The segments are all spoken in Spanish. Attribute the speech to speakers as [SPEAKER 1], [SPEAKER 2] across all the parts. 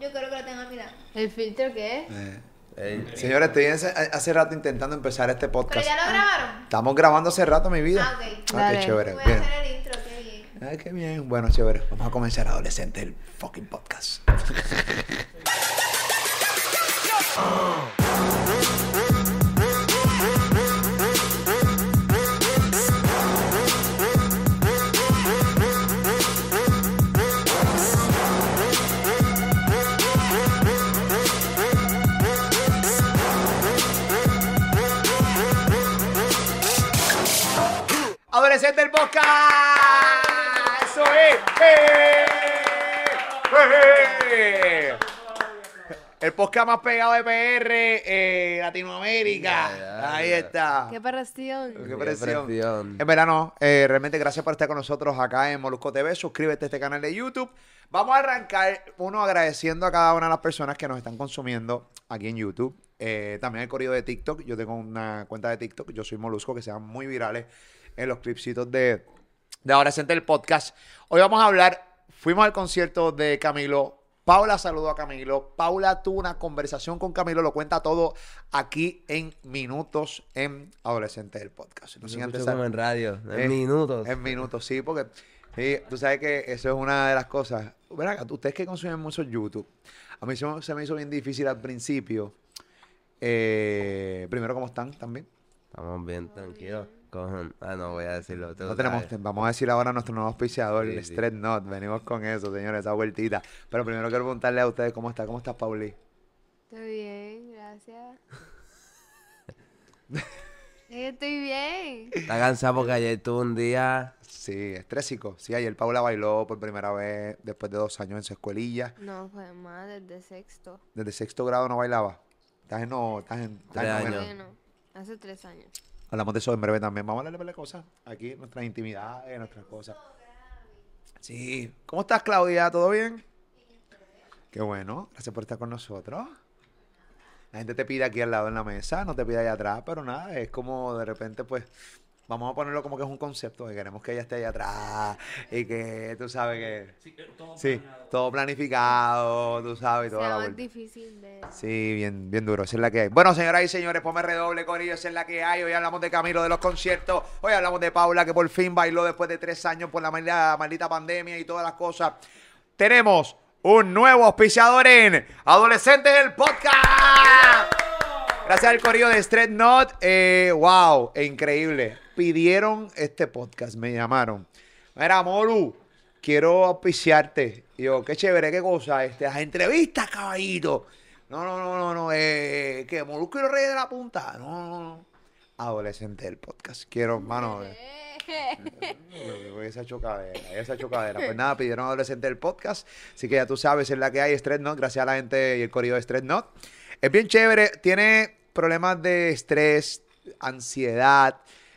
[SPEAKER 1] yo quiero que lo tengan mirando.
[SPEAKER 2] ¿El filtro qué es?
[SPEAKER 3] Eh.
[SPEAKER 4] Ey,
[SPEAKER 3] Señores, estoy hace, hace rato intentando empezar este
[SPEAKER 1] Pero
[SPEAKER 3] podcast.
[SPEAKER 1] ya lo grabaron.
[SPEAKER 3] Estamos grabando hace rato, mi vida.
[SPEAKER 1] Ah, ok.
[SPEAKER 2] Dale.
[SPEAKER 3] qué
[SPEAKER 1] Voy
[SPEAKER 3] chévere.
[SPEAKER 1] a
[SPEAKER 3] Bien.
[SPEAKER 1] hacer el intro, qué bien.
[SPEAKER 3] Ay, qué bien. Bueno, chévere. Vamos a comenzar adolescente el fucking podcast. Adolescente el podcast. Eso es. ¡Eh! ¡Eh! El podcast más pegado de PR, eh, Latinoamérica.
[SPEAKER 4] Ya, ya,
[SPEAKER 3] Ahí
[SPEAKER 4] ya.
[SPEAKER 3] está.
[SPEAKER 2] ¡Qué presión!
[SPEAKER 3] Qué
[SPEAKER 4] Qué
[SPEAKER 3] presión.
[SPEAKER 4] presión.
[SPEAKER 3] En verano, eh, realmente gracias por estar con nosotros acá en Molusco TV. Suscríbete a este canal de YouTube. Vamos a arrancar, uno, agradeciendo a cada una de las personas que nos están consumiendo aquí en YouTube. Eh, también el corrido de TikTok. Yo tengo una cuenta de TikTok. Yo soy Molusco, que sean muy virales en los clipsitos de, de Adolescente del Podcast. Hoy vamos a hablar, fuimos al concierto de Camilo. Paula saludó a Camilo. Paula tuvo una conversación con Camilo. Lo cuenta todo aquí en minutos en Adolescente del Podcast. No
[SPEAKER 4] Yo
[SPEAKER 3] sin
[SPEAKER 4] escucho
[SPEAKER 3] antes-
[SPEAKER 4] como en radio, en
[SPEAKER 3] eh,
[SPEAKER 4] minutos.
[SPEAKER 3] en minutos, sí, porque sí, tú sabes que eso es una de las cosas. Ven acá, ustedes que consumen mucho YouTube, a mí se, me- se me hizo bien difícil al principio. Eh, primero, ¿cómo están también?
[SPEAKER 4] Estamos bien, tranquilos. Cojan. Ah, no, voy a decirlo. tú
[SPEAKER 3] No tenemos,
[SPEAKER 4] sabes.
[SPEAKER 3] vamos a decir ahora a nuestro nuevo auspiciador,
[SPEAKER 4] Sí,
[SPEAKER 3] el
[SPEAKER 4] sí.
[SPEAKER 3] Stretch Knot. Venimos con eso, señores, esa vueltita. Pero primero quiero preguntarle a ustedes cómo está, cómo está Pauli.
[SPEAKER 2] Estoy bien, gracias. Eh, Estoy bien.
[SPEAKER 4] Está cansado porque ayer tuvo un día.
[SPEAKER 3] Sí, estrésico. Sí, ayer Paula bailó por primera vez después de dos años en su escuelilla.
[SPEAKER 2] No, fue más desde sexto.
[SPEAKER 3] Desde sexto grado no bailaba. Estás en, no, estás en, estás en
[SPEAKER 4] Tres
[SPEAKER 3] noveno.
[SPEAKER 4] años.
[SPEAKER 2] Bueno, hace tres años.
[SPEAKER 3] Hablamos de eso en breve también. Vamos a hablar de varias cosas. Aquí, nuestras intimidades, nuestras cosas. Sí. ¿Cómo estás, Claudia? ¿Todo bien? Qué bueno. Gracias por estar con nosotros. La gente te pide aquí al lado en la mesa, no te pide allá atrás, pero nada, es como de repente, pues, vamos a ponerlo como que es un concepto, que queremos que ella esté allá atrás y que tú sabes que... Sí, todo, planificado, tú sabes, y toda la
[SPEAKER 2] Será más
[SPEAKER 3] vuelta.
[SPEAKER 2] difícil de...
[SPEAKER 3] Sí, bien, bien duro, esa es la que hay. Bueno, señoras y señores, ponme redoble, Corillo, esa es la que hay. Hoy hablamos de Camilo, de los conciertos. Hoy hablamos de Paula, que por fin bailó después de tres años por la maldita, maldita pandemia y todas las cosas. Tenemos un nuevo auspiciador en Adolescentes del Podcast. Gracias al Corillo de Stretch Not. Eh, wow, increíble. Pidieron este podcast, me llamaron. Mira, Moru, quiero auspiciarte. Y yo, qué chévere, qué cosa. Este, las entrevistas, caballito. No, no, no, no, no. Eh, que Molusco y los Reyes de la Punta. No, no, no. Adolescente del podcast. Quiero, hermano. eh, esa chocadera, esa chocadera. Pues nada, pidieron adolescente el podcast. Así que ya tú sabes, es la que hay, Stress Not. Gracias a la gente y el corrido de Stress Not. Es bien chévere, tiene problemas de estrés, ansiedad.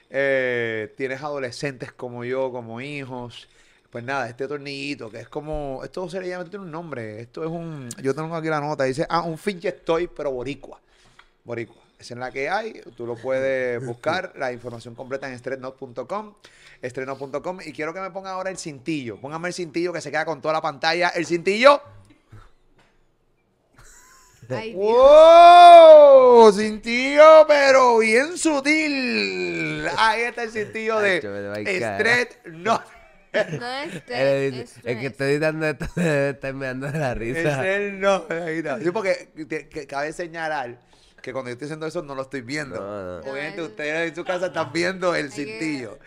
[SPEAKER 3] eh, tienes adolescentes como yo, como hijos. Pues nada, este tornillito, que es como. Esto se le llama, esto tiene un nombre. Esto es un. Yo tengo aquí la nota, dice, ah, un fidget toy, pero boricua. Boricua. Esa es la que hay. Tú lo puedes buscar. La información completa en stretchnot.com. Estrenot.com. Y quiero que me ponga ahora el cintillo. Póngame el cintillo que se queda con toda la pantalla. El cintillo.
[SPEAKER 2] Ay, Dios.
[SPEAKER 3] ¡Wow! Cintillo, pero bien sutil. Ahí está el cintillo de
[SPEAKER 4] Ay, yo me voy a caer.
[SPEAKER 3] Stretchnot.
[SPEAKER 2] No es
[SPEAKER 4] Él le
[SPEAKER 2] tres, Este
[SPEAKER 4] dice,
[SPEAKER 2] es
[SPEAKER 4] el que
[SPEAKER 2] tres.
[SPEAKER 4] estoy editando esto debe estar meando de la risa.
[SPEAKER 3] Stretchnot. Ahí está. Sí, porque te- que cabe señalar que cuando yo estoy haciendo eso no lo estoy viendo.
[SPEAKER 4] No, no.
[SPEAKER 3] Obviamente
[SPEAKER 2] No, es-
[SPEAKER 3] ustedes en su casa están viendo el
[SPEAKER 2] que ver.
[SPEAKER 3] cintillo.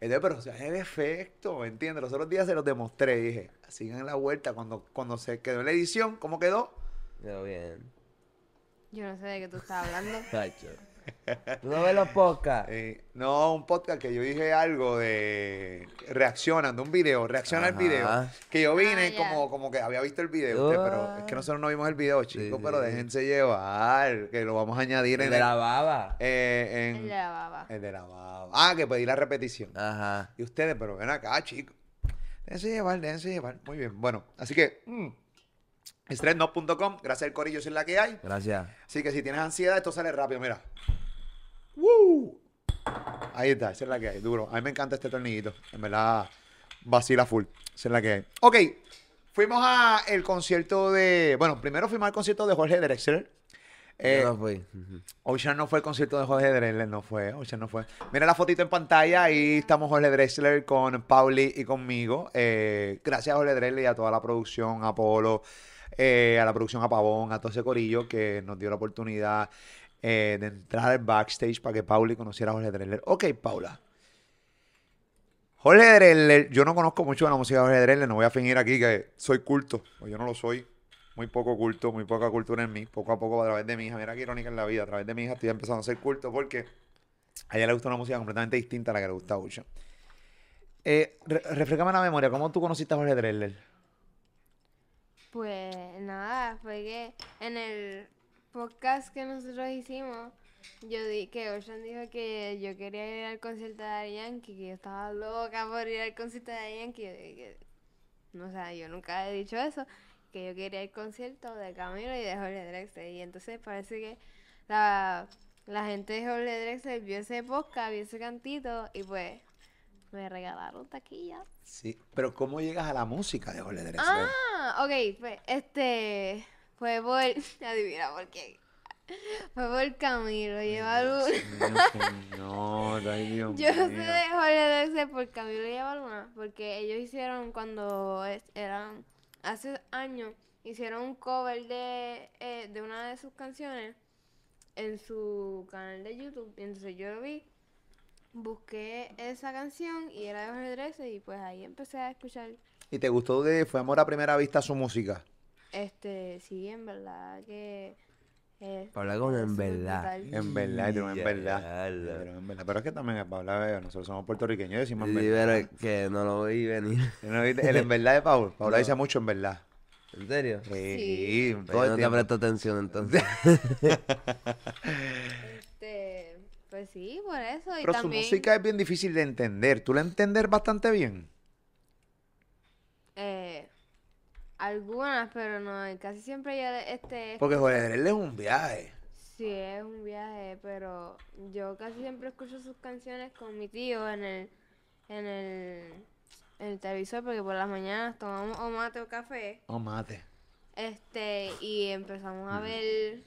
[SPEAKER 3] Entonces, pero o sea, es el efecto, ¿me entiendes? Los otros días se los demostré y dije, sigan la vuelta. Cuando, cuando se quedó en la edición, ¿cómo quedó?
[SPEAKER 4] Pero bien.
[SPEAKER 2] Yo no sé de qué tú estás hablando.
[SPEAKER 4] Cacho. ¿Tú no ves los podcasts?
[SPEAKER 3] Eh, no, un podcast que yo dije algo de reaccionando, un video, reacciona al
[SPEAKER 4] Ajá.
[SPEAKER 3] video. Que yo vine
[SPEAKER 2] ya.
[SPEAKER 3] como, como que había visto el video, usted, pero es que nosotros no vimos el video, chicos,
[SPEAKER 4] Ah. sí,
[SPEAKER 3] pero
[SPEAKER 4] sí.
[SPEAKER 3] déjense llevar, que lo vamos a añadir
[SPEAKER 4] El
[SPEAKER 3] en
[SPEAKER 4] de
[SPEAKER 3] el,
[SPEAKER 4] la baba.
[SPEAKER 3] eh, en-
[SPEAKER 2] Él ya va, va.
[SPEAKER 3] el de la baba. Ah, que pedí la repetición.
[SPEAKER 4] Ah. Ajá.
[SPEAKER 3] Y ustedes, pero ven acá, chicos. Déjense llevar, déjense llevar. Muy bien. Bueno, así que mm, stressnob.com, gracias al corillo, esa es la que hay.
[SPEAKER 4] Gracias.
[SPEAKER 3] Así que si tienes ansiedad, esto sale rápido, mira. ¡Woo! Ahí está, esa es la que hay, duro. A mí me encanta este tornillito. En verdad, vacila full. Esa es la que hay. Ok, Fuimos a el concierto de. Bueno, primero fuimos al concierto de Jorge Drexler. Eh,
[SPEAKER 4] Yo no fui.
[SPEAKER 3] Ocean no fue el concierto de Jorge Drexler, no fue. Ocean no fue. Mira la fotito en pantalla, ahí estamos Jorge Drexler con Pauli y conmigo. Eh, gracias a Jorge Drexler y a toda la producción, a Polo, eh, a la producción, a Pavón, a todo ese corillo que nos dio la oportunidad eh, de entrar al backstage para que Pauli conociera a Jorge Drexler. Ok, Paula. Jorge Drexler, yo no conozco mucho de la música de Jorge Drexler, no voy a fingir aquí que soy culto, o yo no lo soy. Muy poco culto, muy poca cultura en mí. Poco a poco, a través de mi hija, mira qué irónica en la vida, a través de mi hija estoy empezando a ser culto porque a ella le gusta una música completamente distinta a la que le gusta a Ocean. Eh, re- refrescame la memoria, ¿cómo tú conociste a Jorge Drexler?
[SPEAKER 2] Pues nada, fue que en el podcast que nosotros hicimos, yo di que Ocean dijo que yo quería ir al concierto de Daddy Yankee, que yo estaba loca por ir al concierto de Daddy Yankee. Yo dije, no, o sea, yo nunca he dicho eso, que yo quería el concierto de Camilo y de Jorge Drexler. Y entonces parece que la, la gente de Jorge Drexler vio ese podcast, vio ese cantito y pues me regalaron taquillas.
[SPEAKER 3] Sí, pero ¿cómo llegas a la música de Jorge Drexler?
[SPEAKER 2] Ah, ok, pues, este, fue por, adivina por qué, fue por Camilo, lleva luna.
[SPEAKER 3] No, ay Dios
[SPEAKER 2] Yo no sé de Jorge Drexler por Camilo lleva luna, porque ellos hicieron cuando es- eran, hace años, hicieron un cover de, eh, de una de sus canciones en su canal de YouTube, y entonces yo lo vi, busqué esa canción y era de Jorge Drexler y pues ahí empecé a escuchar.
[SPEAKER 3] ¿Y te gustó de, fue amor a primera vista su música?
[SPEAKER 2] Este, sí, en verdad que. eh,
[SPEAKER 4] Paula como
[SPEAKER 2] es
[SPEAKER 4] en
[SPEAKER 2] súper
[SPEAKER 4] verdad.
[SPEAKER 2] brutal.
[SPEAKER 3] En verdad, y tú en
[SPEAKER 4] Ya,
[SPEAKER 3] verdad.
[SPEAKER 4] ya, ya.
[SPEAKER 3] Pero en verdad. Pero es que también es Paula, eh, nosotros somos puertorriqueños y decimos en
[SPEAKER 4] Sí,
[SPEAKER 3] verdad.
[SPEAKER 4] pero es que no lo vi venir.
[SPEAKER 3] ¿No viste? El en verdad de Paula. Paula dice mucho en verdad.
[SPEAKER 4] ¿En serio?
[SPEAKER 3] Sí,
[SPEAKER 4] Pues
[SPEAKER 3] todo
[SPEAKER 4] yo
[SPEAKER 3] el
[SPEAKER 4] no te
[SPEAKER 3] tiempo.
[SPEAKER 4] presto atención entonces.
[SPEAKER 2] Este, pues sí, por eso. Y
[SPEAKER 3] Pero su
[SPEAKER 2] también,
[SPEAKER 3] música es bien difícil de entender. ¿Tú la entender bastante bien?
[SPEAKER 2] eh, algunas, pero no, casi siempre yo, le- este,
[SPEAKER 3] Porque Jorge Drexler es un viaje.
[SPEAKER 2] sí es un viaje, pero yo casi siempre escucho sus canciones con mi tío en el, en el, en el televisor, porque por las mañanas tomamos o mate o café.
[SPEAKER 3] No mate.
[SPEAKER 2] Este, y empezamos
[SPEAKER 3] Mm.
[SPEAKER 2] a ver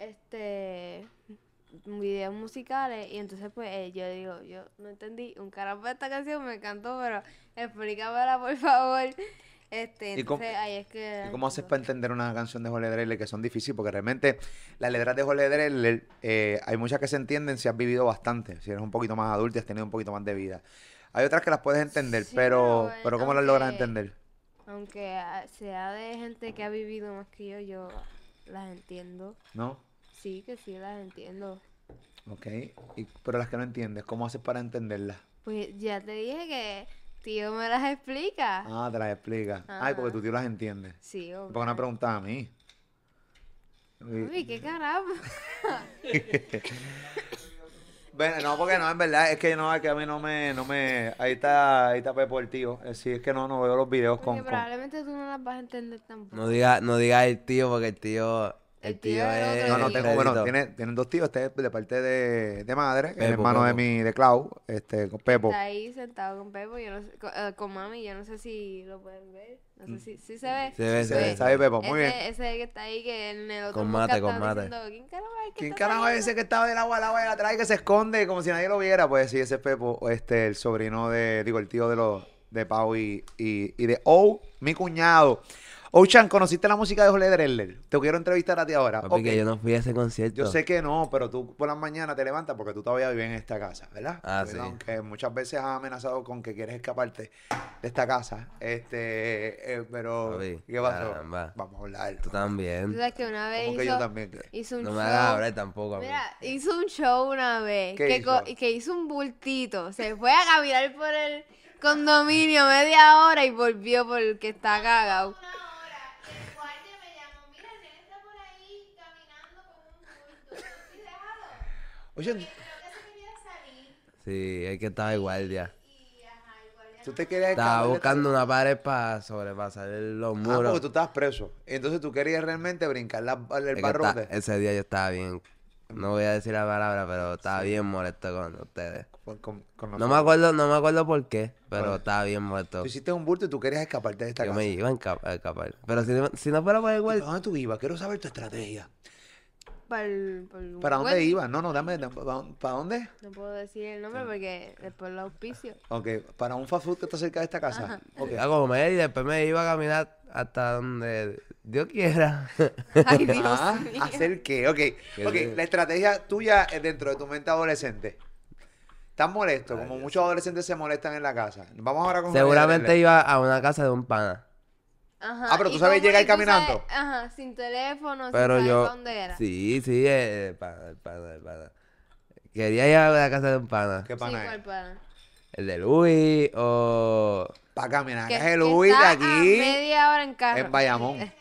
[SPEAKER 2] este videos musicales y entonces pues eh, yo digo, yo no entendí un carajo de esta canción, me encantó, pero explícamela por favor. Este,
[SPEAKER 3] ¿Y cómo-
[SPEAKER 2] entonces ahí es que
[SPEAKER 3] ¿Y cómo haces
[SPEAKER 2] para
[SPEAKER 3] para entender una canción de Jorge Drexler que son difíciles? Porque realmente las letras de Jorge Drexler eh, hay muchas que se entienden si has vivido bastante. Si eres un poquito más adulto y has tenido un poquito más de vida. Hay otras que las puedes entender,
[SPEAKER 2] Sí,
[SPEAKER 3] pero,
[SPEAKER 2] pero, eh,
[SPEAKER 3] pero ¿cómo las logras
[SPEAKER 2] aunque-
[SPEAKER 3] entender?
[SPEAKER 2] Aunque ah, sea de gente que ha vivido más que yo, yo las entiendo.
[SPEAKER 3] ¿No?
[SPEAKER 2] Sí, que sí las entiendo.
[SPEAKER 3] Ok. Y- pero las que no entiendes, ¿cómo haces para entenderlas?
[SPEAKER 2] Pues ya te dije que tío me las explica.
[SPEAKER 3] Ah, te las explica. Ay, porque
[SPEAKER 2] Ajá.
[SPEAKER 3] tu tío las entiende.
[SPEAKER 2] Sí,
[SPEAKER 3] ¿Por qué no
[SPEAKER 2] obvio.
[SPEAKER 3] preguntas a mí?
[SPEAKER 2] Uy, qué carajo.
[SPEAKER 3] Bueno, no, porque no, en verdad, es que no, es que a mí no me, no me, ahí está, ahí está Pepo el tío, Eh, sí, es que no, no veo los videos con,
[SPEAKER 2] Porque
[SPEAKER 3] con-
[SPEAKER 2] probablemente tú no las vas a entender tampoco.
[SPEAKER 4] No digas no diga el tío porque el tío... El,
[SPEAKER 2] El
[SPEAKER 4] tío,
[SPEAKER 2] tío es
[SPEAKER 4] es...
[SPEAKER 2] otro
[SPEAKER 3] No, no,
[SPEAKER 2] Sí.
[SPEAKER 3] tengo, bueno,
[SPEAKER 4] Pedrito.
[SPEAKER 3] tiene- tienen dos tíos, este es de parte de, de madre, el
[SPEAKER 4] Pepo,
[SPEAKER 3] hermano de
[SPEAKER 4] Pepo.
[SPEAKER 3] mi, de Clau, este, con Pepo.
[SPEAKER 2] Está ahí sentado con Pepo, yo no sé- con, eh, con mami, yo no sé si lo pueden ver. No sé
[SPEAKER 3] Mm.
[SPEAKER 2] si, si se ve.
[SPEAKER 4] Se ve,
[SPEAKER 3] Sí,
[SPEAKER 4] se
[SPEAKER 2] Pues,
[SPEAKER 4] ve.
[SPEAKER 3] ¿Sabe Pepo? Muy bien.
[SPEAKER 2] Ese, ese que está ahí que en el otro
[SPEAKER 4] Con mate,
[SPEAKER 2] podcast
[SPEAKER 4] con
[SPEAKER 2] estaba
[SPEAKER 4] mate.
[SPEAKER 2] diciendo, ¿Quién carajo es el que
[SPEAKER 3] ¿Quién
[SPEAKER 2] está
[SPEAKER 3] carajo es
[SPEAKER 2] saliendo?"
[SPEAKER 3] ese que está del agua al agua de atrás y que se esconde como si nadie lo viera? Pues sí, ese es Pepo, este, el sobrino de, digo, el tío de los de Pau y, y, y de O, mi cuñado. Ochan, ¿conociste la música de Jorge Drexler? Te quiero entrevistar a ti ahora.
[SPEAKER 4] Papi,
[SPEAKER 3] Ok.
[SPEAKER 4] que yo no fui a ese concierto.
[SPEAKER 3] Yo sé que no, pero tú por las mañanas te levantas porque tú todavía vives en esta casa, ¿verdad?
[SPEAKER 4] Ah,
[SPEAKER 3] ¿Verdad?
[SPEAKER 4] sí.
[SPEAKER 3] Aunque muchas veces has amenazado con que quieres escaparte de esta casa. Este, eh, pero
[SPEAKER 4] Papi,
[SPEAKER 3] ¿qué pasó?
[SPEAKER 4] caramba.
[SPEAKER 3] Vamos a hablar.
[SPEAKER 4] Tú también.
[SPEAKER 2] Tú sabes que una vez
[SPEAKER 3] Como
[SPEAKER 2] hizo,
[SPEAKER 3] que yo también.
[SPEAKER 2] hizo un
[SPEAKER 4] No me hagas
[SPEAKER 2] show.
[SPEAKER 4] hablar tampoco a mí.
[SPEAKER 2] Mira, hizo un show una vez
[SPEAKER 3] ¿Qué
[SPEAKER 2] que, co-
[SPEAKER 3] hizo?
[SPEAKER 2] que hizo un bultito. Se fue a caminar por el condominio media hora y volvió porque está cagado.
[SPEAKER 1] Una hora, el guardia me llamó, mira, René está por ahí caminando con un bulto, ten cuidado.
[SPEAKER 3] Oye,
[SPEAKER 1] Creo que se quería salir
[SPEAKER 4] Sí, es que estaba igual ya.
[SPEAKER 1] y, ajá, el guardia
[SPEAKER 3] tú te querías
[SPEAKER 4] Estaba
[SPEAKER 3] escapar de-
[SPEAKER 4] buscando una pared para sobrepasar los
[SPEAKER 3] Ah,
[SPEAKER 4] muros.
[SPEAKER 3] porque tú estabas preso. Entonces tú querías realmente brincar la, el
[SPEAKER 4] Es que
[SPEAKER 3] barrón
[SPEAKER 4] está-
[SPEAKER 3] de-
[SPEAKER 4] ese día yo estaba bien No voy a decir la palabra, pero estaba bien molesto con ustedes.
[SPEAKER 3] Con, con- con
[SPEAKER 4] No me
[SPEAKER 3] nosotros.
[SPEAKER 4] acuerdo, no me acuerdo por qué, pero
[SPEAKER 3] Bueno.
[SPEAKER 4] estaba bien molesto.
[SPEAKER 3] Tú hiciste un bulto y tú querías escaparte de esta
[SPEAKER 4] Yo
[SPEAKER 3] casa.
[SPEAKER 4] me iba a enca- a escapar. Pero si, si no fuera por el
[SPEAKER 3] ¿Para
[SPEAKER 4] huerto,
[SPEAKER 3] dónde tú ibas? Quiero saber tu estrategia.
[SPEAKER 2] Pa'l- pa'l
[SPEAKER 3] ¿Para dónde
[SPEAKER 2] web.
[SPEAKER 3] ibas? No, no, dame. dame- ¿Para para dónde?
[SPEAKER 2] No puedo decir el nombre porque después lo auspicio.
[SPEAKER 3] Ok, para un fast food que está cerca de esta casa. Ok.
[SPEAKER 4] iba a comer y después me iba a caminar hasta donde Dios quiera.
[SPEAKER 2] Ay, Dios
[SPEAKER 3] Ah,
[SPEAKER 2] mío.
[SPEAKER 3] ¿Hacer qué? Ok, ok,
[SPEAKER 4] lindo.
[SPEAKER 3] la estrategia tuya es dentro de tu mente adolescente. Estás molesto, como muchos adolescentes se molestan en la casa. Vamos ahora con...
[SPEAKER 4] Seguramente iba a una casa de un pana.
[SPEAKER 2] Ajá,
[SPEAKER 3] Ah, pero
[SPEAKER 2] ¿y
[SPEAKER 3] tú sabes
[SPEAKER 2] cómo-
[SPEAKER 3] llegar
[SPEAKER 2] y tú sabes-
[SPEAKER 3] caminando?
[SPEAKER 2] ajá, sin teléfono, sin
[SPEAKER 4] Pero
[SPEAKER 2] saber
[SPEAKER 4] yo.
[SPEAKER 2] pa' dónde era.
[SPEAKER 4] Sí, sí, eh, el pana, el pana, el pana. Quería ir a la casa de un pana.
[SPEAKER 3] ¿Qué
[SPEAKER 2] Sí,
[SPEAKER 3] pana
[SPEAKER 2] ¿cuál pues, pana?
[SPEAKER 4] El de Luis o.
[SPEAKER 3] Para caminar,
[SPEAKER 2] Que-
[SPEAKER 3] que es el
[SPEAKER 2] que
[SPEAKER 3] Luis de
[SPEAKER 2] está A
[SPEAKER 3] aquí,
[SPEAKER 2] media hora en carro.
[SPEAKER 3] en Bayamón.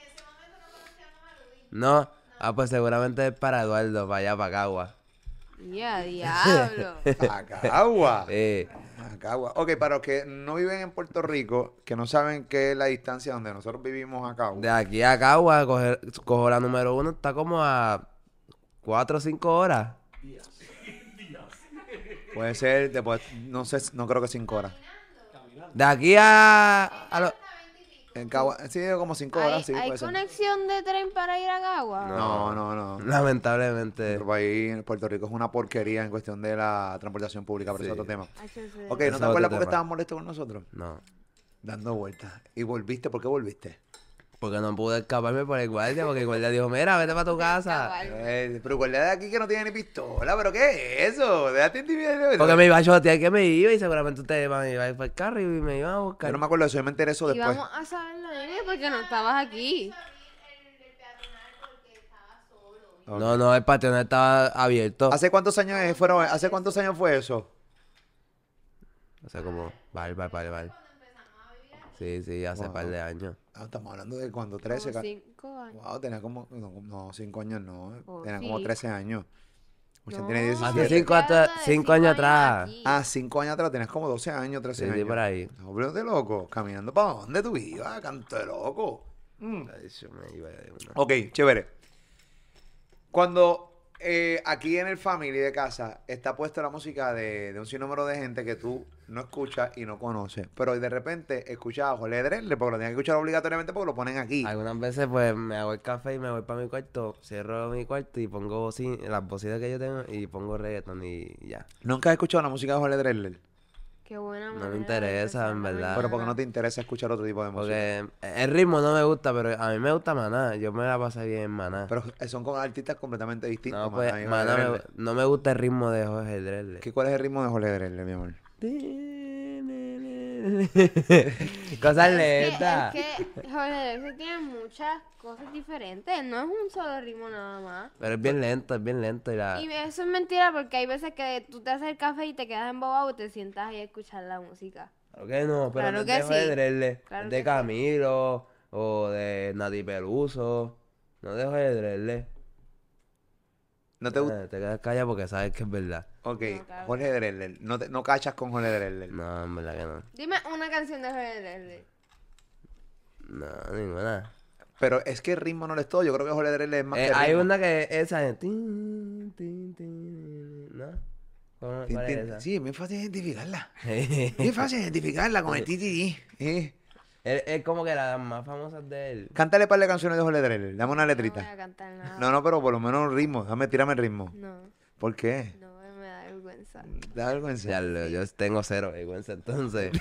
[SPEAKER 4] No. Ah, pues seguramente es para Eduardo, para allá, para Cagua.
[SPEAKER 2] Ya, diablo.
[SPEAKER 3] Acagua.
[SPEAKER 4] Eh,
[SPEAKER 3] Acagua. Ok, para los que no viven en Puerto Rico, que no saben qué es la distancia donde nosotros vivimos acá.
[SPEAKER 4] de aquí a Cagua, coger, cojo la número uno, está como a cuatro o cinco horas.
[SPEAKER 3] Puede ser, después, no sé, no creo que cinco horas.
[SPEAKER 4] De aquí a. a lo-
[SPEAKER 3] En Cagua, sí, como cinco
[SPEAKER 2] ¿Hay,
[SPEAKER 3] horas, sí,
[SPEAKER 2] hay
[SPEAKER 3] puede ser.
[SPEAKER 2] conexión de tren para ir a Cagua?
[SPEAKER 3] No, no, no.
[SPEAKER 4] Lamentablemente.
[SPEAKER 3] Nuestro país, en Puerto Rico, es una porquería en cuestión de la transportación pública, pero
[SPEAKER 4] Sí.
[SPEAKER 3] es otro tema.
[SPEAKER 2] Ah, yo sé.
[SPEAKER 3] Ok,
[SPEAKER 4] Ese
[SPEAKER 3] ¿no
[SPEAKER 4] es
[SPEAKER 3] te
[SPEAKER 4] otro
[SPEAKER 3] acuerdas por qué
[SPEAKER 4] tema.
[SPEAKER 3] estabas molesto con nosotros?
[SPEAKER 4] No.
[SPEAKER 3] Dando vueltas. ¿Y volviste? ¿Por qué volviste?
[SPEAKER 4] Porque no pude escaparme por el guardia, porque el guardia dijo, mira, vete para tu casa.
[SPEAKER 2] Cabal.
[SPEAKER 3] Eh, pero guarda de aquí que no tiene ni pistola, ¿pero qué es eso? Déjate intimidar.
[SPEAKER 4] Porque me iba a chotear que me iba y seguramente ustedes van a ir para el carro y me iban a
[SPEAKER 3] Yo
[SPEAKER 4] buscar.
[SPEAKER 3] no me acuerdo de eso, yo me enteré eso
[SPEAKER 2] Y
[SPEAKER 3] después.
[SPEAKER 2] vamos a saberlo, nene, porque no estabas aquí.
[SPEAKER 4] No, no, el patio no estaba abierto.
[SPEAKER 3] ¿Hace cuántos años es- fueron? ¿Hace cuántos años fue eso?
[SPEAKER 4] O sea, como, vale, vale, vale, vale. Sí, sí, hace par de años.
[SPEAKER 3] Ah, estamos hablando de cuando, 13.
[SPEAKER 2] Como
[SPEAKER 3] ca-
[SPEAKER 2] cinco años.
[SPEAKER 3] Wow, tenía como. No, no, 5 años no.
[SPEAKER 2] Oh,
[SPEAKER 3] tenía como
[SPEAKER 2] sí.
[SPEAKER 3] 13 años. Usted
[SPEAKER 2] No,
[SPEAKER 3] tiene
[SPEAKER 4] Más
[SPEAKER 3] 17.
[SPEAKER 4] de
[SPEAKER 2] estoy
[SPEAKER 4] cinco
[SPEAKER 2] hablando
[SPEAKER 4] atrás-
[SPEAKER 2] de
[SPEAKER 4] cinco años atrás.
[SPEAKER 2] aquí.
[SPEAKER 3] Ah, cinco años atrás, tenías como 12 años, 13
[SPEAKER 4] Sí,
[SPEAKER 3] años.
[SPEAKER 4] sí, por ahí.
[SPEAKER 3] Estás volviéndote loco, caminando para dónde tú ibas, canto de loco. Mm.
[SPEAKER 4] Ay, yo me iba de una.
[SPEAKER 3] Ok, chévere. Cuando eh, aquí en el family de casa está puesta la música de, de un sinnúmero de gente que tú no escuchas y no conoces, pero de repente escuchas a Jorge Drexler, porque lo tienes que escuchar obligatoriamente porque lo ponen aquí.
[SPEAKER 4] Algunas veces pues me hago el café y me voy para mi cuarto, cierro mi cuarto y pongo bocin- las bocinas que yo tengo y pongo reggaeton y ya.
[SPEAKER 3] Nunca has escuchado la música de Jorge Drexler,
[SPEAKER 2] Qué buena
[SPEAKER 4] me
[SPEAKER 2] manera de
[SPEAKER 4] interesa, en
[SPEAKER 2] empezar la
[SPEAKER 4] verdad.
[SPEAKER 3] pero porque no
[SPEAKER 2] mañana.
[SPEAKER 3] te interesa escuchar otro tipo de música.
[SPEAKER 4] Porque el ritmo no me gusta, pero a mí me gusta Maná, yo me la pasé bien en Maná.
[SPEAKER 3] Pero son con artistas completamente distintos.
[SPEAKER 4] no,
[SPEAKER 3] Maná
[SPEAKER 4] pues
[SPEAKER 3] y Jorge
[SPEAKER 4] Maná me-
[SPEAKER 3] Drexler.
[SPEAKER 4] no me gusta el ritmo de Jorge Drexler.
[SPEAKER 3] ¿Qué- ¿Cuál es el ritmo de Jorge Drexler, mi amor?
[SPEAKER 4] Cosas
[SPEAKER 2] Es
[SPEAKER 4] lentas.
[SPEAKER 2] que, es que Jorge Drexler tiene muchas cosas diferentes, no es un solo ritmo nada más.
[SPEAKER 4] Pero es bien lento, es bien lento y
[SPEAKER 3] Ah.
[SPEAKER 4] la...
[SPEAKER 2] Y eso es mentira porque hay veces que tú te haces el café y te quedas embobado y te sientas ahí a escuchar la música.
[SPEAKER 4] Claro que no, pero
[SPEAKER 2] Claro
[SPEAKER 4] no es
[SPEAKER 2] que
[SPEAKER 4] de Jorge
[SPEAKER 2] sí.
[SPEAKER 4] Drexler, es
[SPEAKER 2] Claro que
[SPEAKER 4] de
[SPEAKER 2] sí.
[SPEAKER 4] Camilo o de Nati Peluso, no de Jorge Drexler.
[SPEAKER 3] ¿No te gusta?
[SPEAKER 4] Ah, Te quedas callado porque sabes que es verdad.
[SPEAKER 3] Ok,
[SPEAKER 2] No, claro.
[SPEAKER 3] Jorge Drexler. No, te- no cachas con Jorge Drexler.
[SPEAKER 4] No, en verdad que no.
[SPEAKER 2] Dime una canción de Jorge Drexler.
[SPEAKER 4] No, ninguna.
[SPEAKER 3] Pero es que el ritmo no lo es todo. Yo creo que Jorge Drexler es más
[SPEAKER 4] Eh,
[SPEAKER 3] que
[SPEAKER 4] hay
[SPEAKER 3] ritmo.
[SPEAKER 4] una que es esa de tin, tin, tin, ¿No? ¿Cómo-
[SPEAKER 3] Tin,
[SPEAKER 4] ¿Cuál es
[SPEAKER 3] tin.
[SPEAKER 4] esa?
[SPEAKER 3] Sí, es bien fácil identificarla. Bien fácil identificarla con el TTD. Eh.
[SPEAKER 4] es, es como que la más famosa de él.
[SPEAKER 3] Cántale un par de canciones de Jorge Drexler. Dame una
[SPEAKER 2] No voy
[SPEAKER 3] letrita.
[SPEAKER 2] a cantar nada.
[SPEAKER 3] No, no, pero por lo menos un ritmo. Dame, tírame el ritmo.
[SPEAKER 2] No,
[SPEAKER 3] ¿Por qué?
[SPEAKER 2] no, me da vergüenza.
[SPEAKER 3] Da
[SPEAKER 4] Ya,
[SPEAKER 3] vergüenza.
[SPEAKER 4] lo- yo tengo cero vergüenza entonces.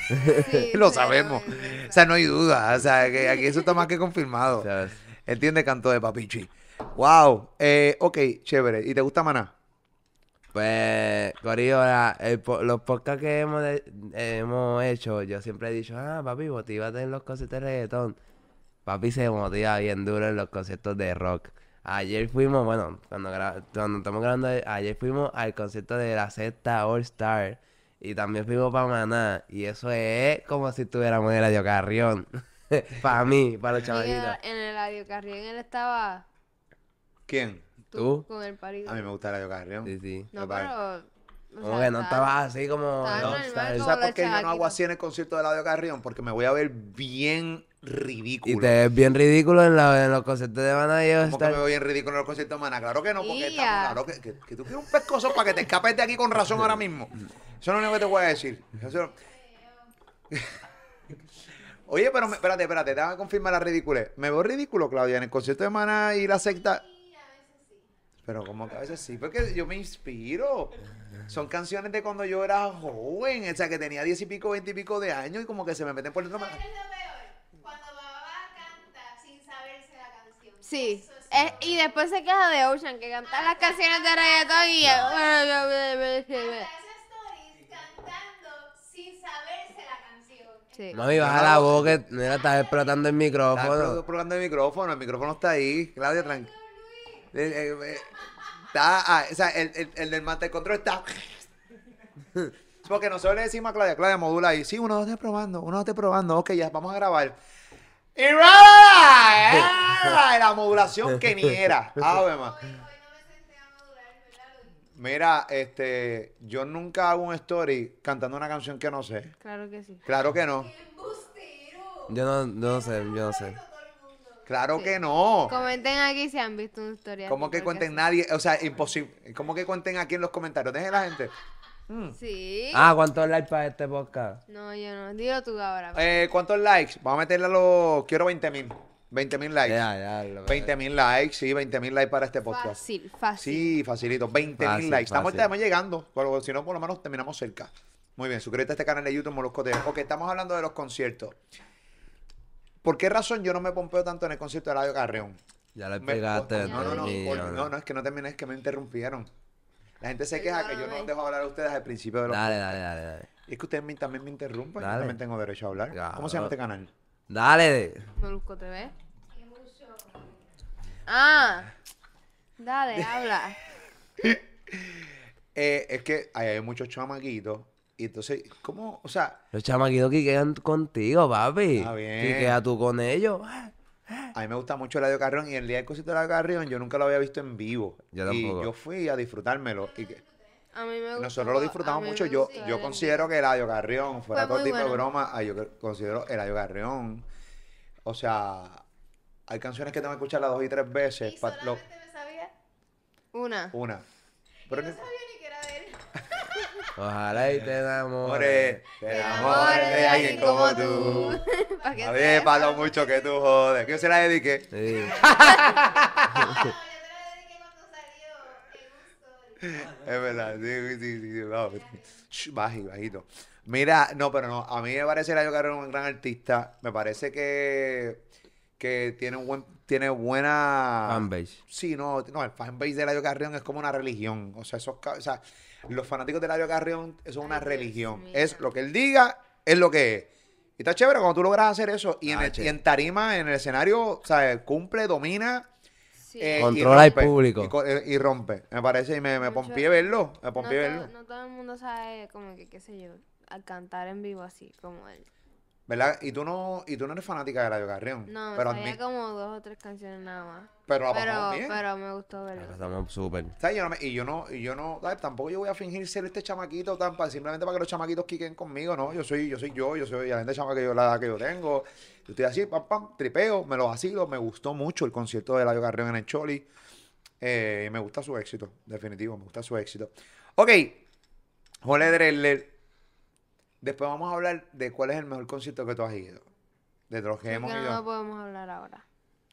[SPEAKER 2] Sí, cero
[SPEAKER 3] Lo sabemos.
[SPEAKER 2] vergüenza.
[SPEAKER 3] O sea, no hay duda. O sea, que aquí eso está más que confirmado.
[SPEAKER 4] O sea,
[SPEAKER 3] Entiende canto de papichi. Wow. Eh, ok, chévere. ¿Y te gusta Maná?
[SPEAKER 4] Pues, Corillo, la- el po- los podcasts que hemos, de- hemos hecho, yo siempre he dicho, ah, papi, motívate en los conciertos de reggaetón. Papi se motiva bien duro en los conciertos de rock. Ayer fuimos, bueno, cuando, gra- cuando estamos grabando, ayer fuimos al concierto de la sexta All Star. Y también fuimos para Maná. Y eso es como si estuviéramos en el Radio Carrión. para mí, para los
[SPEAKER 2] Y
[SPEAKER 4] chamaquitos.
[SPEAKER 2] en el Radio Carrión él estaba
[SPEAKER 3] ¿Quién?
[SPEAKER 4] ¿Tú?
[SPEAKER 2] con el parido.
[SPEAKER 3] A mí me gusta Radio Carrión.
[SPEAKER 4] Sí, sí.
[SPEAKER 2] No,
[SPEAKER 3] Vale.
[SPEAKER 2] pero. o
[SPEAKER 4] Como
[SPEAKER 2] sea,
[SPEAKER 4] que no estabas así como...
[SPEAKER 2] estaba
[SPEAKER 4] no,
[SPEAKER 2] normal,
[SPEAKER 4] ¿sabes?
[SPEAKER 2] como-
[SPEAKER 3] ¿Sabes
[SPEAKER 2] la
[SPEAKER 3] por qué yo no hago
[SPEAKER 2] chavaquita.
[SPEAKER 3] así en el concierto de Eladio Carrión? Porque me voy a ver bien ridículo.
[SPEAKER 4] Y te ves bien ridículo en, la- en los conciertos de Maná y yo
[SPEAKER 3] ¿Cómo que
[SPEAKER 4] estar-
[SPEAKER 3] me voy bien ridículo en los conciertos de Maná? Claro que no, porque
[SPEAKER 2] Ya.
[SPEAKER 3] estamos- claro que, que- que tú quieres un pescozo para que te escapes de aquí con razón ahora mismo. Eso es lo único que te voy a decir. Eso- Oye, pero me- espérate, espérate, déjame confirmar la ridiculez. ¿Me veo ridículo, Claudia, en el concierto de Maná y la secta? Pero como que a veces sí, porque yo me inspiro. Son canciones de cuando yo era joven, o sea, que tenía diez y pico, veinte y pico de años y como que se me meten por dentro.
[SPEAKER 1] ¿Sabes qué es lo peor? Cuando Babá canta sin saberse la canción.
[SPEAKER 2] Sí.
[SPEAKER 1] Eso sí.
[SPEAKER 2] Es- y después se queja de Ocean, que canta las canciones de reggaetón y...
[SPEAKER 1] Hasta esas stories cantando sin saberse la canción.
[SPEAKER 2] Sí.
[SPEAKER 4] Mami, baja la voz que mira, estás explotando el
[SPEAKER 3] Está
[SPEAKER 4] micrófono.
[SPEAKER 3] probando el micrófono, el micrófono está ahí, Claudia, tranquila. eh, Está, ah, o sea, el, el, el del master control está. Es Porque nosotros le decimos a Claudia, Claudia, modula ahí. Sí, uno, dos, tres, probando, uno, dos, tres, probando. Ok, ya, vamos a grabar. Y ¡ah! la modulación que ni era. Ave ma.
[SPEAKER 1] Hoy, hoy no me senté a madurar, ¿verdad, Luis?
[SPEAKER 3] Mira, este, yo nunca hago un story cantando una canción que no sé.
[SPEAKER 2] Claro que sí.
[SPEAKER 3] Claro que no.
[SPEAKER 1] ¡Qué embustero!
[SPEAKER 4] Yo no, no sé, yo no sé.
[SPEAKER 1] Eso todo el mundo.
[SPEAKER 3] Claro
[SPEAKER 2] Sí.
[SPEAKER 3] que no.
[SPEAKER 2] Comenten aquí si han visto una historia.
[SPEAKER 3] ¿Cómo
[SPEAKER 2] así,
[SPEAKER 3] que
[SPEAKER 2] porque
[SPEAKER 3] cuenten nadie? O sea, imposible. ¿Cómo que cuenten aquí en los comentarios? Dejen la gente.
[SPEAKER 2] Sí.
[SPEAKER 4] Ah, ¿cuántos likes para este podcast?
[SPEAKER 2] No, yo no. Dilo tú ahora. pues.
[SPEAKER 3] Eh, ¿Cuántos likes? Vamos a meterle a los. Quiero 20 mil. 20 mil likes.
[SPEAKER 4] Ya, ya. lo-
[SPEAKER 3] 20 mil likes, sí, 20 mil likes para este podcast.
[SPEAKER 2] Fácil, fácil.
[SPEAKER 3] Sí, facilito. 20 mil
[SPEAKER 4] Fácil,
[SPEAKER 3] likes. Estamos,
[SPEAKER 4] fácil.
[SPEAKER 3] estamos llegando, pero si no, por lo menos terminamos cerca. Muy bien, suscríbete a este canal de YouTube Molusco TV. Ok, estamos hablando de los conciertos. ¿Por qué razón yo no me pompeo tanto en el concierto de Radio Carreón?
[SPEAKER 4] Ya lo
[SPEAKER 3] Me-
[SPEAKER 4] pegaste.
[SPEAKER 3] no, no, no,
[SPEAKER 2] Ay,
[SPEAKER 3] por- no, no, es que no terminé, es que me interrumpieron. La gente se queja que yo no los
[SPEAKER 2] Perdóname.
[SPEAKER 3] dejo hablar a ustedes al principio de los
[SPEAKER 4] Dale, dale, dale, dale.
[SPEAKER 3] Es que ustedes me- también me interrumpen. Yo
[SPEAKER 4] Dale.
[SPEAKER 3] también tengo derecho a hablar.
[SPEAKER 4] Claro.
[SPEAKER 3] ¿Cómo se llama este canal?
[SPEAKER 4] Dale.
[SPEAKER 2] Molusco TV. Ah. Dale, habla.
[SPEAKER 3] Eh, es que ahí hay muchos chamaquitos. Y entonces, ¿cómo? O sea,
[SPEAKER 4] Los chamaquitos que quedan contigo, papi.
[SPEAKER 3] Está bien.
[SPEAKER 4] Y queda tú con ellos.
[SPEAKER 3] a mí me gusta mucho el Radio Carrión. Y el día del cosito de Radio Carrión, yo nunca lo había visto en vivo.
[SPEAKER 4] Yo
[SPEAKER 3] y
[SPEAKER 4] tampoco.
[SPEAKER 3] yo fui a disfrutármelo. Y que-
[SPEAKER 2] A mí me gusta.
[SPEAKER 3] nosotros lo disfrutamos mucho. Yo, yo considero que el Radio Carrión, fuera
[SPEAKER 2] Fue
[SPEAKER 3] todo
[SPEAKER 2] muy
[SPEAKER 3] tipo de
[SPEAKER 2] bueno.
[SPEAKER 3] broma, ah, yo que- considero el Radio Carrión. O sea, hay canciones que tengo que escucharlas dos y tres veces.
[SPEAKER 1] Y
[SPEAKER 3] pa- lo-
[SPEAKER 1] solamente me sabía.
[SPEAKER 2] Una.
[SPEAKER 3] una.
[SPEAKER 1] Yo
[SPEAKER 3] Pero
[SPEAKER 1] no
[SPEAKER 3] no-
[SPEAKER 1] sabía ni que era de él.
[SPEAKER 4] Ojalá y te enamores.
[SPEAKER 3] Amores, te enamores de alguien como tú.
[SPEAKER 2] Pa' que
[SPEAKER 3] A ver,
[SPEAKER 2] sepa.
[SPEAKER 3] para lo mucho que tú jodes. Que yo se la dediqué.
[SPEAKER 4] Sí.
[SPEAKER 1] No, yo te lo dediqué cuando salió en un story.
[SPEAKER 3] Es verdad. Sí, sí, sí, sí, no. Sh, Bajito, bajito. Mira, no, pero no. A mí me parece Layo Carrón un gran artista. Me parece que, que tiene, un buen, tiene buena.
[SPEAKER 4] Fanpage.
[SPEAKER 3] Sí, no, no, el fanbase de Layo Carrión es como una religión. O sea, esos, ca- o sea los fanáticos de Layo Carrión eso es una
[SPEAKER 2] Ay, Dios
[SPEAKER 3] religión.
[SPEAKER 2] mío.
[SPEAKER 3] Es lo que él diga, es lo que es. Y está chévere cuando tú logras hacer eso. Y, en,
[SPEAKER 4] Ah,
[SPEAKER 3] el-
[SPEAKER 4] che.
[SPEAKER 3] y en tarima, en el escenario, ¿sabes? Cumple, domina.
[SPEAKER 2] Sí.
[SPEAKER 3] eh, y
[SPEAKER 4] Controla el
[SPEAKER 3] rompe.
[SPEAKER 4] público.
[SPEAKER 3] Y, co- eh, y rompe. Me parece y me, me
[SPEAKER 2] Mucho.
[SPEAKER 3] pompié verlo. Me
[SPEAKER 2] no,
[SPEAKER 3] pompié verlo.
[SPEAKER 2] todo, no todo el mundo sabe, como que, qué sé yo, a cantar en vivo así, como él.
[SPEAKER 3] ¿Verdad? Y tú no, y tú no eres fanática de Layo Carrión.
[SPEAKER 2] No, me
[SPEAKER 3] pero
[SPEAKER 2] sabía
[SPEAKER 3] admi-
[SPEAKER 2] como dos o tres canciones nada más.
[SPEAKER 3] pero la
[SPEAKER 2] Pero,
[SPEAKER 3] pasamos bien.
[SPEAKER 2] pero me gustó
[SPEAKER 4] La
[SPEAKER 2] verlo.
[SPEAKER 4] pasamos súper.
[SPEAKER 3] ¿Sabes? Yo no me- y yo no, y yo no, ¿sabes? tampoco yo voy a fingir ser este chamaquito tan pa- simplemente para que los chamaquitos quiquen conmigo, no, yo soy, yo soy yo, yo soy la gente chama que yo, la edad que yo tengo. Yo estoy así, pam, pam, tripeo, me los asilo, me gustó mucho el concierto de Layo Carrión en el Choli. Eh, y me gusta su éxito, definitivo, me gusta su éxito. Ok, Jole Drexler. Después vamos a hablar de cuál es el mejor concierto que tú has ido. De los que
[SPEAKER 2] Creo
[SPEAKER 3] hemos
[SPEAKER 2] que
[SPEAKER 3] ido.
[SPEAKER 2] no lo podemos hablar ahora.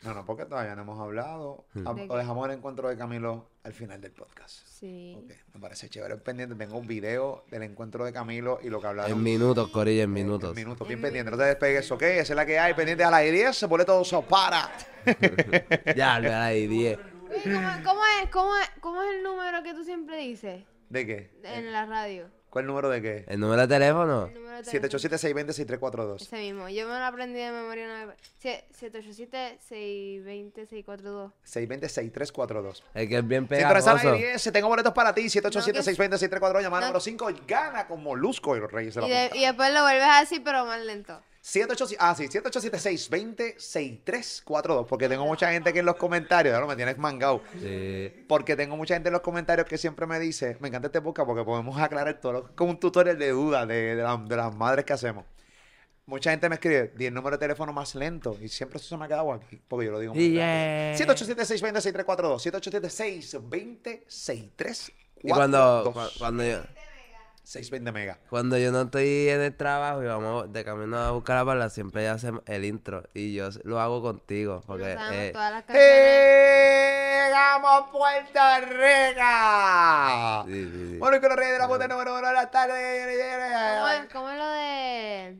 [SPEAKER 3] No, no, porque todavía no hemos hablado. Ah,
[SPEAKER 2] ¿De
[SPEAKER 3] o
[SPEAKER 2] qué?
[SPEAKER 3] dejamos el encuentro de Camilo al final del podcast.
[SPEAKER 2] Sí.
[SPEAKER 3] Ok, me parece chévere. Pendiente, tengo un video del encuentro de Camilo y lo que hablaron.
[SPEAKER 4] En minutos, Corilla, en
[SPEAKER 3] Eh,
[SPEAKER 4] minutos.
[SPEAKER 3] En minutos, bien
[SPEAKER 2] En
[SPEAKER 3] pendiente. No te despegues, ok. Esa es la que hay. Pendiente a las 10, se pone todo eso para.
[SPEAKER 4] Ya, le ahí 10.
[SPEAKER 2] Oye, ¿Cómo, cómo es, cómo, es, ¿Cómo es el número que tú siempre dices
[SPEAKER 3] ¿De qué?
[SPEAKER 2] en la radio?
[SPEAKER 3] ¿Cuál número de qué?
[SPEAKER 4] ¿El número de teléfono?
[SPEAKER 2] El número de teléfono.
[SPEAKER 3] 787-620-6342.
[SPEAKER 2] Ese mismo. Yo me lo aprendí de memoria una vez. Sie- 787-620-642.
[SPEAKER 3] 620-6342.
[SPEAKER 4] El que es bien
[SPEAKER 3] Si tú eres a las
[SPEAKER 4] pegajoso.
[SPEAKER 3] 10, tengo boletos para ti.
[SPEAKER 2] No, que-
[SPEAKER 3] 787-620-6342. Llamada
[SPEAKER 2] no.
[SPEAKER 3] número 5. Gana con Molusco y los Reyes de la
[SPEAKER 2] Y, de-
[SPEAKER 3] Punta.
[SPEAKER 2] y después lo vuelves así, pero más lento.
[SPEAKER 3] 787, ah, sí, 787-620-6342. Porque tengo mucha gente que en los comentarios, ya lo me tienes mangado.
[SPEAKER 4] Sí.
[SPEAKER 3] Porque tengo mucha gente en los comentarios que siempre me dice, me encanta este podcast porque podemos aclarar todo, lo- como un tutorial de dudas de, de la- de las madres que hacemos. Mucha gente me escribe, di el número de teléfono más lento. Y siempre eso se me ha quedado aquí, porque yo lo digo muy
[SPEAKER 4] Yeah.
[SPEAKER 2] eh.
[SPEAKER 3] rápido. 787-620-6342. 787-620-6342.
[SPEAKER 4] Y cuando, cua- cuando, yo,
[SPEAKER 3] 620 mega.
[SPEAKER 4] cuando yo no estoy en el trabajo y vamos de camino a buscar la palabra, siempre ella hace el intro. Y yo s- lo hago contigo. Porque
[SPEAKER 2] Nos sabemos
[SPEAKER 4] eh,
[SPEAKER 2] todas las canciones.
[SPEAKER 3] ¡Llegamos a Puerto Rico!
[SPEAKER 4] sí, sí, sí.
[SPEAKER 3] Bueno, y con los reyes de la puta número uno de la
[SPEAKER 2] ¿Cómo es,
[SPEAKER 3] tarde.
[SPEAKER 2] cómo es lo de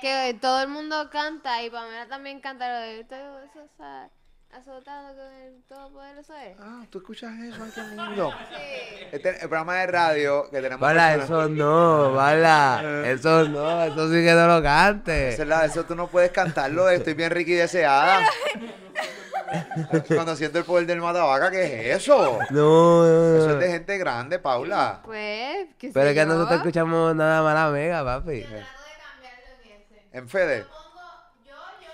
[SPEAKER 2] que todo el mundo canta y Pamela también canta lo de estoy azosa- azotado con el todopoderoso es?
[SPEAKER 3] Ah, tú escuchas eso, ay, qué lindo.
[SPEAKER 2] Sí.
[SPEAKER 3] Este es el programa de radio que tenemos.
[SPEAKER 4] Bala,
[SPEAKER 3] personas-
[SPEAKER 4] eso no, bala. Eso no, eso sí que no lo
[SPEAKER 3] Esa
[SPEAKER 4] cante.
[SPEAKER 3] es la- Eso, tú no puedes cantarlo, estoy bien Ricky deseada. Cuando siento el poder del matabaca, ¿qué es eso?
[SPEAKER 4] No, no,
[SPEAKER 3] Eso
[SPEAKER 4] no.
[SPEAKER 3] es de gente grande, Paula.
[SPEAKER 2] Pues, qué sé
[SPEAKER 4] Pero es que
[SPEAKER 2] yo.
[SPEAKER 4] nosotros escuchamos nada mala mega, papi.
[SPEAKER 1] Yo trato de cambiarlo en ese.
[SPEAKER 3] En Fede.
[SPEAKER 1] Yo pongo yo, yo,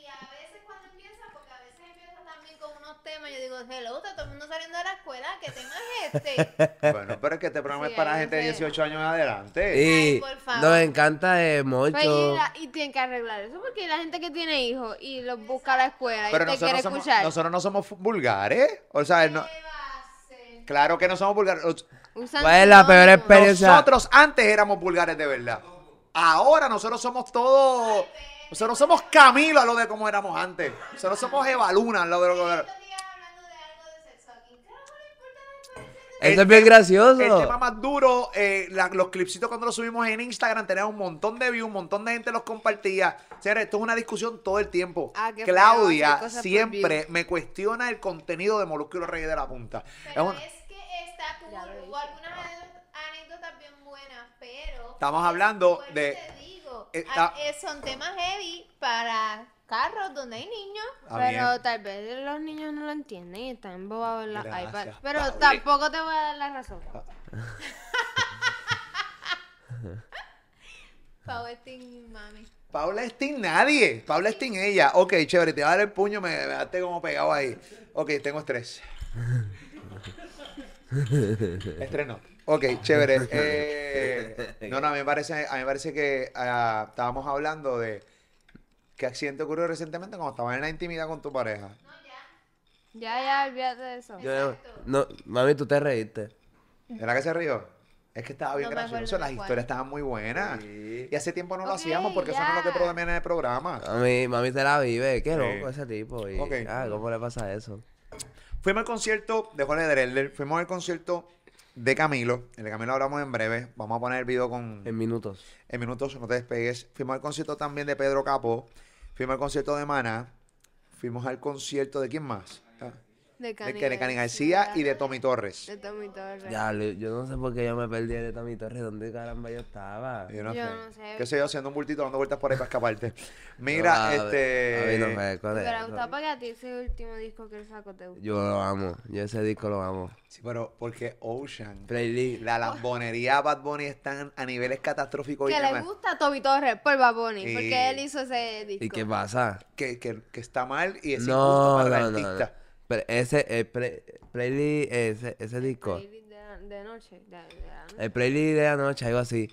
[SPEAKER 1] y a veces cuando empieza, porque a veces empieza también con unos temas, yo digo, hello, está todo el mundo saliendo de la escuela, ¿qué tema es este?
[SPEAKER 3] Bueno, pero es que este programa
[SPEAKER 2] Sí,
[SPEAKER 3] es para
[SPEAKER 2] ahí
[SPEAKER 3] gente de
[SPEAKER 2] no sé.
[SPEAKER 3] 18 años en adelante.
[SPEAKER 4] Y
[SPEAKER 1] Ay, por favor.
[SPEAKER 4] nos encanta eh,
[SPEAKER 2] Pues, y,
[SPEAKER 4] mucho.
[SPEAKER 2] la- y tienen que arreglar eso porque la gente que tiene hijos y los busca a la escuela
[SPEAKER 3] Pero
[SPEAKER 2] y te
[SPEAKER 3] nosotros
[SPEAKER 2] quiere
[SPEAKER 3] no, somos,
[SPEAKER 2] escuchar,
[SPEAKER 3] nosotros no somos vulgares. O sea, no-
[SPEAKER 1] ¿Qué va a hacer?
[SPEAKER 3] claro que no somos vulgares. Los-
[SPEAKER 2] usan
[SPEAKER 4] ¿Cuál es Pues, la peor
[SPEAKER 2] sinónimos.
[SPEAKER 4] Pero, o sea-
[SPEAKER 3] nosotros antes éramos vulgares de verdad. Ahora nosotros somos todos. Nosotros somos Camilo a lo de como éramos antes. Nosotros somos Evaluna a lo de lo que.
[SPEAKER 1] Estos días hablando de algo de sexo aquí, ¿qué no le importa la diferencia?
[SPEAKER 4] Eso
[SPEAKER 3] el
[SPEAKER 4] es bien
[SPEAKER 3] tema- El
[SPEAKER 4] gracioso.
[SPEAKER 3] tema más duro, eh, la- los clipsitos cuando los subimos en Instagram, teníamos un montón de views, un montón de gente los compartía. Señores, esto es una discusión todo el tiempo.
[SPEAKER 2] Ah, qué feo, hacer
[SPEAKER 3] Claudia
[SPEAKER 2] cosas por
[SPEAKER 3] siempre me cuestiona el contenido de Molusco y los Reyes de la Punta. Es
[SPEAKER 1] Pero
[SPEAKER 3] una-
[SPEAKER 1] es que está cool,
[SPEAKER 2] Ya lo
[SPEAKER 1] hubo algunas ane- anécdotas bien buenas, pero...
[SPEAKER 3] Estamos hablando
[SPEAKER 1] Vuelvo y
[SPEAKER 3] de-
[SPEAKER 1] Pues, te digo,
[SPEAKER 3] Está-
[SPEAKER 1] hay- eh, son temas heavy para carros donde hay niños.
[SPEAKER 3] Está
[SPEAKER 2] Pero
[SPEAKER 3] Ah, bien.
[SPEAKER 2] tal vez los niños no lo entienden y están embobados en la
[SPEAKER 3] Gracias,
[SPEAKER 2] iPad. Pero
[SPEAKER 3] Pauli.
[SPEAKER 2] tampoco te voy a dar la razón.
[SPEAKER 1] Power Team Mami.
[SPEAKER 3] Paula Steen, nadie. Paula Steen, ella. Ok, chévere, te va a dar el puño, me, me dejaste como pegado ahí. Ok, tengo estrés. estrés no. Ok, chévere. Eh, no, no, a mí me parece, a mí me parece que ah, estábamos hablando de qué accidente ocurrió recientemente cuando estabas en la intimidad con tu pareja.
[SPEAKER 2] Ya, ya, olvídate de eso.
[SPEAKER 4] Yo- no, mami, tú te reíste.
[SPEAKER 3] ¿Verdad que se rió? Es que estaba bien
[SPEAKER 1] No me acuerdo
[SPEAKER 3] gracioso, las
[SPEAKER 1] de cuál.
[SPEAKER 3] historias estaban muy buenas. Y hace tiempo no lo
[SPEAKER 2] Ok,
[SPEAKER 3] hacíamos porque eso no es lo que
[SPEAKER 2] ya.
[SPEAKER 3] predomina en el programa.
[SPEAKER 4] Mami, mami se la vive. Qué
[SPEAKER 3] Sí.
[SPEAKER 4] loco ese tipo. y-
[SPEAKER 3] Ok.
[SPEAKER 4] Ah, ¿cómo le pasa eso?
[SPEAKER 3] Fuimos al concierto de Jorge Drexler, fuimos al concierto de Camilo, el de Camilo hablamos en breve, vamos a poner el video con,
[SPEAKER 4] En minutos.
[SPEAKER 3] en minutos, no te despegues. Fuimos al concierto también de Pedro Capó, fuimos al concierto de Mana, fuimos al concierto de quién más? Ah,
[SPEAKER 2] De
[SPEAKER 3] De
[SPEAKER 2] Cani
[SPEAKER 3] Kenny García y de Tommy Torres.
[SPEAKER 2] De Tommy Torres.
[SPEAKER 4] Ya, lo- yo no sé por qué yo me perdí de Tommy Torres. ¿Dónde caramba yo estaba?
[SPEAKER 3] Yo no
[SPEAKER 2] Yo
[SPEAKER 3] sé.
[SPEAKER 2] no sé.
[SPEAKER 3] ¿Qué sé yo? Haciendo un bultito, dando vueltas por ahí para escaparte.
[SPEAKER 4] No,
[SPEAKER 3] Mira,
[SPEAKER 4] a ver, a
[SPEAKER 3] este...
[SPEAKER 4] mí no me
[SPEAKER 2] Te
[SPEAKER 4] acuerdo de
[SPEAKER 2] hubiera
[SPEAKER 4] eso.
[SPEAKER 2] gustado porque a ti ese último disco que él sacó te gustó.
[SPEAKER 4] Yo lo amo. Yo ese disco lo amo.
[SPEAKER 3] Sí, pero porque Ocean...
[SPEAKER 4] Playlist.
[SPEAKER 3] La lambonería Bad Bunny están a niveles catastróficos. y
[SPEAKER 2] Que
[SPEAKER 3] nada
[SPEAKER 2] le
[SPEAKER 3] más.
[SPEAKER 2] gusta a Tommy Torres por Baboni,
[SPEAKER 3] Sí.
[SPEAKER 2] porque él hizo ese disco.
[SPEAKER 4] ¿Y qué pasa?
[SPEAKER 3] que, que, que está mal y es injusto
[SPEAKER 4] No,
[SPEAKER 3] para
[SPEAKER 4] no,
[SPEAKER 3] el
[SPEAKER 4] no, no.
[SPEAKER 3] artista.
[SPEAKER 4] Pero ese, el play- playlist, ese, ese disco.
[SPEAKER 2] Playlist De, de noche. de- de la noche.
[SPEAKER 4] El playlist de la noche, algo así.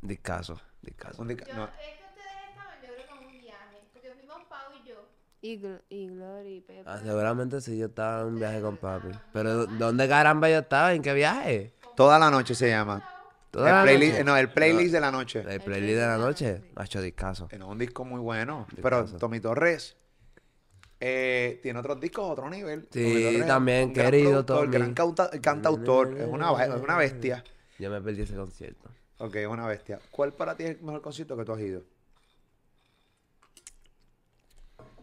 [SPEAKER 4] Discaso, discaso.
[SPEAKER 3] Un dica-
[SPEAKER 1] Yo,
[SPEAKER 3] no.
[SPEAKER 1] Es que ustedes estaban, yo creo que en un viaje, porque fuimos Pau y yo.
[SPEAKER 2] Y, Gl- y Glory, Pepe.
[SPEAKER 4] Ah, seguramente sí, yo estaba en un viaje con papi. Pero ¿dónde caramba yo estaba? ¿En qué viaje?
[SPEAKER 3] Toda la noche se llama.
[SPEAKER 4] Toda
[SPEAKER 3] el
[SPEAKER 4] la
[SPEAKER 3] playlist, eh,
[SPEAKER 4] noche.
[SPEAKER 3] No, el playlist de la noche.
[SPEAKER 4] El playlist de la noche. Macho, discaso.
[SPEAKER 3] Tiene un disco muy bueno.
[SPEAKER 4] Discaso.
[SPEAKER 3] Pero Tommy Torres eh, tiene otros discos a otro nivel.
[SPEAKER 4] Sí,
[SPEAKER 3] Tommy Torres es
[SPEAKER 4] también,
[SPEAKER 3] un gran
[SPEAKER 4] querido
[SPEAKER 3] productor,
[SPEAKER 4] Tommy.
[SPEAKER 3] Gran cauta- cantautor. Es una, ba- es una bestia.
[SPEAKER 4] Yo me perdí ese concierto.
[SPEAKER 3] Ok, es una bestia. ¿Cuál para ti es el mejor concierto que tú has ido?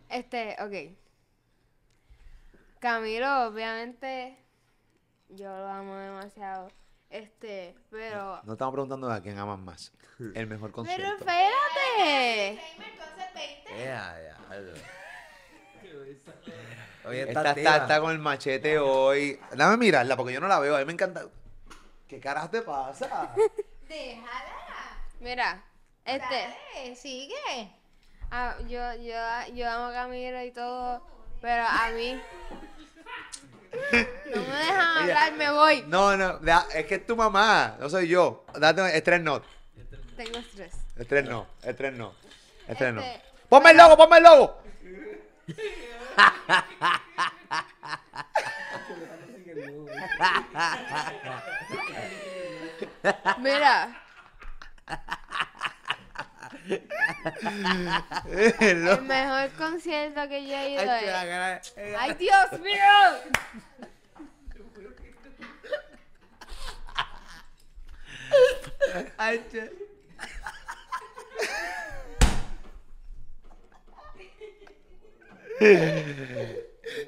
[SPEAKER 2] Este, ok. Camilo, obviamente, yo lo amo demasiado. Este, pero...
[SPEAKER 3] No estamos preguntando de a quién amas más. El mejor
[SPEAKER 2] ¡Pero
[SPEAKER 3] concierto.
[SPEAKER 2] espérate!
[SPEAKER 1] Disclaimer, entonces 20.
[SPEAKER 4] Hoy
[SPEAKER 3] Esta está, está con el machete hoy. Dame mirarla porque yo no la veo. A mí me encanta. ¿Qué caras te pasa?
[SPEAKER 1] Déjala.
[SPEAKER 2] Mira, este...
[SPEAKER 1] Dale, Eh, sigue.
[SPEAKER 2] ah, yo, yo, yo amo a Camilo y todo, pero a mí... No me dejan
[SPEAKER 3] Ella-
[SPEAKER 2] hablar, me voy.
[SPEAKER 3] No, no, da- es que es tu mamá, no soy yo. Date estrés no.
[SPEAKER 2] Tengo estrés.
[SPEAKER 3] El tren no, el tren no. El tren no.
[SPEAKER 2] Este-
[SPEAKER 3] ¡Ponme el logo, ponme el logo!
[SPEAKER 2] Mira,
[SPEAKER 3] El
[SPEAKER 2] el
[SPEAKER 3] logo.
[SPEAKER 2] mejor concierto que yo he
[SPEAKER 4] Ay,
[SPEAKER 2] ido
[SPEAKER 4] que la
[SPEAKER 2] es...
[SPEAKER 4] cara- eh,
[SPEAKER 2] ¡Ay, Dios mío!
[SPEAKER 4] ay,
[SPEAKER 3] eh,
[SPEAKER 4] che.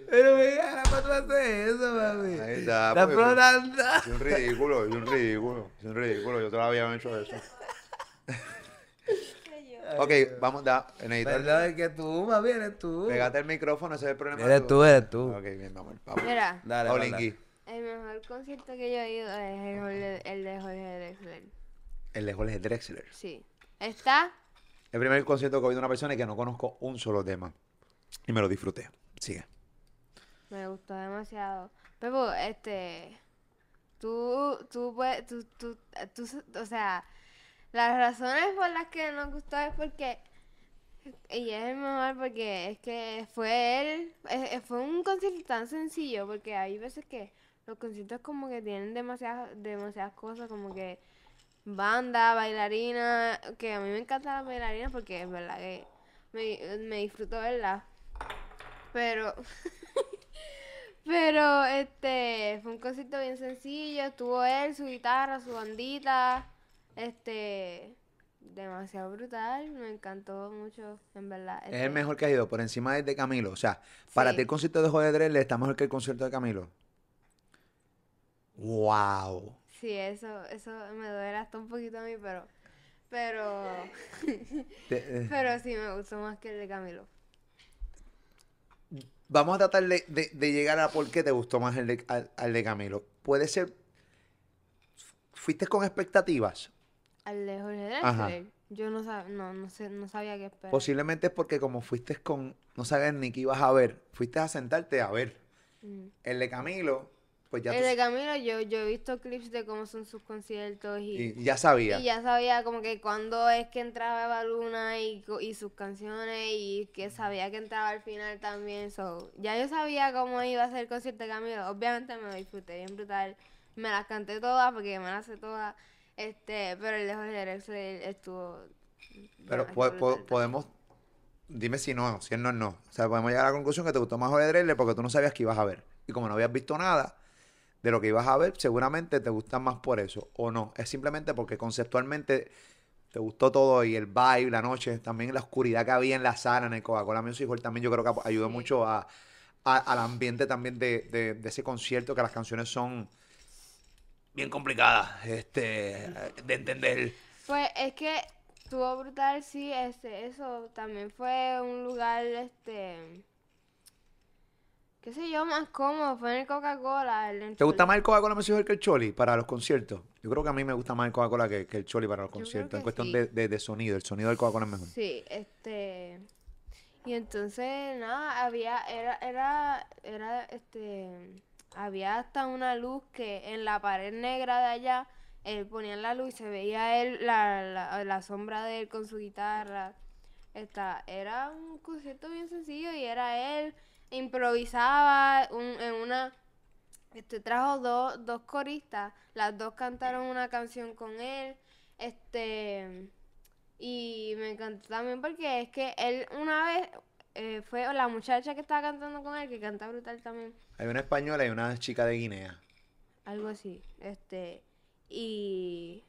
[SPEAKER 4] Pero me gana para atrás de eso, mami.
[SPEAKER 3] Ahí está,
[SPEAKER 4] Está
[SPEAKER 3] pues.
[SPEAKER 4] explorando.
[SPEAKER 3] Es un ridículo, es un ridículo, es un ridículo. Yo todavía no he hecho eso. ok, vamos, da, necesito.
[SPEAKER 4] Perdón, es que tú, mami, eres tú.
[SPEAKER 3] Pegate el micrófono, ese es el problema.
[SPEAKER 4] Eres tú, eres tú.
[SPEAKER 3] Ok, bien, vamos, vamos.
[SPEAKER 2] Mira,
[SPEAKER 4] Dale,
[SPEAKER 3] Paulín
[SPEAKER 4] dale.
[SPEAKER 3] Gui.
[SPEAKER 2] el mejor concierto que yo he ido es el, Jorge- el de Jorge Drexler.
[SPEAKER 3] El de Jorge Drexler.
[SPEAKER 2] Sí. Está
[SPEAKER 3] El primer concierto que he oído de una persona es que no conozco un solo tema. Y me lo disfruté. Sigue.
[SPEAKER 2] Me gustó demasiado. Pepo, este. Tú, tú, puedes- tú, tú, tú, o sea, las razones por las que nos gustó es porque. Y es el mejor porque es que fue él. eh, eh, Fue un concierto tan sencillo porque hay veces que los conciertos como que tienen demasiadas, demasiadas cosas, como que banda, bailarina, que a mí me encantan las bailarinas porque es verdad que me, me disfruto verlas. Pero pero este fue un concierto bien sencillo, estuvo él, su guitarra, su bandita, este demasiado brutal, me encantó mucho, en verdad.
[SPEAKER 3] Es
[SPEAKER 2] este,
[SPEAKER 3] el mejor que ha ido, por encima del de Camilo. O sea, para
[SPEAKER 2] Sí.
[SPEAKER 3] ti el concierto de Jorge Drexler está mejor que el concierto de Camilo. ¡Wow!
[SPEAKER 2] Sí, eso, eso me duele hasta un poquito a mí, pero, pero,
[SPEAKER 3] Te- eh,
[SPEAKER 2] pero sí me gustó más que el de Camilo.
[SPEAKER 3] Vamos a tratar de, de- de llegar a por qué te gustó más el de, al, al de Camilo. Puede ser. Fuiste con expectativas.
[SPEAKER 2] Al de Jorge
[SPEAKER 3] Ajá.
[SPEAKER 2] Drexler, yo no sabía, no, no sé, no sabía qué esperar.
[SPEAKER 3] Posiblemente es porque, como fuiste con. No sabes ni qué ibas a ver. Fuiste a sentarte a ver.
[SPEAKER 2] Mm.
[SPEAKER 3] El de Camilo, pues ya
[SPEAKER 2] El
[SPEAKER 3] tú-
[SPEAKER 2] de Camilo, yo, yo he visto clips de cómo son sus conciertos y,
[SPEAKER 3] y, y ya sabía.
[SPEAKER 2] y ya sabía como que cuándo es que entraba Eva Luna y, co- y sus canciones y que sabía que entraba al final también, so, ya yo sabía cómo iba a ser el concierto de Camilo, obviamente me lo disfruté bien brutal, me las canté todas porque me las sé todas, este, pero el de Jorge Drexler estuvo... demasiado
[SPEAKER 3] Pero po- po-
[SPEAKER 2] brutal también.
[SPEAKER 3] podemos, dime si no, si es no, es no. O sea, podemos llegar a la conclusión que te gustó más Jorge Drexler porque tú no sabías que ibas a ver. Y como no habías visto nada de lo que ibas a ver, seguramente te gustan más por eso. O no, es simplemente porque conceptualmente te gustó todo y el vibe, la noche, también la oscuridad que había en la sala, en el Coca-Cola Music Hall, también yo creo que ap- ayudó
[SPEAKER 2] Sí.
[SPEAKER 3] mucho a, a- al ambiente también de, de- de ese concierto, que las canciones son bien complicadas este, de entender.
[SPEAKER 2] Pues es que estuvo brutal, sí, este, eso también fue un lugar, este, qué sé yo, más cómodo, fue en el Coca-Cola. el-
[SPEAKER 3] ¿Te gusta
[SPEAKER 2] el-
[SPEAKER 3] más el Coca-Cola Music Hall que el Choli para los conciertos? Yo creo que a mí me gusta más el Coca-Cola que, que el Choli para los
[SPEAKER 2] creo
[SPEAKER 3] conciertos. En
[SPEAKER 2] que
[SPEAKER 3] cuestión
[SPEAKER 2] sí.
[SPEAKER 3] de, de- de sonido, el sonido del Coca-Cola es mejor.
[SPEAKER 2] Sí, este, y entonces, nada, había, era, era, era, este, había hasta una luz que en la pared negra de allá, él ponía la luz y se veía él, la, la, la sombra de él con su guitarra. Esta, era un concierto bien sencillo y era él, improvisaba un- en una... Este trajo dos, dos coristas, las dos cantaron una canción con él, este, y me encantó también porque es que él una vez eh, fue la muchacha que estaba cantando con él, que canta brutal también,
[SPEAKER 3] Hay una española y una chica de Guinea.
[SPEAKER 2] algo así, este, y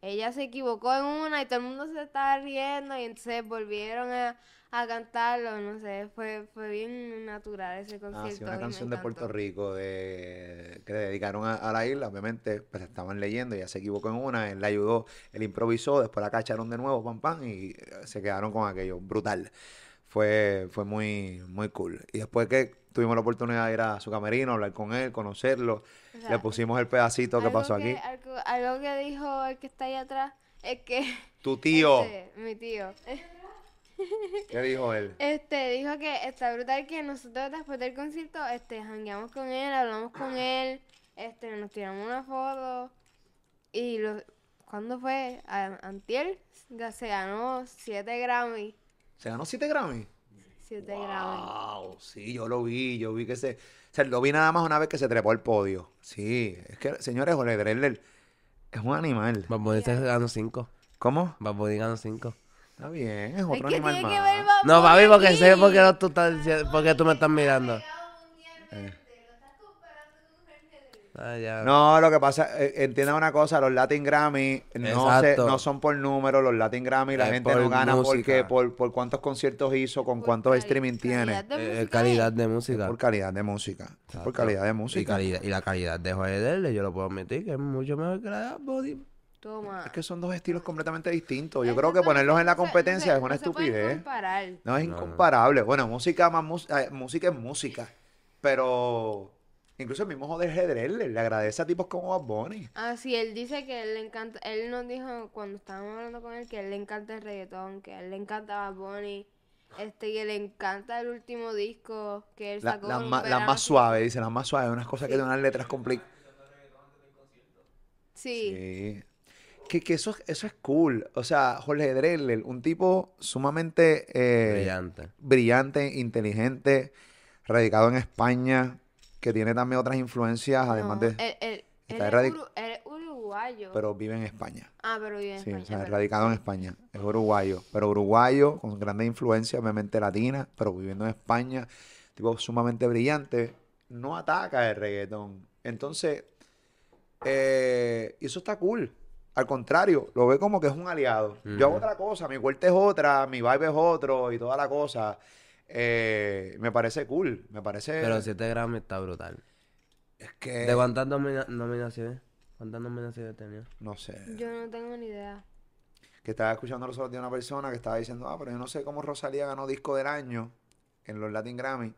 [SPEAKER 2] ella se equivocó en una y todo el mundo se estaba riendo y entonces volvieron a, a cantarlo, no sé, fue, fue bien natural ese
[SPEAKER 3] Ah, sí,
[SPEAKER 2] concierto
[SPEAKER 3] una
[SPEAKER 2] y me
[SPEAKER 3] canción de Puerto
[SPEAKER 2] encantó.
[SPEAKER 3] Rico de, que le dedicaron a, a la isla. Obviamente, pues la estaban leyendo, ella se equivocó en una, él la ayudó, él improvisó, después la cacharon de nuevo, pam, pam, y eh, se quedaron con aquello. Brutal. Fue, fue muy, muy cool. Y después que tuvimos la oportunidad de ir a su camerino, hablar con él, conocerlo,
[SPEAKER 2] O sea,
[SPEAKER 3] le pusimos el pedacito que
[SPEAKER 2] algo
[SPEAKER 3] pasó
[SPEAKER 2] que-
[SPEAKER 3] aquí.
[SPEAKER 2] Algo, algo que dijo el que está ahí atrás es que...
[SPEAKER 3] Tu tío.
[SPEAKER 2] este, mi tío.
[SPEAKER 3] ¿Qué dijo él?
[SPEAKER 2] Este, dijo que está brutal que nosotros después del concierto, este, jangueamos con él, hablamos con él, este, nos tiramos una foto y lo, ¿Cuándo fue? A- Antier ga- se ganó 7 Grammy.
[SPEAKER 3] ¿Se ganó 7 Grammy?
[SPEAKER 2] 7 Grammy.
[SPEAKER 3] Wow, sí, yo lo vi, yo vi que se... O sea, lo vi nada más una vez que se trepó al podio. Sí, es que, señores, Jorge Drexler es un animal.
[SPEAKER 4] Bad Bunny se ganó 5.
[SPEAKER 3] ¿Cómo?
[SPEAKER 4] Bad Bunny ganó 5.
[SPEAKER 3] Está bien, es
[SPEAKER 2] Es
[SPEAKER 3] otro
[SPEAKER 2] que
[SPEAKER 3] animal
[SPEAKER 2] tiene
[SPEAKER 3] más.
[SPEAKER 2] que ver Bad
[SPEAKER 4] No, papi,
[SPEAKER 2] Bunny
[SPEAKER 4] porque
[SPEAKER 2] aquí.
[SPEAKER 4] sé por qué no tú estás diciendo- por qué tú me estás mirando.
[SPEAKER 1] Pegado mundialmente, lo estás comparando con un argentino.
[SPEAKER 4] Ah, ya.
[SPEAKER 3] No, lo que pasa, eh, entiendan una cosa, los Latin Grammy no, se-
[SPEAKER 4] Exacto.
[SPEAKER 3] no son por número, los Latin Grammy la
[SPEAKER 4] Es
[SPEAKER 3] gente
[SPEAKER 4] por
[SPEAKER 3] no gana porque
[SPEAKER 4] música.
[SPEAKER 3] por, por cuántos conciertos hizo, con
[SPEAKER 2] Por
[SPEAKER 3] cuántos
[SPEAKER 2] cali-
[SPEAKER 3] streaming
[SPEAKER 2] calidad
[SPEAKER 3] tiene.
[SPEAKER 2] de
[SPEAKER 4] Eh,
[SPEAKER 2] música,
[SPEAKER 4] calidad de
[SPEAKER 3] Es
[SPEAKER 4] música.
[SPEAKER 3] por calidad de música. es por
[SPEAKER 4] Exacto.
[SPEAKER 3] calidad de
[SPEAKER 4] Y,
[SPEAKER 3] música.
[SPEAKER 4] calidad, y la calidad de Jorge Dele, yo lo puedo admitir, que es mucho mejor que la de Bad Bunny.
[SPEAKER 2] Toma.
[SPEAKER 3] Es que son dos estilos completamente distintos. Yo
[SPEAKER 2] Eso
[SPEAKER 3] creo que
[SPEAKER 2] no se-
[SPEAKER 3] ponerlos en la
[SPEAKER 2] no se- no
[SPEAKER 3] competencia
[SPEAKER 2] se-
[SPEAKER 3] es una
[SPEAKER 2] no se pueden
[SPEAKER 3] estupidez.
[SPEAKER 2] comparar.
[SPEAKER 3] No es
[SPEAKER 4] No, no.
[SPEAKER 3] incomparable. Bueno, música más mus- eh, música es música. Pero incluso el mismo Joder Hedrell le agradece a tipos como Bad Bunny.
[SPEAKER 2] Ah, sí, él dice que él le encanta, él nos dijo cuando estábamos hablando con él que él le encanta el reggaetón, que a él le encanta Bad Bunny, este, que le encanta el último disco que él
[SPEAKER 3] La-
[SPEAKER 2] sacó.
[SPEAKER 3] las
[SPEAKER 2] con
[SPEAKER 3] más, las
[SPEAKER 2] Verano
[SPEAKER 3] más
[SPEAKER 2] Sin-
[SPEAKER 3] suaves, dice, las más suaves, unas cosas que tienen unas letras complicadas.
[SPEAKER 2] Sí,
[SPEAKER 3] Sí. Que, que eso, eso es cool. O sea, Jorge Drexler, un tipo sumamente eh,
[SPEAKER 4] Brillante.
[SPEAKER 3] brillante, inteligente, radicado en España, que tiene también otras influencias, además
[SPEAKER 2] no, eh,
[SPEAKER 3] de...
[SPEAKER 2] él, él- él
[SPEAKER 3] está
[SPEAKER 2] es
[SPEAKER 3] erradi-
[SPEAKER 2] uru- él es uruguayo.
[SPEAKER 3] Pero vive en España.
[SPEAKER 2] ah, pero vive en
[SPEAKER 3] Sí, o
[SPEAKER 2] España,
[SPEAKER 3] sea, es
[SPEAKER 2] pero-
[SPEAKER 3] radicado en España. Es uruguayo, pero uruguayo con grandes influencias, obviamente latina, pero viviendo en España. Tipo sumamente brillante. No ataca el reggaetón. Entonces, eh, eso está cool. Al contrario, lo ve como que es un aliado. Yo hago
[SPEAKER 4] Ujú.
[SPEAKER 3] otra cosa, mi vuelta es otra, mi vibe es otro y toda la cosa. Eh, me parece cool, me parece...
[SPEAKER 4] Pero 7 Grammy está brutal.
[SPEAKER 3] es que...
[SPEAKER 4] ¿De cuántas nomina- nominaciones? ¿Cuántas nominaciones tenía?
[SPEAKER 3] No sé.
[SPEAKER 2] Yo no tengo ni idea.
[SPEAKER 3] que estaba escuchando los otros días una persona que estaba diciendo, ah, pero yo no sé cómo Rosalía ganó disco del año en los Latin Grammy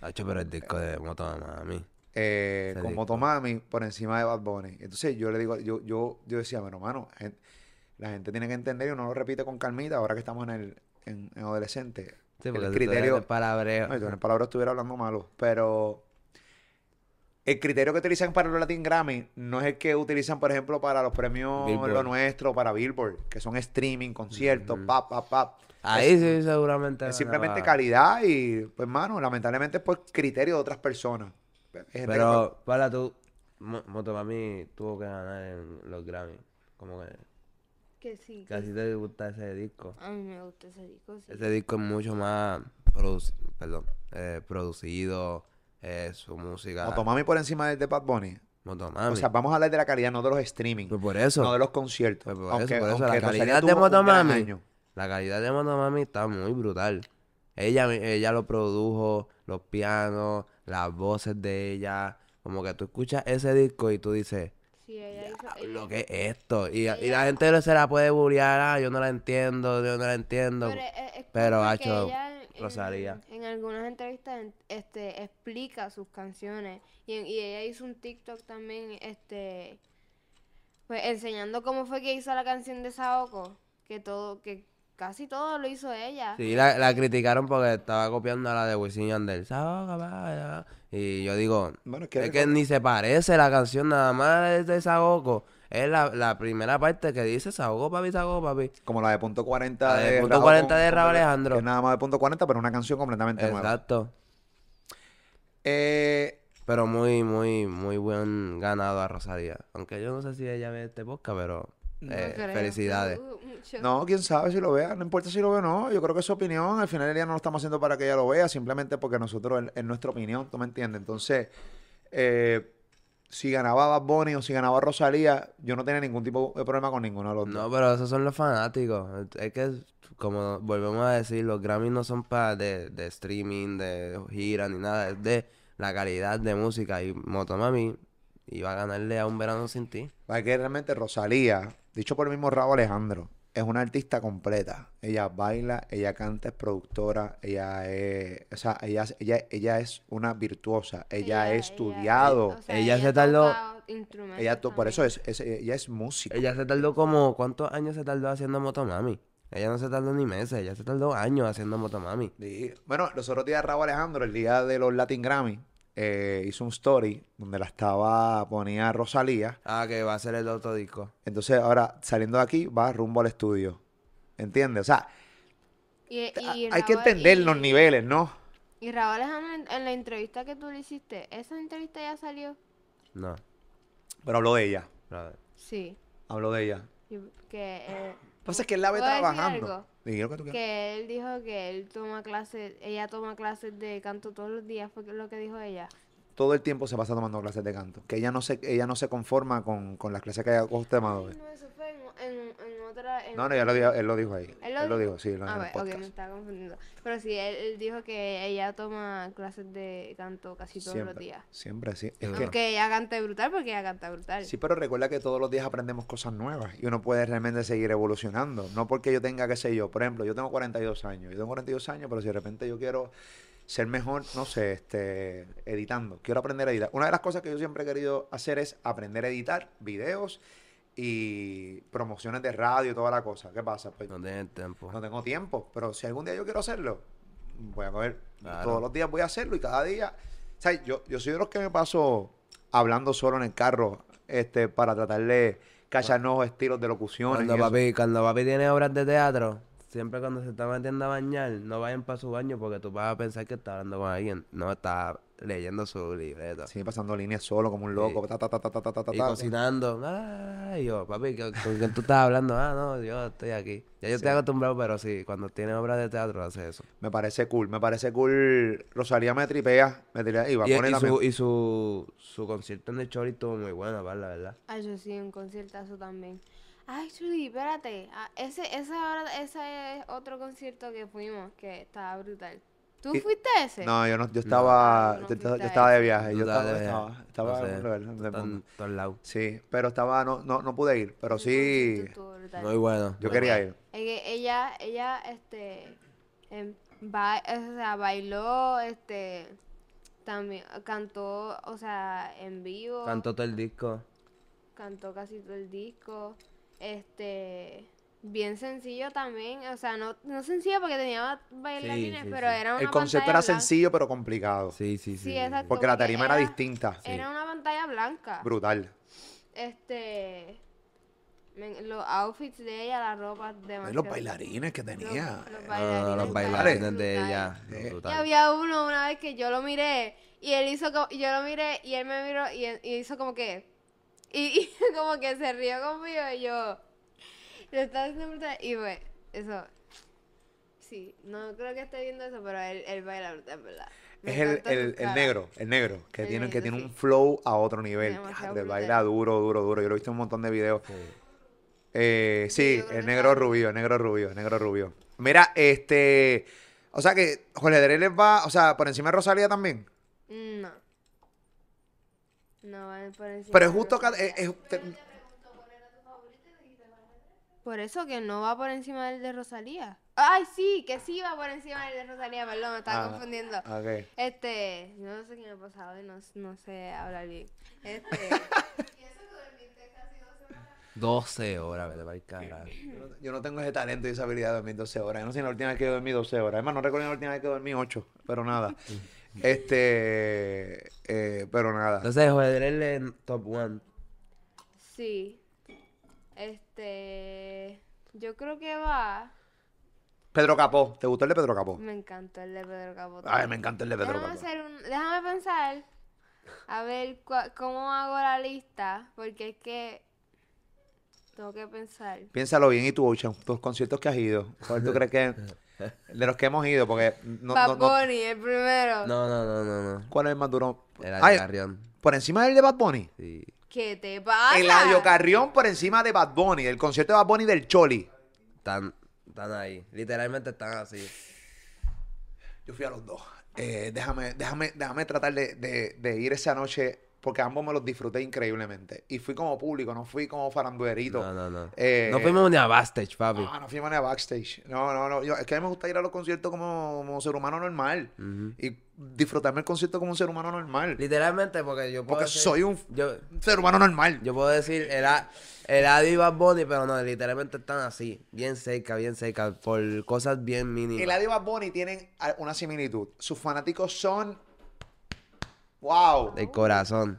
[SPEAKER 4] Hacho, pero el disco de Motomami.
[SPEAKER 3] eh,
[SPEAKER 4] Ese
[SPEAKER 3] con
[SPEAKER 4] disco.
[SPEAKER 3] Motomami por encima de Bad Bunny. Entonces yo le digo, yo, yo, yo decía, bueno, mano, gen- la gente tiene que entender y uno lo repite con calmita ahora que estamos en el en, en adolescente.
[SPEAKER 4] Sí,
[SPEAKER 3] El
[SPEAKER 4] porque el
[SPEAKER 3] criterio-
[SPEAKER 4] criterio de palabreo.
[SPEAKER 3] No, yo en el palabra estuviera hablando malo, pero el criterio que utilizan para los Latin Grammy no es el que utilizan, por ejemplo, para los premios
[SPEAKER 4] Billboard.
[SPEAKER 3] Lo Nuestro, para Billboard, que son streaming, conciertos,
[SPEAKER 4] Ujú.
[SPEAKER 3] pap, pap, pap.
[SPEAKER 4] Ahí sí, seguramente. van a
[SPEAKER 3] Es simplemente
[SPEAKER 4] bajar.
[SPEAKER 3] calidad y, pues, mano, lamentablemente es por criterio de otras personas. Pues, Hay
[SPEAKER 4] Este,
[SPEAKER 3] gente que
[SPEAKER 4] Pero, para tú, Mo- Motomami tuvo que ganar en los Grammy. Como que
[SPEAKER 2] Que sí. que-
[SPEAKER 4] casi te gusta ese disco.
[SPEAKER 2] A mí me gusta ese disco, sí.
[SPEAKER 4] Ese disco es mucho más produci- perdón, eh, producido, eh, su música.
[SPEAKER 3] Motomami por encima del de Bad Bunny.
[SPEAKER 4] Motomami.
[SPEAKER 3] O sea, vamos a hablar de la calidad, no de los streaming,
[SPEAKER 4] Pues por eso.
[SPEAKER 3] no de los conciertos.
[SPEAKER 4] pues por eso,
[SPEAKER 3] aunque,
[SPEAKER 4] por eso,
[SPEAKER 3] aunque
[SPEAKER 4] la
[SPEAKER 3] Rosalía
[SPEAKER 4] calidad de
[SPEAKER 3] tuvo un gran
[SPEAKER 4] Motomami.
[SPEAKER 3] año.
[SPEAKER 4] La calidad de Motomami está muy brutal. Ella, mi- ella lo produjo, los pianos, las voces de ella. Como que tú escuchas ese disco y tú dices,
[SPEAKER 2] Sí, ella hizo- ella-
[SPEAKER 4] lo que es esto. Y, y la gente no se la puede bullear, ah, yo no la entiendo, yo no la entiendo.
[SPEAKER 2] Pero, es- es
[SPEAKER 4] Pero,
[SPEAKER 2] como que
[SPEAKER 4] hacho,
[SPEAKER 2] ella en-
[SPEAKER 4] Rosalía.
[SPEAKER 2] En, algunas entrevistas en- este, explica sus canciones. Y, en- y ella hizo un TikTok también este, pues, enseñando cómo fue que hizo la canción de Saoko. Que, todo, que casi todo lo hizo ella.
[SPEAKER 4] Sí, la, la criticaron porque estaba copiando a la de Wisin y Yandel. Saoga, vaya. Y yo digo,
[SPEAKER 3] Bueno, es que-
[SPEAKER 4] es que ni se parece la canción nada más es de Saoco. Es la, la primera parte que dice Saoco, papi, Saoco, papi.
[SPEAKER 3] Como la de punto 40
[SPEAKER 4] La de Punto
[SPEAKER 3] Raúl
[SPEAKER 4] 40 de Raúl
[SPEAKER 3] que
[SPEAKER 4] Alejandro.
[SPEAKER 3] es nada más de punto 40, pero una canción completamente nueva.
[SPEAKER 4] Exacto.
[SPEAKER 3] Eh,
[SPEAKER 4] Pero muy, muy, muy buen ganado a Rosalía. Aunque yo no sé si ella ve este podcast, pero
[SPEAKER 2] No
[SPEAKER 4] eh,
[SPEAKER 2] creo que
[SPEAKER 4] felicidades.
[SPEAKER 2] hubo mucho.
[SPEAKER 3] no, quién sabe si lo vea, no importa si lo ve o no. Yo creo que es su opinión. Al final del día no lo estamos haciendo para que ella lo vea, simplemente porque nosotros, es- es nuestra opinión, ¿tú me entiendes? Entonces, eh, si ganaba Bad Bunny o si ganaba Rosalía, yo no tenía ningún tipo de problema con ninguno de los
[SPEAKER 4] No,
[SPEAKER 3] dos.
[SPEAKER 4] pero esos son los fanáticos. Es que, como volvemos a decir, los Grammys no son para de, de streaming, de gira, ni nada. Es de la calidad de música. Y Motomami iba a ganarle a Un Verano Sin Ti.
[SPEAKER 3] Para que realmente Rosalía, dicho por el mismo Raúl Alejandro, es una artista completa. Ella baila, ella canta, es productora, ella es, o sea, ella, ella, ella es una virtuosa, ella ha estudiado.
[SPEAKER 2] o sea,
[SPEAKER 4] Ella se tardó-
[SPEAKER 2] toca instrumentos
[SPEAKER 3] Ella to- por eso
[SPEAKER 2] también.
[SPEAKER 3] es, es- ella es música.
[SPEAKER 4] Ella se tardó como... ¿Cuántos años se tardó haciendo Motomami? Ella no se tardó ni meses. Ella se tardó años haciendo Motomami.
[SPEAKER 3] Sí. Bueno, los otros días Raúl Alejandro, el día de los Latin Grammy, eh, hizo un story donde la estaba, ponía Rosalía.
[SPEAKER 4] Ah, que va a ser el otro disco.
[SPEAKER 3] Entonces ahora saliendo de aquí va rumbo al estudio. ¿Entiendes? O sea,
[SPEAKER 2] Y-
[SPEAKER 3] a-
[SPEAKER 2] y
[SPEAKER 3] hay que
[SPEAKER 2] Raúl-
[SPEAKER 3] entender
[SPEAKER 2] y-
[SPEAKER 3] los niveles, ¿no?
[SPEAKER 2] Y Raúl Alejandro, en- en la entrevista que tú le hiciste, ¿esa entrevista ya salió?
[SPEAKER 4] No.
[SPEAKER 3] Pero habló de ella.
[SPEAKER 4] brother.
[SPEAKER 2] Sí.
[SPEAKER 3] Habló de ella.
[SPEAKER 2] Yo- que, eh,
[SPEAKER 3] Pasa es que él la ve
[SPEAKER 2] ¿Puedo decir
[SPEAKER 3] trabajando.
[SPEAKER 2] algo?
[SPEAKER 3] Dije, lo que tú quieras.
[SPEAKER 2] que él dijo que él toma clases, ella toma clases de canto todos los días, fue lo que dijo ella.
[SPEAKER 3] Todo el tiempo se pasa tomando clases de canto. Que ella no se, ella no se conforma con, con las clases que haya tomado.
[SPEAKER 2] No, eso fue en, en- en otra... en-
[SPEAKER 3] No, no, ya lo dijo, él lo dijo ahí.
[SPEAKER 2] ¿Él
[SPEAKER 3] Él
[SPEAKER 2] lo
[SPEAKER 3] lo,
[SPEAKER 2] dijo?
[SPEAKER 3] dijo, sí, lo dijo
[SPEAKER 2] Ah,
[SPEAKER 3] en el
[SPEAKER 2] ve- ok, me
[SPEAKER 3] podcast.
[SPEAKER 2] estaba confundiendo. Pero sí, él, él dijo que ella toma clases de canto casi todos los
[SPEAKER 3] Siempre,
[SPEAKER 2] días.
[SPEAKER 3] siempre así. Es que-
[SPEAKER 2] Aunque ella cante brutal, porque ella canta brutal.
[SPEAKER 3] Sí, pero recuerda que todos los días aprendemos cosas nuevas y uno puede realmente seguir evolucionando. No porque yo tenga, qué sé yo, por ejemplo, yo tengo 42 años, yo tengo 42 años, pero si de repente yo quiero ser mejor, no sé, este, editando, quiero aprender a editar. Una de las cosas que yo siempre he querido hacer es aprender a editar videos y promociones de radio y toda la cosa. ¿Qué pasa? Pues
[SPEAKER 4] No tiene tiempo.
[SPEAKER 3] no tengo tiempo, pero si algún día yo quiero hacerlo, voy a coger,
[SPEAKER 4] Claro.
[SPEAKER 3] todos los días voy a hacerlo y cada día, o sea, yo, yo soy de los que me paso hablando solo en el carro, este, para tratar de cachar nuevos estilos de locución.
[SPEAKER 4] Cuando papi, cuando papi tiene obras de teatro, siempre cuando se está metiendo a bañar, no vayan para su baño porque tú vas a pensar que está hablando con alguien. No, está leyendo su libreto.
[SPEAKER 3] Sí, pasando líneas solo como un loco, ta, ta, ta, ta, ta, ta, ta, ta,
[SPEAKER 4] Y
[SPEAKER 3] ta.
[SPEAKER 4] cocinando. Ay, yo, papi, ¿con con quién tú estás hablando? Ah, no, yo estoy aquí. Ya yo estoy acostumbrado, pero sí, cuando tiene obras de teatro hace eso.
[SPEAKER 3] Me parece cool, me parece cool. Rosalía me tripea, me tripea y va a
[SPEAKER 4] Y,
[SPEAKER 3] poner
[SPEAKER 4] y
[SPEAKER 3] la
[SPEAKER 4] su, y su, su concierto en el Chori estuvo muy bueno, pa, la verdad.
[SPEAKER 2] Ay, Ah, yo sí, un conciertazo también. Ay, Chuli, espérate. Ah, ese, ese, ahora, ese es otro concierto que fuimos, que estaba brutal. ¿Tú
[SPEAKER 3] Y-
[SPEAKER 2] fuiste a ese?
[SPEAKER 3] No, yo no, yo estaba,
[SPEAKER 2] No, no
[SPEAKER 3] yo, estaba- yo
[SPEAKER 2] fuiste a
[SPEAKER 3] estaba de
[SPEAKER 2] ese.
[SPEAKER 3] viaje, yo
[SPEAKER 4] Tú estabas
[SPEAKER 3] estaba,
[SPEAKER 4] de viaje.
[SPEAKER 3] estaba, estaba
[SPEAKER 4] No
[SPEAKER 3] en
[SPEAKER 4] sé,
[SPEAKER 3] un lugar del
[SPEAKER 4] están
[SPEAKER 3] mundo.
[SPEAKER 4] en todos lados.
[SPEAKER 3] Sí, pero estaba, no, no, no pude ir, pero
[SPEAKER 2] Ese concierto
[SPEAKER 3] sí,
[SPEAKER 2] estuvo brutal.
[SPEAKER 4] Muy bueno.
[SPEAKER 3] yo quería ir.
[SPEAKER 2] Es que ella, ella, este, em, ba- o sea, bailó, este, también cantó, o sea, en vivo,
[SPEAKER 4] Cantó todo el disco.
[SPEAKER 2] cantó casi todo el disco, este, bien sencillo también, o sea, no, no sencillo porque tenía bailarines,
[SPEAKER 4] sí,
[SPEAKER 2] pero
[SPEAKER 4] sí.
[SPEAKER 2] era una
[SPEAKER 3] El concepto
[SPEAKER 2] pantalla
[SPEAKER 3] era
[SPEAKER 2] blanca.
[SPEAKER 3] sencillo pero complicado.
[SPEAKER 4] Sí, sí, sí.
[SPEAKER 2] Sí, exacto,
[SPEAKER 3] Porque la tarima era,
[SPEAKER 2] era-
[SPEAKER 3] distinta.
[SPEAKER 2] Era una pantalla blanca.
[SPEAKER 3] Brutal.
[SPEAKER 2] Este, men- los outfits de ella, la ropa, demasiado.
[SPEAKER 3] los bailarines que tenía.
[SPEAKER 2] Los, los
[SPEAKER 4] No, no, no, los
[SPEAKER 2] bailarines
[SPEAKER 4] bailarines
[SPEAKER 2] estaban
[SPEAKER 4] de
[SPEAKER 2] brutales.
[SPEAKER 4] ella.
[SPEAKER 3] Eh.
[SPEAKER 2] Y
[SPEAKER 4] brutal.
[SPEAKER 2] había uno una vez que yo lo miré y él hizo como, yo lo miré y él me miró y, él- y hizo como que, y, y como que se rió conmigo y yo, lo estaba haciendo brutal y pues, eso, sí, no creo que esté viendo eso, pero él, él baila brutal, en ¿verdad? Me
[SPEAKER 3] Es el,
[SPEAKER 2] encanta su
[SPEAKER 3] el- el
[SPEAKER 2] cara.
[SPEAKER 3] negro, el negro, que
[SPEAKER 2] El
[SPEAKER 3] tiene, que
[SPEAKER 2] negro,
[SPEAKER 3] tiene
[SPEAKER 2] sí.
[SPEAKER 3] un flow a otro nivel.
[SPEAKER 2] Demasiado
[SPEAKER 3] Diablo,
[SPEAKER 2] brutal.
[SPEAKER 3] baila duro, duro, duro. Yo lo he visto en un montón de videos. Eh,
[SPEAKER 2] Sí,
[SPEAKER 3] sí,
[SPEAKER 2] yo creo
[SPEAKER 3] el
[SPEAKER 2] que
[SPEAKER 3] negro
[SPEAKER 2] también.
[SPEAKER 3] rubio, el negro rubio, el negro rubio. Mira, este. O sea que Jorge Dreles va, o sea, por encima de Rosalía también.
[SPEAKER 2] No. No, van por encima
[SPEAKER 3] Pero es
[SPEAKER 2] de
[SPEAKER 3] justo que. eh,
[SPEAKER 2] Rosalía.
[SPEAKER 3] es- es- te-
[SPEAKER 2] Por eso que no va por encima del de Rosalía. Ay, sí, que sí va por encima del de Rosalía, perdón, me estaba
[SPEAKER 3] Ah,
[SPEAKER 2] confundiendo.
[SPEAKER 3] ok.
[SPEAKER 2] Este, yo no sé qué me ha pasado y no, no sé hablar bien. Este,
[SPEAKER 4] 12 horas, vete para el carajo.
[SPEAKER 3] Yo no- Yo no tengo ese talento y esa habilidad de dormir 12 horas. Yo no sé la última vez que yo dormí 12 horas. Además, no recuerdo la última vez que dormí 8, pero nada. este. eh, pero nada.
[SPEAKER 4] Entonces, joder, él en top 1.
[SPEAKER 2] sí. Este, yo creo que va.
[SPEAKER 3] Pedro Capó. ¿Te gustó el de Pedro Capó?
[SPEAKER 2] Me encantó el de Pedro Capó.
[SPEAKER 3] Ay, me encanta el de Pedro
[SPEAKER 2] Déjame,
[SPEAKER 3] Capó.
[SPEAKER 2] hacer un- déjame pensar. A ver cua- cómo hago la lista, porque es que tengo que pensar.
[SPEAKER 3] Piénsalo bien y tú, Ocean, tus conciertos que has ido. ¿Cuál tú crees que de los que hemos ido? Porque no,
[SPEAKER 2] Bad
[SPEAKER 3] no- no-
[SPEAKER 2] Bunny, el primero.
[SPEAKER 4] No, no, no, no, no.
[SPEAKER 3] ¿Cuál es el más duro?
[SPEAKER 4] Era
[SPEAKER 3] Ay,
[SPEAKER 4] Carrión.
[SPEAKER 3] por encima del de Bad Bunny.
[SPEAKER 4] Sí.
[SPEAKER 2] ¿Qué te pasa?
[SPEAKER 3] Eladio Carrión por encima de Bad Bunny, del concierto de Bad Bunny del Choli.
[SPEAKER 4] Están, están ahí. Literalmente están así.
[SPEAKER 3] Yo fui a los dos. Eh, déjame, déjame, déjame tratar de, de- de ir esa noche porque ambos me los disfruté increíblemente. Y fui como público, no fui como faranduerito.
[SPEAKER 4] No, no, no.
[SPEAKER 3] Eh,
[SPEAKER 4] no fuimos ni a backstage, papi.
[SPEAKER 3] Ah, no fui manera backstage. No, no, no. Yo- es que a mí me gusta ir a los conciertos como, como ser humano normal.
[SPEAKER 4] Ujú.
[SPEAKER 3] Y disfrutarme el concierto como un ser humano normal.
[SPEAKER 4] Literalmente, porque yo puedo
[SPEAKER 3] Porque
[SPEAKER 4] decir-
[SPEAKER 3] soy un,
[SPEAKER 4] Yo,
[SPEAKER 3] un ser humano normal.
[SPEAKER 4] yo puedo decir el, A- el Adi y Bad Bunny, pero no, literalmente están así. Bien cerca, bien cerca. Por cosas bien mínimas.
[SPEAKER 3] Eladio y Bad Bunny tienen a- una similitud. Sus fanáticos son ¡Wow!
[SPEAKER 4] del corazón.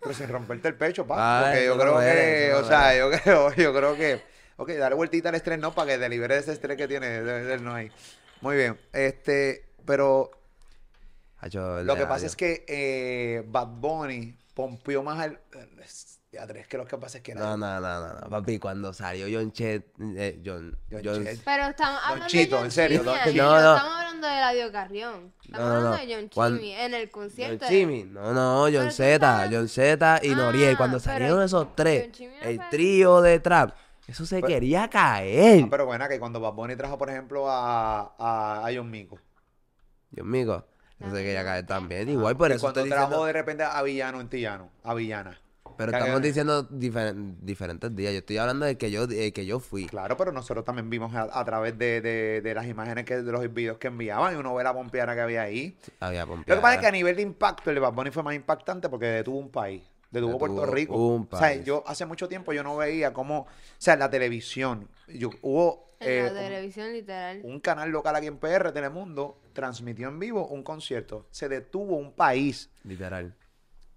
[SPEAKER 3] Pero sin romperte el pecho,
[SPEAKER 4] Ah,
[SPEAKER 3] pa. Porque
[SPEAKER 4] eso
[SPEAKER 3] yo
[SPEAKER 4] no
[SPEAKER 3] creo
[SPEAKER 4] lo
[SPEAKER 3] que,
[SPEAKER 4] eres, eso
[SPEAKER 3] o
[SPEAKER 4] no lo
[SPEAKER 3] sea, yo creo, yo creo que. Ok, dale vueltita al estrés, no, para que te libere de ese estrés que tiene del no ahí. Muy bien. Este, pero
[SPEAKER 4] Hacho, el
[SPEAKER 3] lo
[SPEAKER 4] de
[SPEAKER 3] que pasa
[SPEAKER 4] radio.
[SPEAKER 3] es que eh, Bad Bunny pompió más al. eh, Teatro, es que lo que pasa es que
[SPEAKER 4] No, no, no, no, no, papi, cuando salió John Chet, eh, John,
[SPEAKER 3] John
[SPEAKER 4] John-
[SPEAKER 3] Chet.
[SPEAKER 2] Pero estamos hablando
[SPEAKER 3] Chito,
[SPEAKER 2] de John
[SPEAKER 3] en serio,
[SPEAKER 2] Chimmy,
[SPEAKER 3] Don
[SPEAKER 2] Aniel,
[SPEAKER 4] Chito.
[SPEAKER 2] No,
[SPEAKER 4] No, no.
[SPEAKER 2] Estamos hablando de Eladio Carrión. Estamos
[SPEAKER 4] No, no,
[SPEAKER 2] hablando
[SPEAKER 4] no.
[SPEAKER 2] de John
[SPEAKER 4] Cuando-
[SPEAKER 2] Chimmy en el
[SPEAKER 4] John
[SPEAKER 2] concierto. de-
[SPEAKER 4] Chimmy, no, no,
[SPEAKER 2] Pero
[SPEAKER 4] John
[SPEAKER 2] tú
[SPEAKER 4] Z,
[SPEAKER 2] sabes-
[SPEAKER 4] John Z y
[SPEAKER 2] Ah,
[SPEAKER 4] Noriel, cuando
[SPEAKER 2] pero
[SPEAKER 4] salieron esos
[SPEAKER 2] John
[SPEAKER 4] tres,
[SPEAKER 2] Chimmy no
[SPEAKER 4] el
[SPEAKER 2] fue-
[SPEAKER 4] trío de trap, eso se
[SPEAKER 3] Pero-
[SPEAKER 4] quería caer.
[SPEAKER 3] Ah, pero bueno, que cuando Bad Bunny trajo, por ejemplo, a, a, a John Mico.
[SPEAKER 4] Dios mío, eso se quería caer también, igual por
[SPEAKER 3] y
[SPEAKER 4] eso
[SPEAKER 3] cuando
[SPEAKER 4] estoy
[SPEAKER 3] trajo
[SPEAKER 4] diciendo-
[SPEAKER 3] de repente a Villano en Tillano, a Villana.
[SPEAKER 4] pero
[SPEAKER 3] Cagan.
[SPEAKER 4] estamos diciendo difer- diferentes días, yo estoy hablando de que yo, de que yo fui.
[SPEAKER 3] Claro, pero nosotros también vimos a, a través de, de- de las imágenes que, de los videos que enviaban y uno ve la pompeana que había ahí.
[SPEAKER 4] Había
[SPEAKER 3] Lo que pasa es que a
[SPEAKER 4] pompeada.
[SPEAKER 3] nivel de impacto, el de Bad Bunny fue más impactante porque detuvo un país. Detuvo,
[SPEAKER 4] Detuvo
[SPEAKER 3] Puerto Rico.
[SPEAKER 4] un
[SPEAKER 3] O sea,
[SPEAKER 4] país.
[SPEAKER 3] yo hace mucho tiempo yo no veía cómo, o sea, en la televisión, yo, hubo
[SPEAKER 2] En
[SPEAKER 3] eh,
[SPEAKER 2] la televisión, literal.
[SPEAKER 3] un, un canal local aquí en PR, Telemundo, transmitió en vivo un concierto. Se detuvo un país.
[SPEAKER 4] Literal.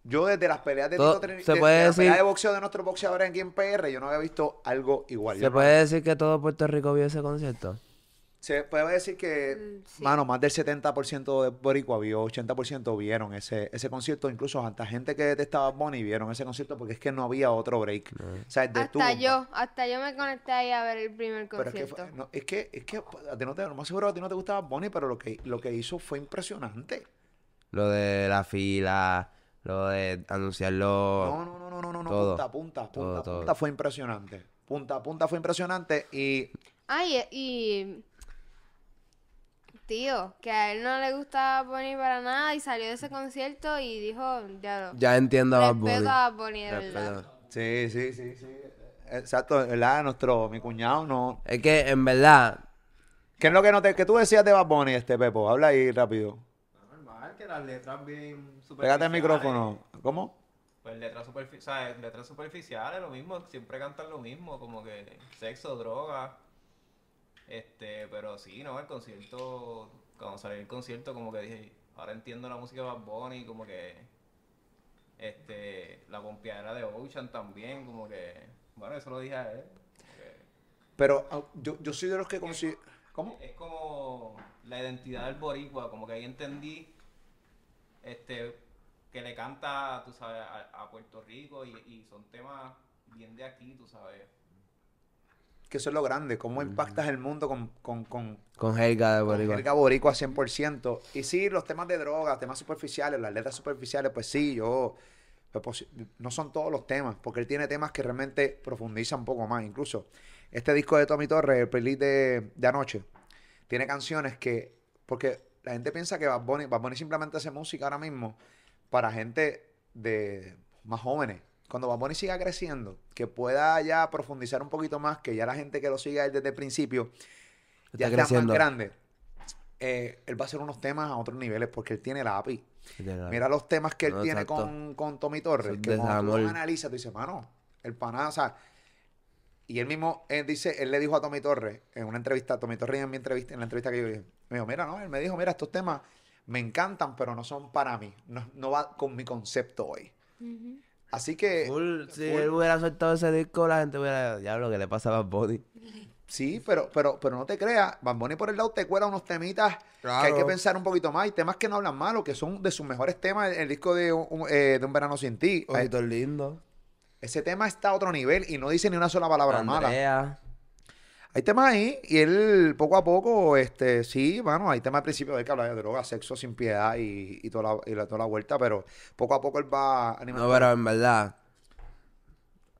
[SPEAKER 3] Yo desde las peleas de,
[SPEAKER 4] Todo-
[SPEAKER 3] Tito Trini-
[SPEAKER 4] se
[SPEAKER 3] de-
[SPEAKER 4] puede
[SPEAKER 3] de las
[SPEAKER 4] decir-
[SPEAKER 3] peleas de boxeo de nuestros boxeadores aquí en PR, yo no había visto algo igual. Yo
[SPEAKER 4] ¿Se
[SPEAKER 3] no-
[SPEAKER 4] puede decir que todo Puerto Rico vio ese concierto?
[SPEAKER 3] Se puede decir que,
[SPEAKER 2] Mm, sí.
[SPEAKER 3] mano, más del 70% de Boricua vio, 80% vieron ese, ese concierto. Incluso hasta gente que detestaba Bonnie vieron ese concierto porque es que no había otro break. O sea, detuvo.
[SPEAKER 2] Hasta yo, hasta yo me conecté ahí a ver el primer
[SPEAKER 3] Pero es que,
[SPEAKER 2] concierto.
[SPEAKER 3] fue- no, es que, es que a ti no te, lo más seguro a ti no te gustaba Bonnie, pero lo que, lo que hizo fue impresionante.
[SPEAKER 4] Lo de la fila, lo de anunciarlo.
[SPEAKER 3] No, no, no, no, no, no, no,
[SPEAKER 4] Todo.
[SPEAKER 3] punta a punta, punta
[SPEAKER 4] Todo,
[SPEAKER 3] a
[SPEAKER 4] todo.
[SPEAKER 3] punta fue impresionante. Punta a punta fue impresionante y
[SPEAKER 2] Ay, y. Tío, que a él no le gustaba Bonnie para nada y salió de ese concierto y dijo, ya lo.
[SPEAKER 4] Ya entiendo a Bad Bunny.
[SPEAKER 2] Respeto a Bonnie, de verdad.
[SPEAKER 4] Respeto.
[SPEAKER 3] sí, sí, sí, sí. Exacto, ¿verdad? Nuestro, mi cuñado no.
[SPEAKER 4] Es que en verdad,
[SPEAKER 3] ¿Qué es lo que no te, que tú decías de Bad Bunny, este Pepo? Habla ahí rápido.
[SPEAKER 5] Normal, que las letras bien superficiales.
[SPEAKER 3] Pégate el micrófono. ¿Cómo?
[SPEAKER 5] Pues letras superficiales, letras superficiales, lo mismo, siempre cantan lo mismo, como que sexo, droga. Este, pero sí, no, el concierto, cuando salió el concierto, como que dije, ahora entiendo la música de Bad Bunny, como que, este, la pompeadera de Ocean también, como que, bueno, eso lo dije a él. como
[SPEAKER 3] Pero ah, yo, yo soy de los que considero. ¿Cómo?
[SPEAKER 5] que Es como la identidad del boricua, como que ahí entendí, este, que le canta, tú sabes, a, a Puerto Rico y, y son temas bien de aquí, tú sabes.
[SPEAKER 3] Que eso es lo grande. ¿Cómo impactas el mundo con, con, con,
[SPEAKER 4] con Helga de
[SPEAKER 3] con
[SPEAKER 4] Boricua.
[SPEAKER 3] jerga Mm. boricua 100%? Y sí, los temas de drogas, temas superficiales, las letras superficiales, pues sí, yo. pues, pues, no son todos los temas, porque él tiene temas que realmente profundizan un poco más. Incluso este disco de Tommy Torres, el playlist de, de anoche, tiene canciones que. Porque la gente piensa que Bad Bunny, Bad Bunny simplemente hace música ahora mismo para gente de más jóvenes. Cuando Bad Bunny siga creciendo, que pueda ya profundizar un poquito más, que ya la gente que lo siga él desde el principio ya
[SPEAKER 4] Está
[SPEAKER 3] está
[SPEAKER 4] creciendo.
[SPEAKER 3] más grande. eh, él va a hacer unos temas a otros niveles porque él tiene la API.
[SPEAKER 4] Literal.
[SPEAKER 3] Mira los temas que él
[SPEAKER 4] No,
[SPEAKER 3] tiene
[SPEAKER 4] exacto.
[SPEAKER 3] con, con Tommy Torres.
[SPEAKER 4] Son
[SPEAKER 3] Que cuando tú los
[SPEAKER 4] desamor.
[SPEAKER 3] analizas, tú dices, mano, el pana, o sea. Y él mismo, él dice, él le dijo a Tommy Torres en una entrevista, Tommy Torres en mi entrevista, en la entrevista que yo vi, me dijo, mira, no, él me dijo, mira, estos temas me encantan, pero no son para mí. No, no va con mi concepto hoy. Así que.
[SPEAKER 4] Full, si
[SPEAKER 3] eh, full.
[SPEAKER 4] él hubiera soltado ese disco, la gente hubiera diablo que le pasa a Bad Bunny.
[SPEAKER 3] Sí, pero, pero, pero no te creas, Bad Bunny por el lado te cuela unos temitas que hay que
[SPEAKER 4] Claro.
[SPEAKER 3] pensar un poquito más y temas que no hablan malo, que son de sus mejores temas, el, el disco de un, un, eh, de un verano sin ti. Ay,
[SPEAKER 4] Ojitos lindo.
[SPEAKER 3] Ese tema está a otro nivel y no dice ni una sola palabra mala.
[SPEAKER 4] Andrea.
[SPEAKER 3] Hay temas ahí y él poco a poco, este, sí, bueno, hay temas al principio de que habla de droga, sexo sin piedad y, y toda, la, y la- toda la vuelta, pero poco a poco él va animando.
[SPEAKER 4] No, pero en verdad,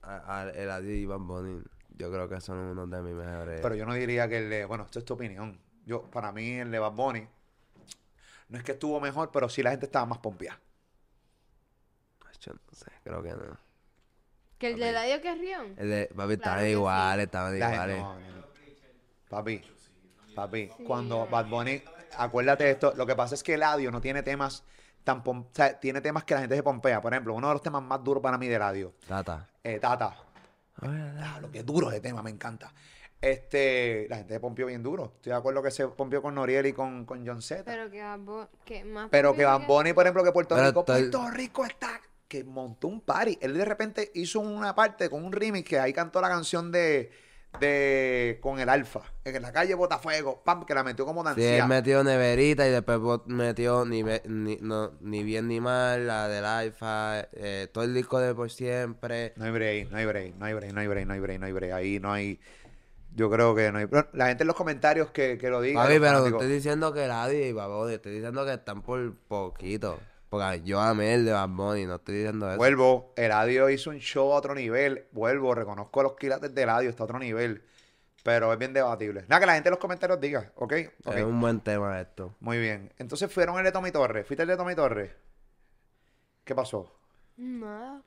[SPEAKER 4] a- a- el Adi y Bad Bunny, yo creo que son uno de mis mejores.
[SPEAKER 3] Pero yo no diría que el de, bueno, esto es tu opinión. Yo, para mí, el de Bad Bunny, no es que estuvo mejor, pero sí la gente estaba más pompeada.
[SPEAKER 4] Yo no sé, creo que no.
[SPEAKER 2] Que el de Eladio Carrión.
[SPEAKER 4] El de, papi, estaban
[SPEAKER 2] que sí.
[SPEAKER 4] iguales, estaban
[SPEAKER 3] La-
[SPEAKER 4] iguales.
[SPEAKER 3] no, no. Papi, papi, cuando Bad Bunny, acuérdate de esto, lo que pasa es que Eladio no tiene temas tan, pom- o sea, tiene temas que la gente se pompea. Por ejemplo, uno de los temas más duros para mí de Eladio,
[SPEAKER 4] Tata.
[SPEAKER 3] eh, Tata,
[SPEAKER 4] Ay,
[SPEAKER 3] Ah, lo que es duro de tema, me encanta. Este, la gente se pompió bien duro. Estoy de acuerdo que se pompió con Noriel y con, con John Z. Pero,
[SPEAKER 2] Pero que Bad Bu- que más
[SPEAKER 3] que Van
[SPEAKER 2] popularidad-
[SPEAKER 3] Bunny, por ejemplo, que Puerto
[SPEAKER 4] Pero
[SPEAKER 3] Rico,
[SPEAKER 4] estoy-
[SPEAKER 3] Puerto Rico está que montó un party. Él de repente hizo una parte con un remix que ahí cantó la canción de, de con el Alfa, en la calle Botafuego, pam, que la metió como
[SPEAKER 4] Sí, él
[SPEAKER 3] dancía.
[SPEAKER 4] metió neverita y después bot- metió ni, Be- ni, no, ni bien ni mal, la del Alfa, eh, todo el disco de por siempre.
[SPEAKER 3] No hay break, no hay break, no hay break, no hay break, no hay break, no hay break. Ahí no hay. Yo creo que no hay. pero la gente en los comentarios que, que lo diga.
[SPEAKER 4] Papi,
[SPEAKER 3] los
[SPEAKER 4] pero no
[SPEAKER 3] fanáticos.
[SPEAKER 4] estoy diciendo que nadie y Bad Bunny, estoy diciendo que están por poquito. Porque yo amé el de Bad Bunny, no estoy diciendo eso.
[SPEAKER 3] Vuelvo, Eladio hizo un show a otro nivel. Vuelvo, reconozco los quilates de Eladio, está a otro nivel. Pero es bien debatible. Nada, que la gente en los comentarios diga, ¿ok? Ok,
[SPEAKER 4] Es un buen tema esto.
[SPEAKER 3] Muy bien. Entonces fueron el de Tommy Torres. ¿Fuiste el de Tommy Torres? ¿Qué pasó?
[SPEAKER 2] Nada.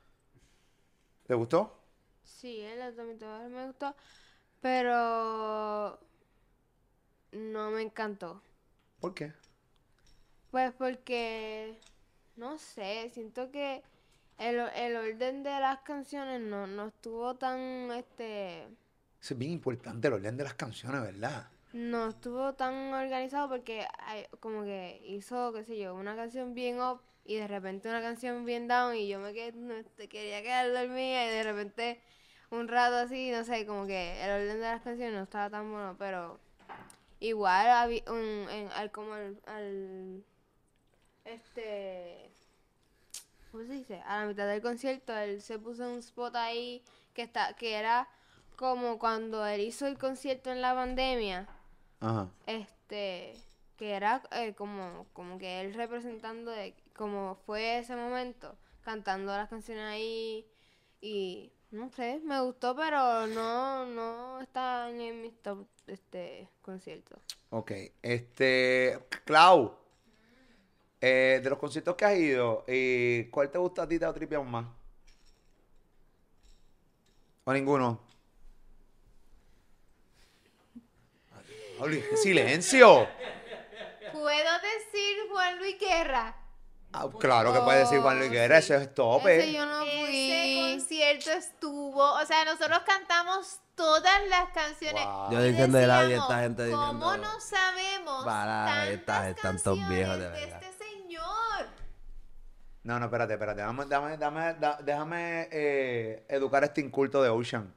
[SPEAKER 3] ¿Te gustó?
[SPEAKER 2] Sí, el automitador me gustó, pero no me encantó.
[SPEAKER 3] ¿Por qué?
[SPEAKER 2] Pues porque, no sé, siento que el, o- el orden de las canciones no, no estuvo tan, este,
[SPEAKER 3] Eso es bien importante el orden de las canciones, ¿verdad?
[SPEAKER 2] no estuvo tan organizado porque hay- como que hizo, qué sé yo, una canción bien up y de repente una canción bien down y yo me quedé, no, este, quería quedar dormida y de repente un rato así, no sé, como que el orden de las canciones no estaba tan bueno, pero igual había un, en- al como al, al- este ¿cómo se dice? A la mitad del concierto él se puso en un spot ahí que está que era como cuando él hizo el concierto en la pandemia,
[SPEAKER 3] Ajá.
[SPEAKER 2] este que era eh, como como que él representando de como fue ese momento cantando las canciones ahí y no sé, me gustó, pero no no está ni en mis top este conciertos.
[SPEAKER 3] Ok. Este. Clau. eh, de los conciertos que has ido, eh, ¿cuál te gusta a ti? ¿Te ha tripeado más? ¿O ninguno? Pablo, ¿y qué ¡Silencio!
[SPEAKER 1] Puedo decir Juan Luis Guerra.
[SPEAKER 3] Ah, claro que puede decir Juan Luis Guerra,
[SPEAKER 2] sí.
[SPEAKER 3] eso es tope.
[SPEAKER 2] Ese yo no
[SPEAKER 1] Ese
[SPEAKER 2] fui.
[SPEAKER 1] concierto estuvo, o sea, nosotros cantamos todas las canciones.
[SPEAKER 3] Wow.
[SPEAKER 1] y
[SPEAKER 4] Yo diciendo el audio,
[SPEAKER 1] decíamos,
[SPEAKER 4] esta gente
[SPEAKER 1] ¿Cómo
[SPEAKER 4] diciendo,
[SPEAKER 1] no sabemos
[SPEAKER 4] "Para,
[SPEAKER 1] tantas
[SPEAKER 4] estas- tantos viejos, de
[SPEAKER 1] canciones de
[SPEAKER 4] verdad"?
[SPEAKER 1] este señor?
[SPEAKER 3] No, no, espérate, espérate. Dame, dame, dame, da- déjame eh, educar a este inculto de Ocean.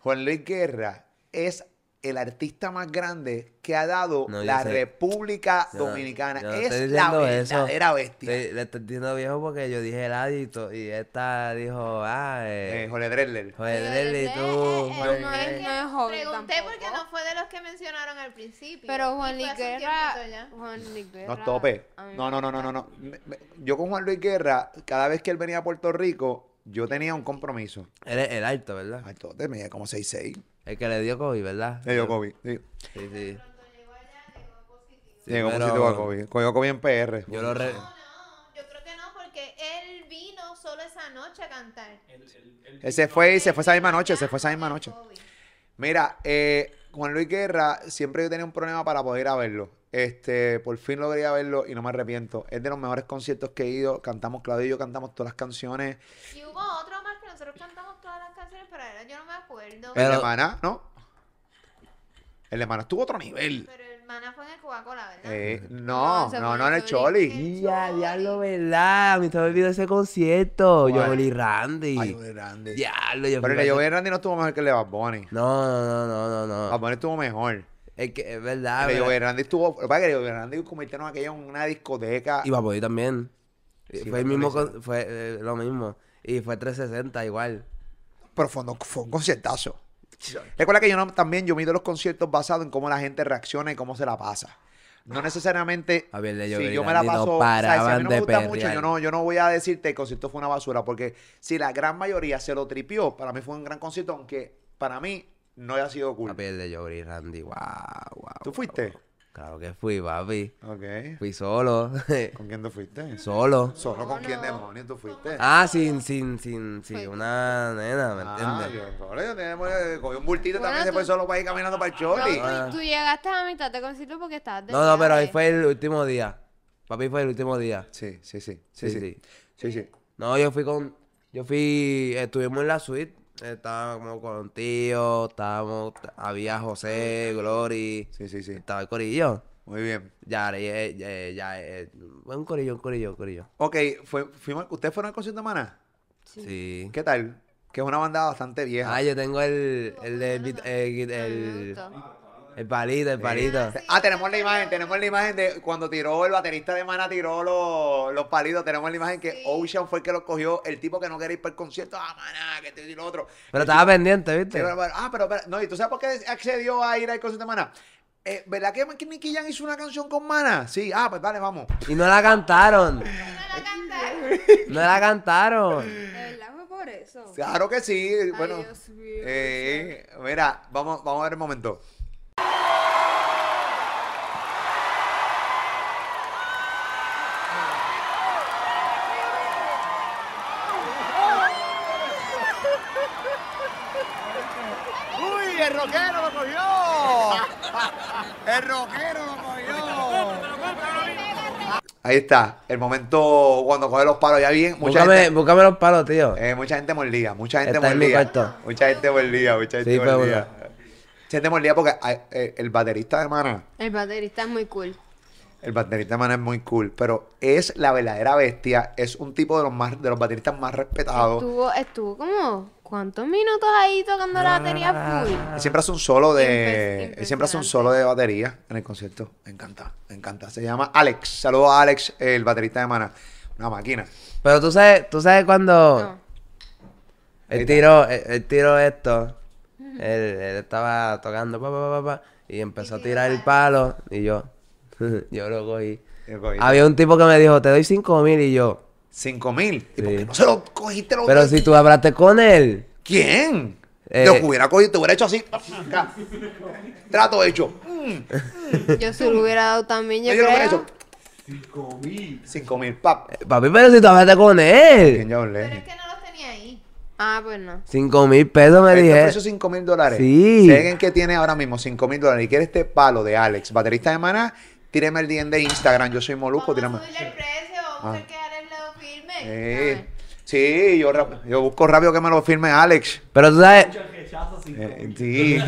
[SPEAKER 3] Juan Luis Guerra es el artista más grande que ha dado
[SPEAKER 4] No, yo
[SPEAKER 3] la
[SPEAKER 4] sé.
[SPEAKER 3] República
[SPEAKER 4] Yo no-
[SPEAKER 3] Dominicana.
[SPEAKER 4] yo no
[SPEAKER 3] es la
[SPEAKER 4] estoy diciendo eso. eh,
[SPEAKER 3] verdadera bestia.
[SPEAKER 4] Estoy- le estoy diciendo viejo porque yo dije el adicto y esta dijo, ah,
[SPEAKER 3] Eh,
[SPEAKER 4] eh,
[SPEAKER 3] Jorge Drexler.
[SPEAKER 4] joder,
[SPEAKER 2] Pero
[SPEAKER 4] Leli,
[SPEAKER 2] él
[SPEAKER 4] tú.
[SPEAKER 2] es- él
[SPEAKER 4] Juan
[SPEAKER 2] no
[SPEAKER 4] Luis.
[SPEAKER 2] es- joven
[SPEAKER 1] Pregunté
[SPEAKER 2] tampoco.
[SPEAKER 1] porque no fue de los que mencionaron al principio.
[SPEAKER 2] Pero
[SPEAKER 1] Y
[SPEAKER 2] Juan
[SPEAKER 1] fue
[SPEAKER 2] Luis
[SPEAKER 1] hace un
[SPEAKER 2] Guerra,
[SPEAKER 1] tiempito ya.
[SPEAKER 2] Juan Luis
[SPEAKER 3] No
[SPEAKER 2] Guerra,
[SPEAKER 3] es tope.
[SPEAKER 2] a mí
[SPEAKER 3] No,
[SPEAKER 2] me
[SPEAKER 3] no, no, no, no, no. Me- me- Yo con Juan Luis Guerra, cada vez que él venía a Puerto Rico, yo tenía un compromiso.
[SPEAKER 4] Él es el alto, ¿verdad?
[SPEAKER 3] Ay, todo te medía como 6'6".
[SPEAKER 4] El que le dio COVID, ¿verdad?
[SPEAKER 3] Le dio COVID. sí.
[SPEAKER 4] Sí, sí. Sí,
[SPEAKER 3] Llegó
[SPEAKER 4] pero
[SPEAKER 3] positivo a COVID. Cogió COVID en PR.
[SPEAKER 4] Yo lo re...
[SPEAKER 1] No, no, yo creo que no, porque él vino solo esa noche a cantar.
[SPEAKER 3] Él se fue y se fue esa misma noche,
[SPEAKER 1] Ya
[SPEAKER 3] se fue esa misma
[SPEAKER 1] con el
[SPEAKER 3] noche.
[SPEAKER 1] COVID.
[SPEAKER 3] Mira, eh, Juan Luis Guerra, siempre yo tenía un problema para poder ir a verlo. Este, por fin logré ir a verlo y no me arrepiento. Es de los mejores conciertos que he ido. Cantamos, Claudio y yo cantamos todas las canciones.
[SPEAKER 1] Y hubo otro más que nosotros cantamos todas las canciones, pero ahora yo no me acuerdo.
[SPEAKER 4] Pero-
[SPEAKER 3] El de Maná, ¿no? El de Maná estuvo a otro nivel.
[SPEAKER 1] Pero el maná fue en el Coca-Cola, ¿verdad?
[SPEAKER 3] Eh, no,
[SPEAKER 2] No, ese
[SPEAKER 3] no,
[SPEAKER 2] fue
[SPEAKER 3] no en el
[SPEAKER 2] el Choli.
[SPEAKER 3] Choli.
[SPEAKER 1] El
[SPEAKER 4] Ya,
[SPEAKER 1] Choli.
[SPEAKER 4] diablo, ¿verdad? Me estaba olvidando ese concierto.
[SPEAKER 3] ¿Cuál?
[SPEAKER 4] Yo y Randy.
[SPEAKER 3] Ay, qué grande.
[SPEAKER 4] Diablo, yo
[SPEAKER 3] Pero el
[SPEAKER 4] fui
[SPEAKER 3] de
[SPEAKER 4] pa-
[SPEAKER 3] Joey Randy no estuvo mejor que el de Bad Bunny.
[SPEAKER 4] No, no, no, no, no,
[SPEAKER 3] Bad
[SPEAKER 4] no.
[SPEAKER 3] Bunny estuvo mejor.
[SPEAKER 4] Es que es verdad.
[SPEAKER 3] El de
[SPEAKER 4] ¿verdad?
[SPEAKER 3] Joey Randy estuvo. Lo Ah, pues. que pasa es que el de Joey Randy convirtieron aquello en una discoteca.
[SPEAKER 4] Y Papoy también. Eh,
[SPEAKER 3] Sí,
[SPEAKER 4] fue
[SPEAKER 3] Papoy
[SPEAKER 4] el mismo,
[SPEAKER 3] lo hizo.
[SPEAKER 4] con- fue eh, lo mismo. Y fue 360 igual.
[SPEAKER 3] Pero fue, un- fue un conciertazo. Recuerda que yo no- también yo mido los conciertos basado en cómo la gente reacciona y cómo se la pasa. No necesariamente
[SPEAKER 4] Ah. A ver, le
[SPEAKER 3] si
[SPEAKER 4] llovió
[SPEAKER 3] yo
[SPEAKER 4] y
[SPEAKER 3] me la
[SPEAKER 4] Randy no
[SPEAKER 3] paso, o sea, si a mí
[SPEAKER 4] paraban
[SPEAKER 3] no
[SPEAKER 4] de
[SPEAKER 3] me gusta mucho,
[SPEAKER 4] perrear.
[SPEAKER 3] yo no, yo no voy a decirte el concierto fue una basura, porque si la gran mayoría se lo tripió, para mí fue un gran concierto, aunque para mí no haya sido cool.
[SPEAKER 4] Papi, el de Joey y Randy. Wow, wow.
[SPEAKER 3] ¿Tú fuiste?
[SPEAKER 4] Claro que fui, papi.
[SPEAKER 3] Ok.
[SPEAKER 4] Fui solo.
[SPEAKER 3] ¿Con quién tú fuiste?
[SPEAKER 4] solo.
[SPEAKER 3] Solo con
[SPEAKER 2] No,
[SPEAKER 3] quién
[SPEAKER 2] no.
[SPEAKER 3] demonios tú fuiste.
[SPEAKER 4] Ah, sin, sin, sin, sin
[SPEAKER 2] Fue-
[SPEAKER 4] una nena, ¿me
[SPEAKER 3] Ah,
[SPEAKER 4] entiendes?
[SPEAKER 3] yo, solo, yo tenemos, eh, cogí un bultito
[SPEAKER 2] Bueno,
[SPEAKER 3] también, se fue
[SPEAKER 2] tú-
[SPEAKER 3] solo para ir caminando para el
[SPEAKER 2] No,
[SPEAKER 3] Choli.
[SPEAKER 4] Ah.
[SPEAKER 2] tú, tú llegaste a mitad de concierto porque estabas de
[SPEAKER 4] No, no, pero ahí
[SPEAKER 2] viaje.
[SPEAKER 4] fue el último día. Papi fue el último día.
[SPEAKER 3] Sí, sí, sí,
[SPEAKER 4] Sí, sí.
[SPEAKER 3] sí, sí. sí.
[SPEAKER 4] No, yo fui con. Yo fui. Estuvimos en la suite. Estaba como con un tío, estábamos, había José, Glory,
[SPEAKER 3] Sí, sí, sí.
[SPEAKER 4] estaba el corillo.
[SPEAKER 3] Muy bien.
[SPEAKER 4] Ya, eh, eh, ya, eh, un corillo, un corillo, un corillo.
[SPEAKER 3] Ok, fue, fuimos- ¿ustedes fueron al concierto de Maná?
[SPEAKER 4] Sí.
[SPEAKER 3] ¿Qué tal? Que es una banda bastante vieja.
[SPEAKER 4] Ah, yo tengo el, el, de gui- eh, gui- el, el palito, el palito.
[SPEAKER 3] Ah, tenemos la imagen, tenemos la imagen de cuando tiró el baterista de Mana, tiró los, los palitos. Tenemos la imagen que
[SPEAKER 1] Sí.
[SPEAKER 3] Ocean fue el que los cogió, el tipo que no quería ir para el concierto. Ah, Mana, que te y lo otro.
[SPEAKER 4] Pero estaba pendiente, ¿viste?
[SPEAKER 3] Sí, pero- pero- ah, pero, pero- no, ¿y tú sabes por qué accedió a ir al concierto de Mana? Eh, ¿Verdad que Nicky Jam hizo una canción con Mana? Sí, ah, pues vale, vamos.
[SPEAKER 4] Y no la cantaron.
[SPEAKER 1] la cantar.
[SPEAKER 4] No la cantaron.
[SPEAKER 2] De verdad fue por eso.
[SPEAKER 3] Claro que sí, bueno.
[SPEAKER 2] Dios mío,
[SPEAKER 3] eh, mira, vamos, vamos a ver un momento. ¡Uy, el rockero lo cogió! ¡El rockero lo cogió! Ahí está, el momento cuando coge los palos ya bien. Mucha
[SPEAKER 4] Búscame,
[SPEAKER 3] gente,
[SPEAKER 4] búscame los palos, tío.
[SPEAKER 3] eh, mucha gente mordida, mucha gente
[SPEAKER 4] Está en mi
[SPEAKER 3] mordida.
[SPEAKER 4] cuarto.
[SPEAKER 3] Mucha gente mordida, mucha gente
[SPEAKER 4] Sí, pero
[SPEAKER 3] mordida. Mucha gente mordida porque ah, eh, el baterista de Mana,
[SPEAKER 2] El baterista es muy cool.
[SPEAKER 3] el baterista de Mana es muy cool, pero es la verdadera bestia, es un tipo de los más, de los bateristas más respetados.
[SPEAKER 2] Estuvo, estuvo como, ¿cuántos minutos ahí tocando la batería
[SPEAKER 3] Ah.
[SPEAKER 2] full?
[SPEAKER 3] Él Siempre hace un solo
[SPEAKER 2] Impe-
[SPEAKER 3] de, él
[SPEAKER 2] impresionante.
[SPEAKER 3] siempre hace un solo de batería en el concierto. Me encanta, me encanta. Se llama Alex. Saludos a Alex, el baterista de Mana. Una máquina.
[SPEAKER 4] Pero tú sabes, tú sabes cuando
[SPEAKER 2] No.
[SPEAKER 3] Ahí
[SPEAKER 4] el
[SPEAKER 3] está.
[SPEAKER 4] tiro, él, él tiró esto. Él, él estaba tocando pa, pa, pa, pa, pa, y empezó a tirar el palo y yo, yo lo cogí.
[SPEAKER 3] Yo cogí.
[SPEAKER 4] Había un tipo que me dijo, te doy cinco mil y yo,
[SPEAKER 3] Cinco mil. ¿Y por
[SPEAKER 4] Sí.
[SPEAKER 3] qué no se lo cogiste los
[SPEAKER 4] pero si tú hablaste con él,
[SPEAKER 3] ¿Quién?
[SPEAKER 4] Eh,
[SPEAKER 3] te hubiera cogido, te hubiera hecho así. acá. Trato hecho. Mm.
[SPEAKER 2] Yo se lo hubiera dado también, yo
[SPEAKER 3] Yo lo hubiera
[SPEAKER 2] creo.
[SPEAKER 3] hecho. Cinco mil, pap.
[SPEAKER 4] papi, pero si tú hablaste con
[SPEAKER 3] ¿Quién
[SPEAKER 4] él,
[SPEAKER 3] yo
[SPEAKER 1] Pero es
[SPEAKER 3] hablé?
[SPEAKER 1] que no los tenía ahí.
[SPEAKER 2] Ah, pues no.
[SPEAKER 4] cinco mil pesos me
[SPEAKER 3] Este
[SPEAKER 4] dije.
[SPEAKER 3] ofreció cinco mil dólares.
[SPEAKER 4] Sí.
[SPEAKER 3] Si hay alguien que tiene ahora mismo cinco mil dólares y quiere este palo de Alex, baterista de Maná, tíreme el DM de Instagram. Yo soy Molusco,
[SPEAKER 1] vamos
[SPEAKER 3] tírame.
[SPEAKER 1] a subirle el precio, vamos a
[SPEAKER 3] Ah.
[SPEAKER 1] hacer que Alex lo firme.
[SPEAKER 3] Eh, Sí, yo, rap- yo busco rápido que me lo firme Alex.
[SPEAKER 4] Pero tú sabes,
[SPEAKER 3] Eh, sí,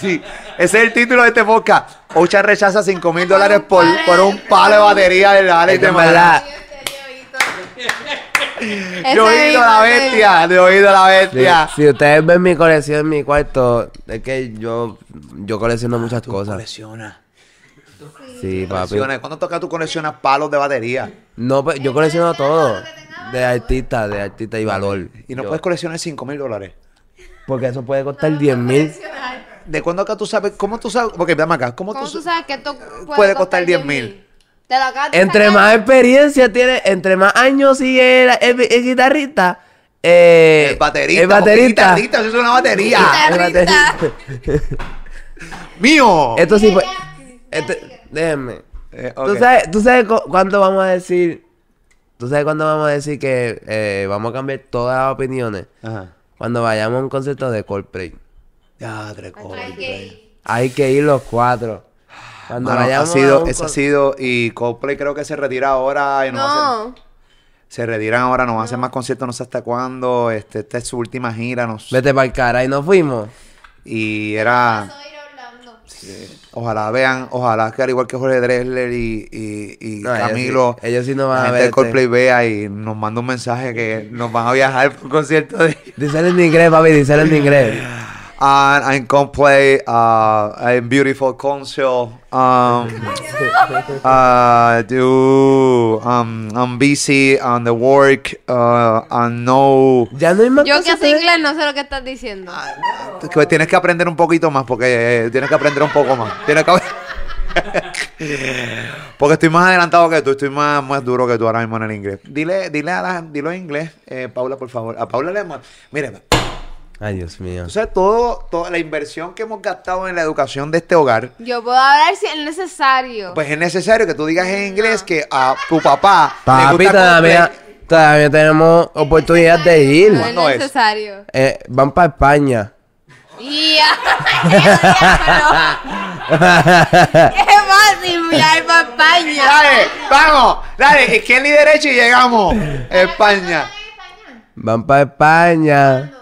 [SPEAKER 3] sí. Ese es el título de este podcast. Ocha rechaza cinco mil dólares por, por un palo de batería de la Alex
[SPEAKER 4] Es que
[SPEAKER 3] de
[SPEAKER 4] en
[SPEAKER 3] Maná.
[SPEAKER 4] verdad,
[SPEAKER 1] Yo te llevito.
[SPEAKER 2] Ese
[SPEAKER 3] De oído a la
[SPEAKER 2] mismo, ese
[SPEAKER 3] bestia, de oído a la
[SPEAKER 4] si,
[SPEAKER 3] bestia.
[SPEAKER 4] si ustedes ven mi colección en mi cuarto, es que yo, yo
[SPEAKER 3] Ah,
[SPEAKER 4] colecciono muchas cosas.
[SPEAKER 3] Colecciona.
[SPEAKER 4] Sí, papi.
[SPEAKER 3] Colecciona. ¿Cuándo toca tú coleccionas palos de batería?
[SPEAKER 4] No, pues yo
[SPEAKER 1] Entonces,
[SPEAKER 4] colecciono
[SPEAKER 1] era
[SPEAKER 4] todo.
[SPEAKER 1] todo lo que tenga
[SPEAKER 4] De
[SPEAKER 1] valor.
[SPEAKER 4] artista, de artista y valor.
[SPEAKER 3] Y no
[SPEAKER 4] Yo-
[SPEAKER 3] puedes coleccionar 5 mil dólares.
[SPEAKER 4] Porque eso puede costar
[SPEAKER 1] No,
[SPEAKER 4] 10 mil.
[SPEAKER 1] profesional.
[SPEAKER 3] ¿De cuándo acá tú sabes? ¿Cómo tú sabes? Porque dame acá. ¿Cómo,
[SPEAKER 2] ¿Cómo
[SPEAKER 3] tú,
[SPEAKER 2] tú
[SPEAKER 3] sabes?
[SPEAKER 2] sabes que esto puede,
[SPEAKER 3] Puede costar 10.000?
[SPEAKER 2] Te lo acabas de
[SPEAKER 4] Entre
[SPEAKER 2] sacar.
[SPEAKER 4] más experiencia tiene, entre más años sigue el, el- el guitarrista. eh,
[SPEAKER 3] El baterista.
[SPEAKER 4] El
[SPEAKER 3] porque
[SPEAKER 4] baterista.
[SPEAKER 3] guitarrista, eso es una batería.
[SPEAKER 2] Guitarra.
[SPEAKER 4] El baterista.
[SPEAKER 3] ¡Mío!
[SPEAKER 4] Esto sí este- fue.
[SPEAKER 1] Ya, ya
[SPEAKER 4] esto-
[SPEAKER 1] sigue.
[SPEAKER 4] déjenme.
[SPEAKER 3] Eh,
[SPEAKER 4] Eh, ¿Tú
[SPEAKER 3] ok.
[SPEAKER 4] sabes, tú sabes cu- cuándo vamos a decir? ¿Tú sabes cuándo vamos a decir que eh, vamos a cambiar todas las opiniones?
[SPEAKER 3] Ajá.
[SPEAKER 4] Cuando vayamos a un concierto de Coldplay.
[SPEAKER 3] Ya, tres
[SPEAKER 1] Hay que ir.
[SPEAKER 4] Hay que ir los cuatro. Cuando
[SPEAKER 3] Mano, ha
[SPEAKER 4] vayamos a
[SPEAKER 3] sido,
[SPEAKER 4] un
[SPEAKER 3] eso ha
[SPEAKER 4] con-
[SPEAKER 3] sido, y Coldplay creo que se retira ahora y no, va a hacer-
[SPEAKER 2] No,
[SPEAKER 3] se retiran ahora, no van a hacer más conciertos, no sé hasta cuándo, este, esta es su última gira, no sé.
[SPEAKER 4] Vete para el cara y nos fuimos.
[SPEAKER 3] Y era,
[SPEAKER 1] Paso a ir hablando.
[SPEAKER 3] Ojalá vean, ojalá que al igual que Jorge Dressler y, y, y
[SPEAKER 4] No, ellos
[SPEAKER 3] Camilo,
[SPEAKER 4] sí- ellos sí no van
[SPEAKER 3] la
[SPEAKER 4] a
[SPEAKER 3] gente
[SPEAKER 4] ver
[SPEAKER 3] de
[SPEAKER 4] este.
[SPEAKER 3] Coldplay vea y nos manda un mensaje que nos van a viajar por un concierto de
[SPEAKER 4] Díselo en inglés, papi, díselo en inglés.
[SPEAKER 3] And I'm gonna play uh, a beautiful concert. Um, uh, do um, I'm busy on the work. Uh, and no.
[SPEAKER 4] Ya no hay más
[SPEAKER 2] yo que
[SPEAKER 4] cosas
[SPEAKER 2] sé inglés no sé lo que estás diciendo.
[SPEAKER 3] Ah. Que tienes que aprender un poquito más porque eh, tienes que aprender un poco más. Tienes que... porque estoy más adelantado que tú, estoy más, más duro que tú ahora mismo en el inglés. Dile, dile a la, dilo en inglés, eh, Paula, por favor. A Paula le hemos- Mire,
[SPEAKER 4] Ay, Dios mío.
[SPEAKER 3] tú sabes todo, toda la inversión que hemos gastado en la educación de este hogar.
[SPEAKER 2] Yo puedo hablar si es necesario.
[SPEAKER 3] Pues es necesario que tú digas en inglés que a tu papá le
[SPEAKER 4] Papi,
[SPEAKER 3] gusta
[SPEAKER 4] todavía,
[SPEAKER 3] Coldplay.
[SPEAKER 4] todavía tenemos oportunidad de ir.
[SPEAKER 2] no
[SPEAKER 3] ¿cuándo es?
[SPEAKER 2] es necesario.
[SPEAKER 4] Eh, van para España.
[SPEAKER 2] Y ¡Qué fácil mirar para España!
[SPEAKER 3] Dale, vamos, dale, izquierda y derecha y llegamos. España.
[SPEAKER 1] Ay, España.
[SPEAKER 4] Van para España.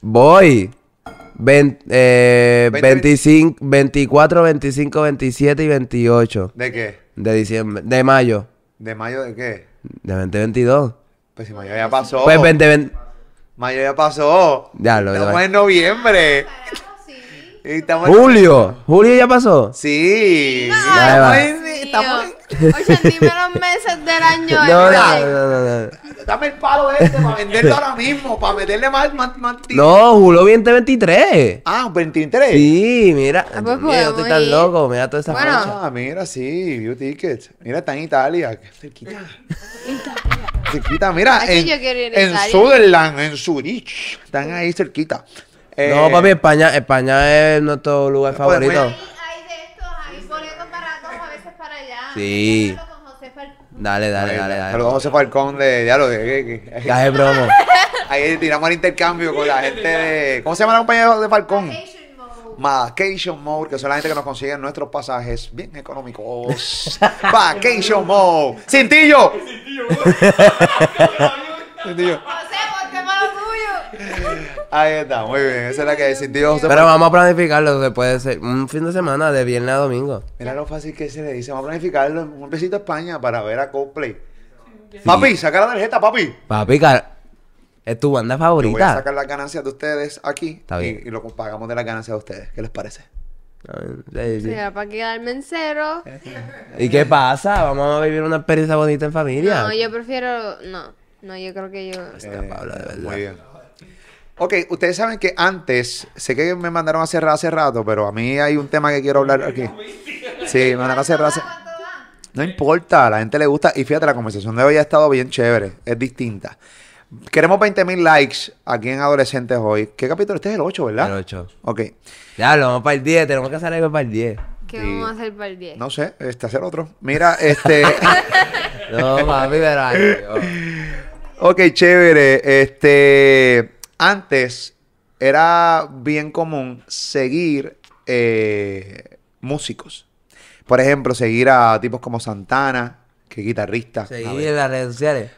[SPEAKER 4] Voy. Vein- eh,
[SPEAKER 3] Veinte,
[SPEAKER 4] 25, 24, 25, 27 y 28
[SPEAKER 3] ¿De qué?
[SPEAKER 4] de diciembre, de mayo
[SPEAKER 3] ¿De mayo de qué?
[SPEAKER 4] de 2022.
[SPEAKER 3] Pues si mayo ya pasó.
[SPEAKER 4] Pues 20, 20
[SPEAKER 3] Mayo ya pasó.
[SPEAKER 4] Ya lo-
[SPEAKER 3] Estamos en noviembre.
[SPEAKER 1] Carajo, sí.
[SPEAKER 3] Y estamos en-
[SPEAKER 4] Julio, Julio ya pasó.
[SPEAKER 3] Sí.
[SPEAKER 4] Ahí va.
[SPEAKER 3] Estamos en- estamos en-
[SPEAKER 2] Oye, dime los meses del año.
[SPEAKER 4] No, no,
[SPEAKER 2] este.
[SPEAKER 4] no, no, no.
[SPEAKER 3] Dame el palo este para venderlo ahora mismo, para meterle más, más, más ti-
[SPEAKER 4] No, Julio 2023.
[SPEAKER 3] Ah, 23.
[SPEAKER 4] Sí, mira.
[SPEAKER 2] Ah, pues
[SPEAKER 4] Dios mío, yo estoy
[SPEAKER 2] podemos
[SPEAKER 4] tan
[SPEAKER 2] ir.
[SPEAKER 4] loco, mira toda esa
[SPEAKER 2] Bueno.
[SPEAKER 4] fecha.
[SPEAKER 3] Ah, mira, sí, View Tickets. Mira, está en Italia. Qué cerquita. cerquita, mira.
[SPEAKER 2] Aquí
[SPEAKER 3] en,
[SPEAKER 2] yo quiero ir a
[SPEAKER 3] en
[SPEAKER 2] Italia.
[SPEAKER 3] Sutherland, en Zurich. Están ahí cerquita. Eh,
[SPEAKER 4] No, papi, España, España es nuestro lugar
[SPEAKER 3] Pues, pues,
[SPEAKER 4] favorito.
[SPEAKER 1] Hay, hay de estos, hay boletos baratos a veces para allá.
[SPEAKER 4] Sí.
[SPEAKER 1] Yo hablo con José Fal-
[SPEAKER 4] Dale, dale,
[SPEAKER 3] eh,
[SPEAKER 4] dale, dale.
[SPEAKER 3] Saludos a José Falcón de Diálogo. que- que- que-
[SPEAKER 4] Caje promo.
[SPEAKER 3] Ahí tiramos el intercambio con la gente de. ¿Cómo se llama la compañía de Falcón?
[SPEAKER 1] Vacation mode.
[SPEAKER 3] Vacation Mode, que son la gente que nos consigue nuestros pasajes bien económicos. Vacation Mode. Cintillo. Cintillo.
[SPEAKER 1] José, ponte malo tuyo.
[SPEAKER 3] Ahí está, muy bien. Esa es la que hay. Cintillo José
[SPEAKER 4] Pero vamos a planificarlo, se puede ser un fin de semana de viernes a domingo.
[SPEAKER 3] Mira lo fácil que se le dice. Vamos a planificarlo en un besito a España para ver a Coldplay. Papi, saca la tarjeta, papi.
[SPEAKER 4] Papi, car- es tu banda
[SPEAKER 3] Yo voy a
[SPEAKER 4] favorita.
[SPEAKER 3] sacar las ganancias de ustedes aquí
[SPEAKER 4] Está bien.
[SPEAKER 3] Y, y lo pagamos de las ganancias de ustedes. ¿Qué les parece?
[SPEAKER 4] A ver, sí, sí.
[SPEAKER 2] Será para quedarme en cero.
[SPEAKER 4] ¿Y qué pasa? Vamos a vivir una experiencia bonita en familia.
[SPEAKER 2] No, yo prefiero. No, no, yo creo que yo.
[SPEAKER 4] Está, Paula, de verdad.
[SPEAKER 3] Eh, Muy bien. Ok, ustedes saben que antes, sé que me mandaron a cerrar hace rato, pero a mí hay un tema que quiero hablar aquí. Sí, me mandaron a cerrar hace...
[SPEAKER 1] ¿Cuánto va?
[SPEAKER 3] No importa, a la gente le gusta. Y fíjate, la conversación de hoy ha estado bien chévere, es distinta. Queremos 20.000 likes aquí en Adolescentes hoy. ¿Qué capítulo? Este es el 8, ¿verdad?
[SPEAKER 4] El 8.
[SPEAKER 3] Ok,
[SPEAKER 4] Ya, lo vamos para el 10, tenemos que hacer algo para el 10.
[SPEAKER 2] ¿Qué
[SPEAKER 3] Sí.
[SPEAKER 2] vamos a hacer para el 10?
[SPEAKER 3] no sé, este hacer otro. Mira, este...
[SPEAKER 4] No, papi, pero ay, Dios.
[SPEAKER 3] Ok, chévere. Este, antes era bien común seguir eh, músicos. Por ejemplo, seguir a tipos como Santana, que es guitarrista. A
[SPEAKER 4] Seguir
[SPEAKER 3] ver.
[SPEAKER 4] en las redes sociales.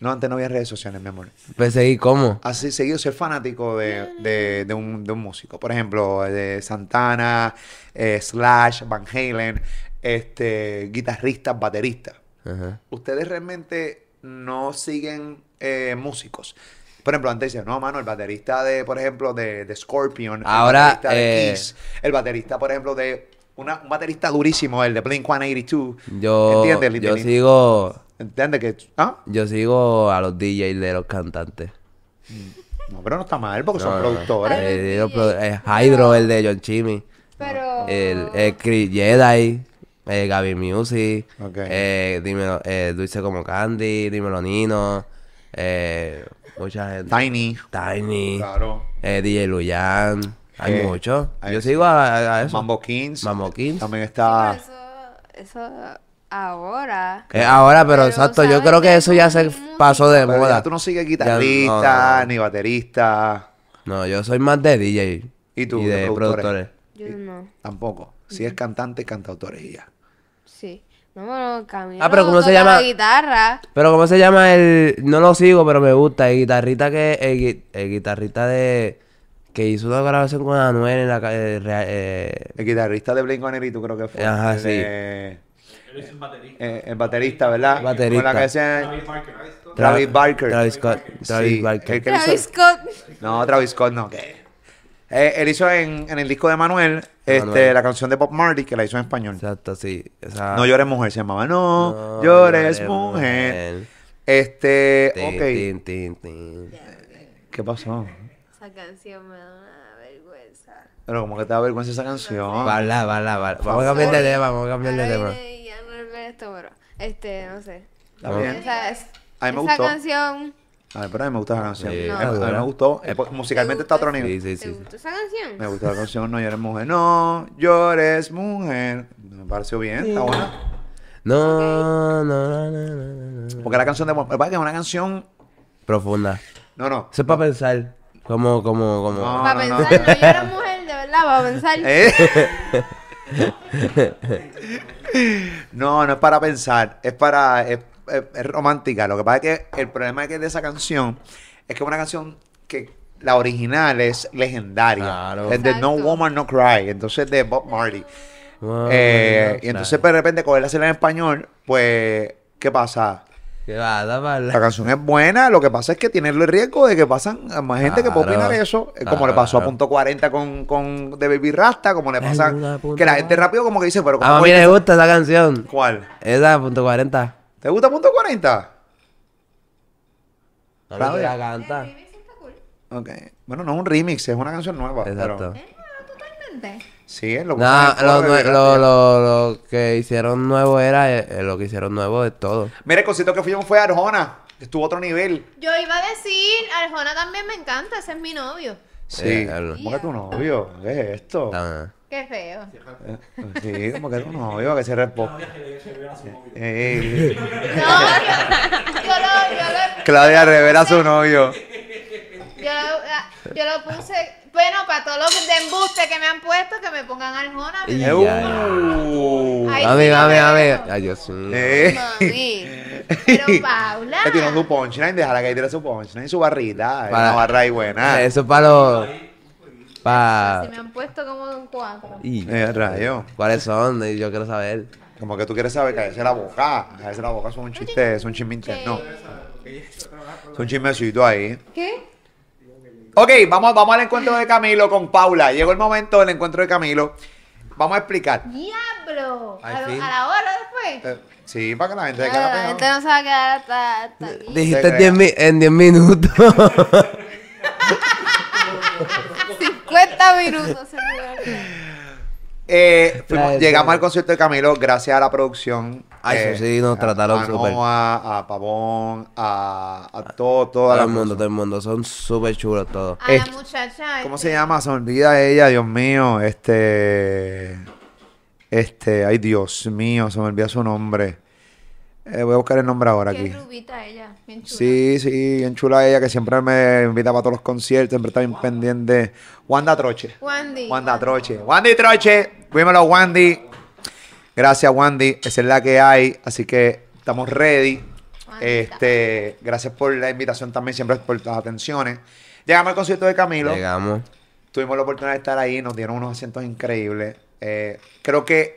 [SPEAKER 3] No, antes no había redes sociales, mi amor.
[SPEAKER 4] Pues seguir cómo.
[SPEAKER 3] Así seguido ser fanático de, de- de un, de un músico. Por ejemplo, de Santana, eh, Slash, Van Halen, este, guitarristas, bateristas.
[SPEAKER 4] Ajá.
[SPEAKER 3] ustedes realmente no siguen eh, músicos. Por ejemplo, antes decían, no, mano, el baterista de, por ejemplo, de, de Scorpion,
[SPEAKER 4] Ahora,
[SPEAKER 3] el baterista de
[SPEAKER 4] eh,
[SPEAKER 3] Kiss, el baterista, por ejemplo, de una- un baterista durísimo, el de Blink 182.
[SPEAKER 4] Yo,
[SPEAKER 3] ¿Entiendes, Lil
[SPEAKER 4] yo
[SPEAKER 3] Tini?
[SPEAKER 4] sigo,
[SPEAKER 3] ¿Entiendes que? ¿Ah?
[SPEAKER 4] yo sigo a los DJs de los cantantes.
[SPEAKER 3] No, pero no está mal porque
[SPEAKER 4] No,
[SPEAKER 3] son
[SPEAKER 4] no,
[SPEAKER 3] productores.
[SPEAKER 4] no. Eh,
[SPEAKER 2] Ay,
[SPEAKER 4] los
[SPEAKER 2] DJ.
[SPEAKER 4] produ- eh, Hydro, el de John Chimmy.
[SPEAKER 2] Pero.
[SPEAKER 4] El, el Chris Jedi. eh, Gaby Music.
[SPEAKER 3] Ok.
[SPEAKER 4] eh, dímelo, eh, Dulce como Candy. Dímelo Nino. Eh, mucha gente.
[SPEAKER 3] Tiny.
[SPEAKER 4] Tiny.
[SPEAKER 3] Claro.
[SPEAKER 4] eh, DJ Luyan. Hay
[SPEAKER 3] Eh,
[SPEAKER 4] muchos.
[SPEAKER 3] hay-
[SPEAKER 4] Yo sigo a, a- a eso.
[SPEAKER 3] Mambo Kings.
[SPEAKER 4] Mambo Kings.
[SPEAKER 3] También
[SPEAKER 4] ah.
[SPEAKER 2] Pero
[SPEAKER 3] está...
[SPEAKER 2] Eso, eso ahora.
[SPEAKER 4] Eh, ahora, pero,
[SPEAKER 2] Pero,
[SPEAKER 4] exacto, yo
[SPEAKER 2] ¿sabes?
[SPEAKER 4] creo que
[SPEAKER 2] Es
[SPEAKER 4] eso ya se
[SPEAKER 2] muy
[SPEAKER 4] pasó de
[SPEAKER 3] Pero ya
[SPEAKER 4] moda.
[SPEAKER 3] tú no sigues
[SPEAKER 4] Ya,
[SPEAKER 3] guitarrista,
[SPEAKER 4] no, no, no.
[SPEAKER 3] ni baterista.
[SPEAKER 4] No, yo soy más de DJ.
[SPEAKER 3] ¿Y tú, de
[SPEAKER 4] de,
[SPEAKER 3] productores?
[SPEAKER 4] productores.
[SPEAKER 2] Yo no.
[SPEAKER 3] Tampoco. Si es cantante, cantautores y ya.
[SPEAKER 2] Sí. No, bueno, Camilo.
[SPEAKER 4] Ah, pero ¿cómo se
[SPEAKER 2] toca
[SPEAKER 4] llama?
[SPEAKER 2] La guitarra.
[SPEAKER 4] Pero ¿cómo se llama el...? No lo sigo, pero me gusta. El guitarrista que... El, gui- el guitarrista de... Que hizo una grabación con Anuel en la... ca- eh, rea- eh,
[SPEAKER 3] El guitarrista de Blink 182 creo que fue.
[SPEAKER 4] Ajá,
[SPEAKER 3] el
[SPEAKER 4] sí.
[SPEAKER 3] de- Eh, el baterista, ¿verdad?
[SPEAKER 4] Baterista.
[SPEAKER 3] Con la canción Travis
[SPEAKER 4] Tra-
[SPEAKER 3] Barker.
[SPEAKER 4] Travis Scott. Travis
[SPEAKER 3] Sí,
[SPEAKER 4] Barker.
[SPEAKER 3] el que hizo-
[SPEAKER 2] Travis Scott.
[SPEAKER 3] No, Travis Scott no. que- Eh, él hizo en, en el disco de Manuel, este,
[SPEAKER 4] Manuel.
[SPEAKER 3] la canción de Bob Marley que la hizo en español.
[SPEAKER 4] Exacto, sí. Esa-
[SPEAKER 3] No llores mujer, se llamaba. No,
[SPEAKER 4] No
[SPEAKER 3] llores mujer. Este,
[SPEAKER 4] Tin,
[SPEAKER 3] ok.
[SPEAKER 4] tin, tin, tin.
[SPEAKER 3] ¿Qué pasó?
[SPEAKER 2] Esa canción me da una vergüenza.
[SPEAKER 3] Pero como que te da vergüenza esa canción.
[SPEAKER 4] Bala, bala, bala. Vamos a cambiar de tema, vamos a cambiar de
[SPEAKER 2] Ahora
[SPEAKER 4] tema.
[SPEAKER 2] viene y ya no es esto, pero. Este, no sé.
[SPEAKER 3] Está bien.
[SPEAKER 2] Esa, es-
[SPEAKER 3] A mí me
[SPEAKER 2] esa
[SPEAKER 3] gustó.
[SPEAKER 2] canción.
[SPEAKER 3] A ver, pero a mí me gusta esa canción.
[SPEAKER 4] Sí,
[SPEAKER 3] A mí- a mí me
[SPEAKER 4] dura.
[SPEAKER 3] gustó. Eh, Musicalmente está otro nivel.
[SPEAKER 4] Sí, sí,
[SPEAKER 2] ¿Te
[SPEAKER 4] sí.
[SPEAKER 2] gustó esa canción?
[SPEAKER 3] Me gustó la canción No llores mujer. No llores mujer. Me pareció bien, está buena.
[SPEAKER 4] No, no, no, no, no, no, no.
[SPEAKER 3] Porque la canción de Bob Marley es una canción.
[SPEAKER 4] Profunda.
[SPEAKER 3] No, no. Ah.
[SPEAKER 4] Eso es para pensar. Como, como, como.
[SPEAKER 3] No.
[SPEAKER 2] Para pensar, no, yo era mujer, de verdad, para pensar.
[SPEAKER 3] Eh. no, no es para pensar. Es para. Es, es- es romántica. Lo que pasa es que el problema que de esa canción es que es una canción que la original es legendaria.
[SPEAKER 4] Claro.
[SPEAKER 3] Es de No
[SPEAKER 2] Exacto.
[SPEAKER 3] Woman No Cry, entonces de Bob Marley.
[SPEAKER 4] Bueno,
[SPEAKER 3] Eh, y entonces
[SPEAKER 4] Ah, claro.
[SPEAKER 3] de repente cogerla hacerla en español, pues, ¿qué pasa?
[SPEAKER 4] ¿Qué va a taparla?
[SPEAKER 3] La canción es buena, lo que pasa es que tiene el riesgo de que pasan a más gente que puede
[SPEAKER 4] Claro,
[SPEAKER 3] opinar eso, eh, como le pasó a
[SPEAKER 4] claro.
[SPEAKER 3] punto 40 con, con de Baby Rasta, como le
[SPEAKER 4] Es
[SPEAKER 3] pasa
[SPEAKER 4] una punto
[SPEAKER 3] que la gente
[SPEAKER 4] 40.
[SPEAKER 3] rápido como que dice, pero
[SPEAKER 4] A
[SPEAKER 3] ¿cómo
[SPEAKER 4] mí
[SPEAKER 3] coño
[SPEAKER 4] me
[SPEAKER 3] esa-
[SPEAKER 4] gusta esa canción.
[SPEAKER 3] ¿Cuál?
[SPEAKER 4] Esa, punto 40.
[SPEAKER 3] ¿Te gusta punto 40?
[SPEAKER 4] No
[SPEAKER 3] Claudia.
[SPEAKER 4] la canta.
[SPEAKER 3] Ok. Bueno, no es un remix, es una canción nueva. pero-
[SPEAKER 4] Exacto.
[SPEAKER 3] Sí, es lo
[SPEAKER 4] No,
[SPEAKER 3] bueno del
[SPEAKER 4] lo,
[SPEAKER 3] coro de
[SPEAKER 4] nue-
[SPEAKER 3] Baby
[SPEAKER 4] lo,
[SPEAKER 3] Rasta.
[SPEAKER 4] lo, lo que hicieron nuevo era eh, eh, lo que hicieron nuevo de todo.
[SPEAKER 3] Mira, el concierto que fuimos fue a Arjona, que estuvo a otro nivel.
[SPEAKER 1] Yo iba a decir, Arjona también me encanta, ese es mi novio.
[SPEAKER 3] Sí.
[SPEAKER 4] Eh, el-
[SPEAKER 3] ¿Cómo que tu novio? ¿Qué es esto? Eh,
[SPEAKER 4] Tan-
[SPEAKER 1] Qué feo.
[SPEAKER 3] Sí, como que tu novio, que se responde. Eh, Ey.
[SPEAKER 1] No, yo, yo lo, yo lo-
[SPEAKER 3] Claudia revela a su eh, novio.
[SPEAKER 1] yo lo- ah, yo lo puse, bueno, para todos los de embuste que me han puesto, que me pongan Arjona.
[SPEAKER 4] Y-
[SPEAKER 1] ¿verdad?
[SPEAKER 4] Ya,
[SPEAKER 3] ¡Uh!
[SPEAKER 1] Ay,
[SPEAKER 4] Mami,
[SPEAKER 1] sí,
[SPEAKER 4] mami,
[SPEAKER 1] lo
[SPEAKER 4] mami.
[SPEAKER 1] veo.
[SPEAKER 4] Ay, Dios mío.
[SPEAKER 3] Eh.
[SPEAKER 1] Mami. Pero Paula.
[SPEAKER 3] Que tiró su punchline, déjala que tire su punchline, su barrita.
[SPEAKER 4] Para-
[SPEAKER 3] Una barra ahí buena.
[SPEAKER 4] Eso es para los.
[SPEAKER 1] Si
[SPEAKER 4] Para.
[SPEAKER 1] me han puesto como un cuatro.
[SPEAKER 4] Y-
[SPEAKER 3] Eh, rayo.
[SPEAKER 4] ¿Cuáles son? Eh, Yo quiero saber.
[SPEAKER 3] Como que tú quieres saber, cállese la boca. Cállese la boca, eso es un chiste, es un chisme interno. Es un chismecito ahí.
[SPEAKER 1] ¿Qué?
[SPEAKER 3] Ok, vamos, vamos al encuentro de Camilo con Paula. Llegó el momento del encuentro de Camilo. Vamos a explicar.
[SPEAKER 1] ¡Diablo!
[SPEAKER 4] Al
[SPEAKER 1] ¿A, lo-
[SPEAKER 4] fin.
[SPEAKER 1] a la hora después?
[SPEAKER 3] Eh, sí, para que la gente...
[SPEAKER 2] Claro, la gente no se va a quedar hasta, hasta aquí.
[SPEAKER 4] Dijiste
[SPEAKER 3] creas.
[SPEAKER 4] 10 mi- en 10 minutos.
[SPEAKER 2] 50 minutos se quedaron.
[SPEAKER 3] Eh, fuimos-
[SPEAKER 4] Trae,
[SPEAKER 3] llegamos
[SPEAKER 4] trae.
[SPEAKER 3] al concierto de Camilo gracias a la producción.
[SPEAKER 4] Ay,
[SPEAKER 3] eh,
[SPEAKER 4] eso sí, nos trataron
[SPEAKER 3] a
[SPEAKER 4] súper.
[SPEAKER 3] Noah, a Pavón, a, a todo, toda
[SPEAKER 4] Todo
[SPEAKER 3] la
[SPEAKER 4] el mundo,
[SPEAKER 3] producción.
[SPEAKER 4] todo el mundo. Son súper chulos todos.
[SPEAKER 1] A
[SPEAKER 3] Es-
[SPEAKER 1] la muchacha.
[SPEAKER 3] eh, ¿Cómo
[SPEAKER 1] este,
[SPEAKER 3] se llama? Se me olvida ella, Dios mío. Este. Este. Ay, Dios mío, se me olvida su nombre. Eh, voy a buscar el nombre ahora
[SPEAKER 1] Qué
[SPEAKER 3] aquí.
[SPEAKER 1] rubita ella, bien chula.
[SPEAKER 3] Sí, sí, bien chula ella, que siempre me invita para todos los conciertos, siempre está bien pendiente. Wanda Troche.
[SPEAKER 1] Wandy.
[SPEAKER 3] Wanda Troche. Wandy Troche. Dímelo, Wandy. Gracias, Wandy. Esa es la que hay. Así que estamos ready.
[SPEAKER 1] Wandita.
[SPEAKER 3] Este, gracias por la invitación también, siempre por las atenciones. Llegamos al concierto de Camilo.
[SPEAKER 4] Llegamos.
[SPEAKER 3] Tuvimos la oportunidad de estar ahí, nos dieron unos asientos increíbles. Eh, creo que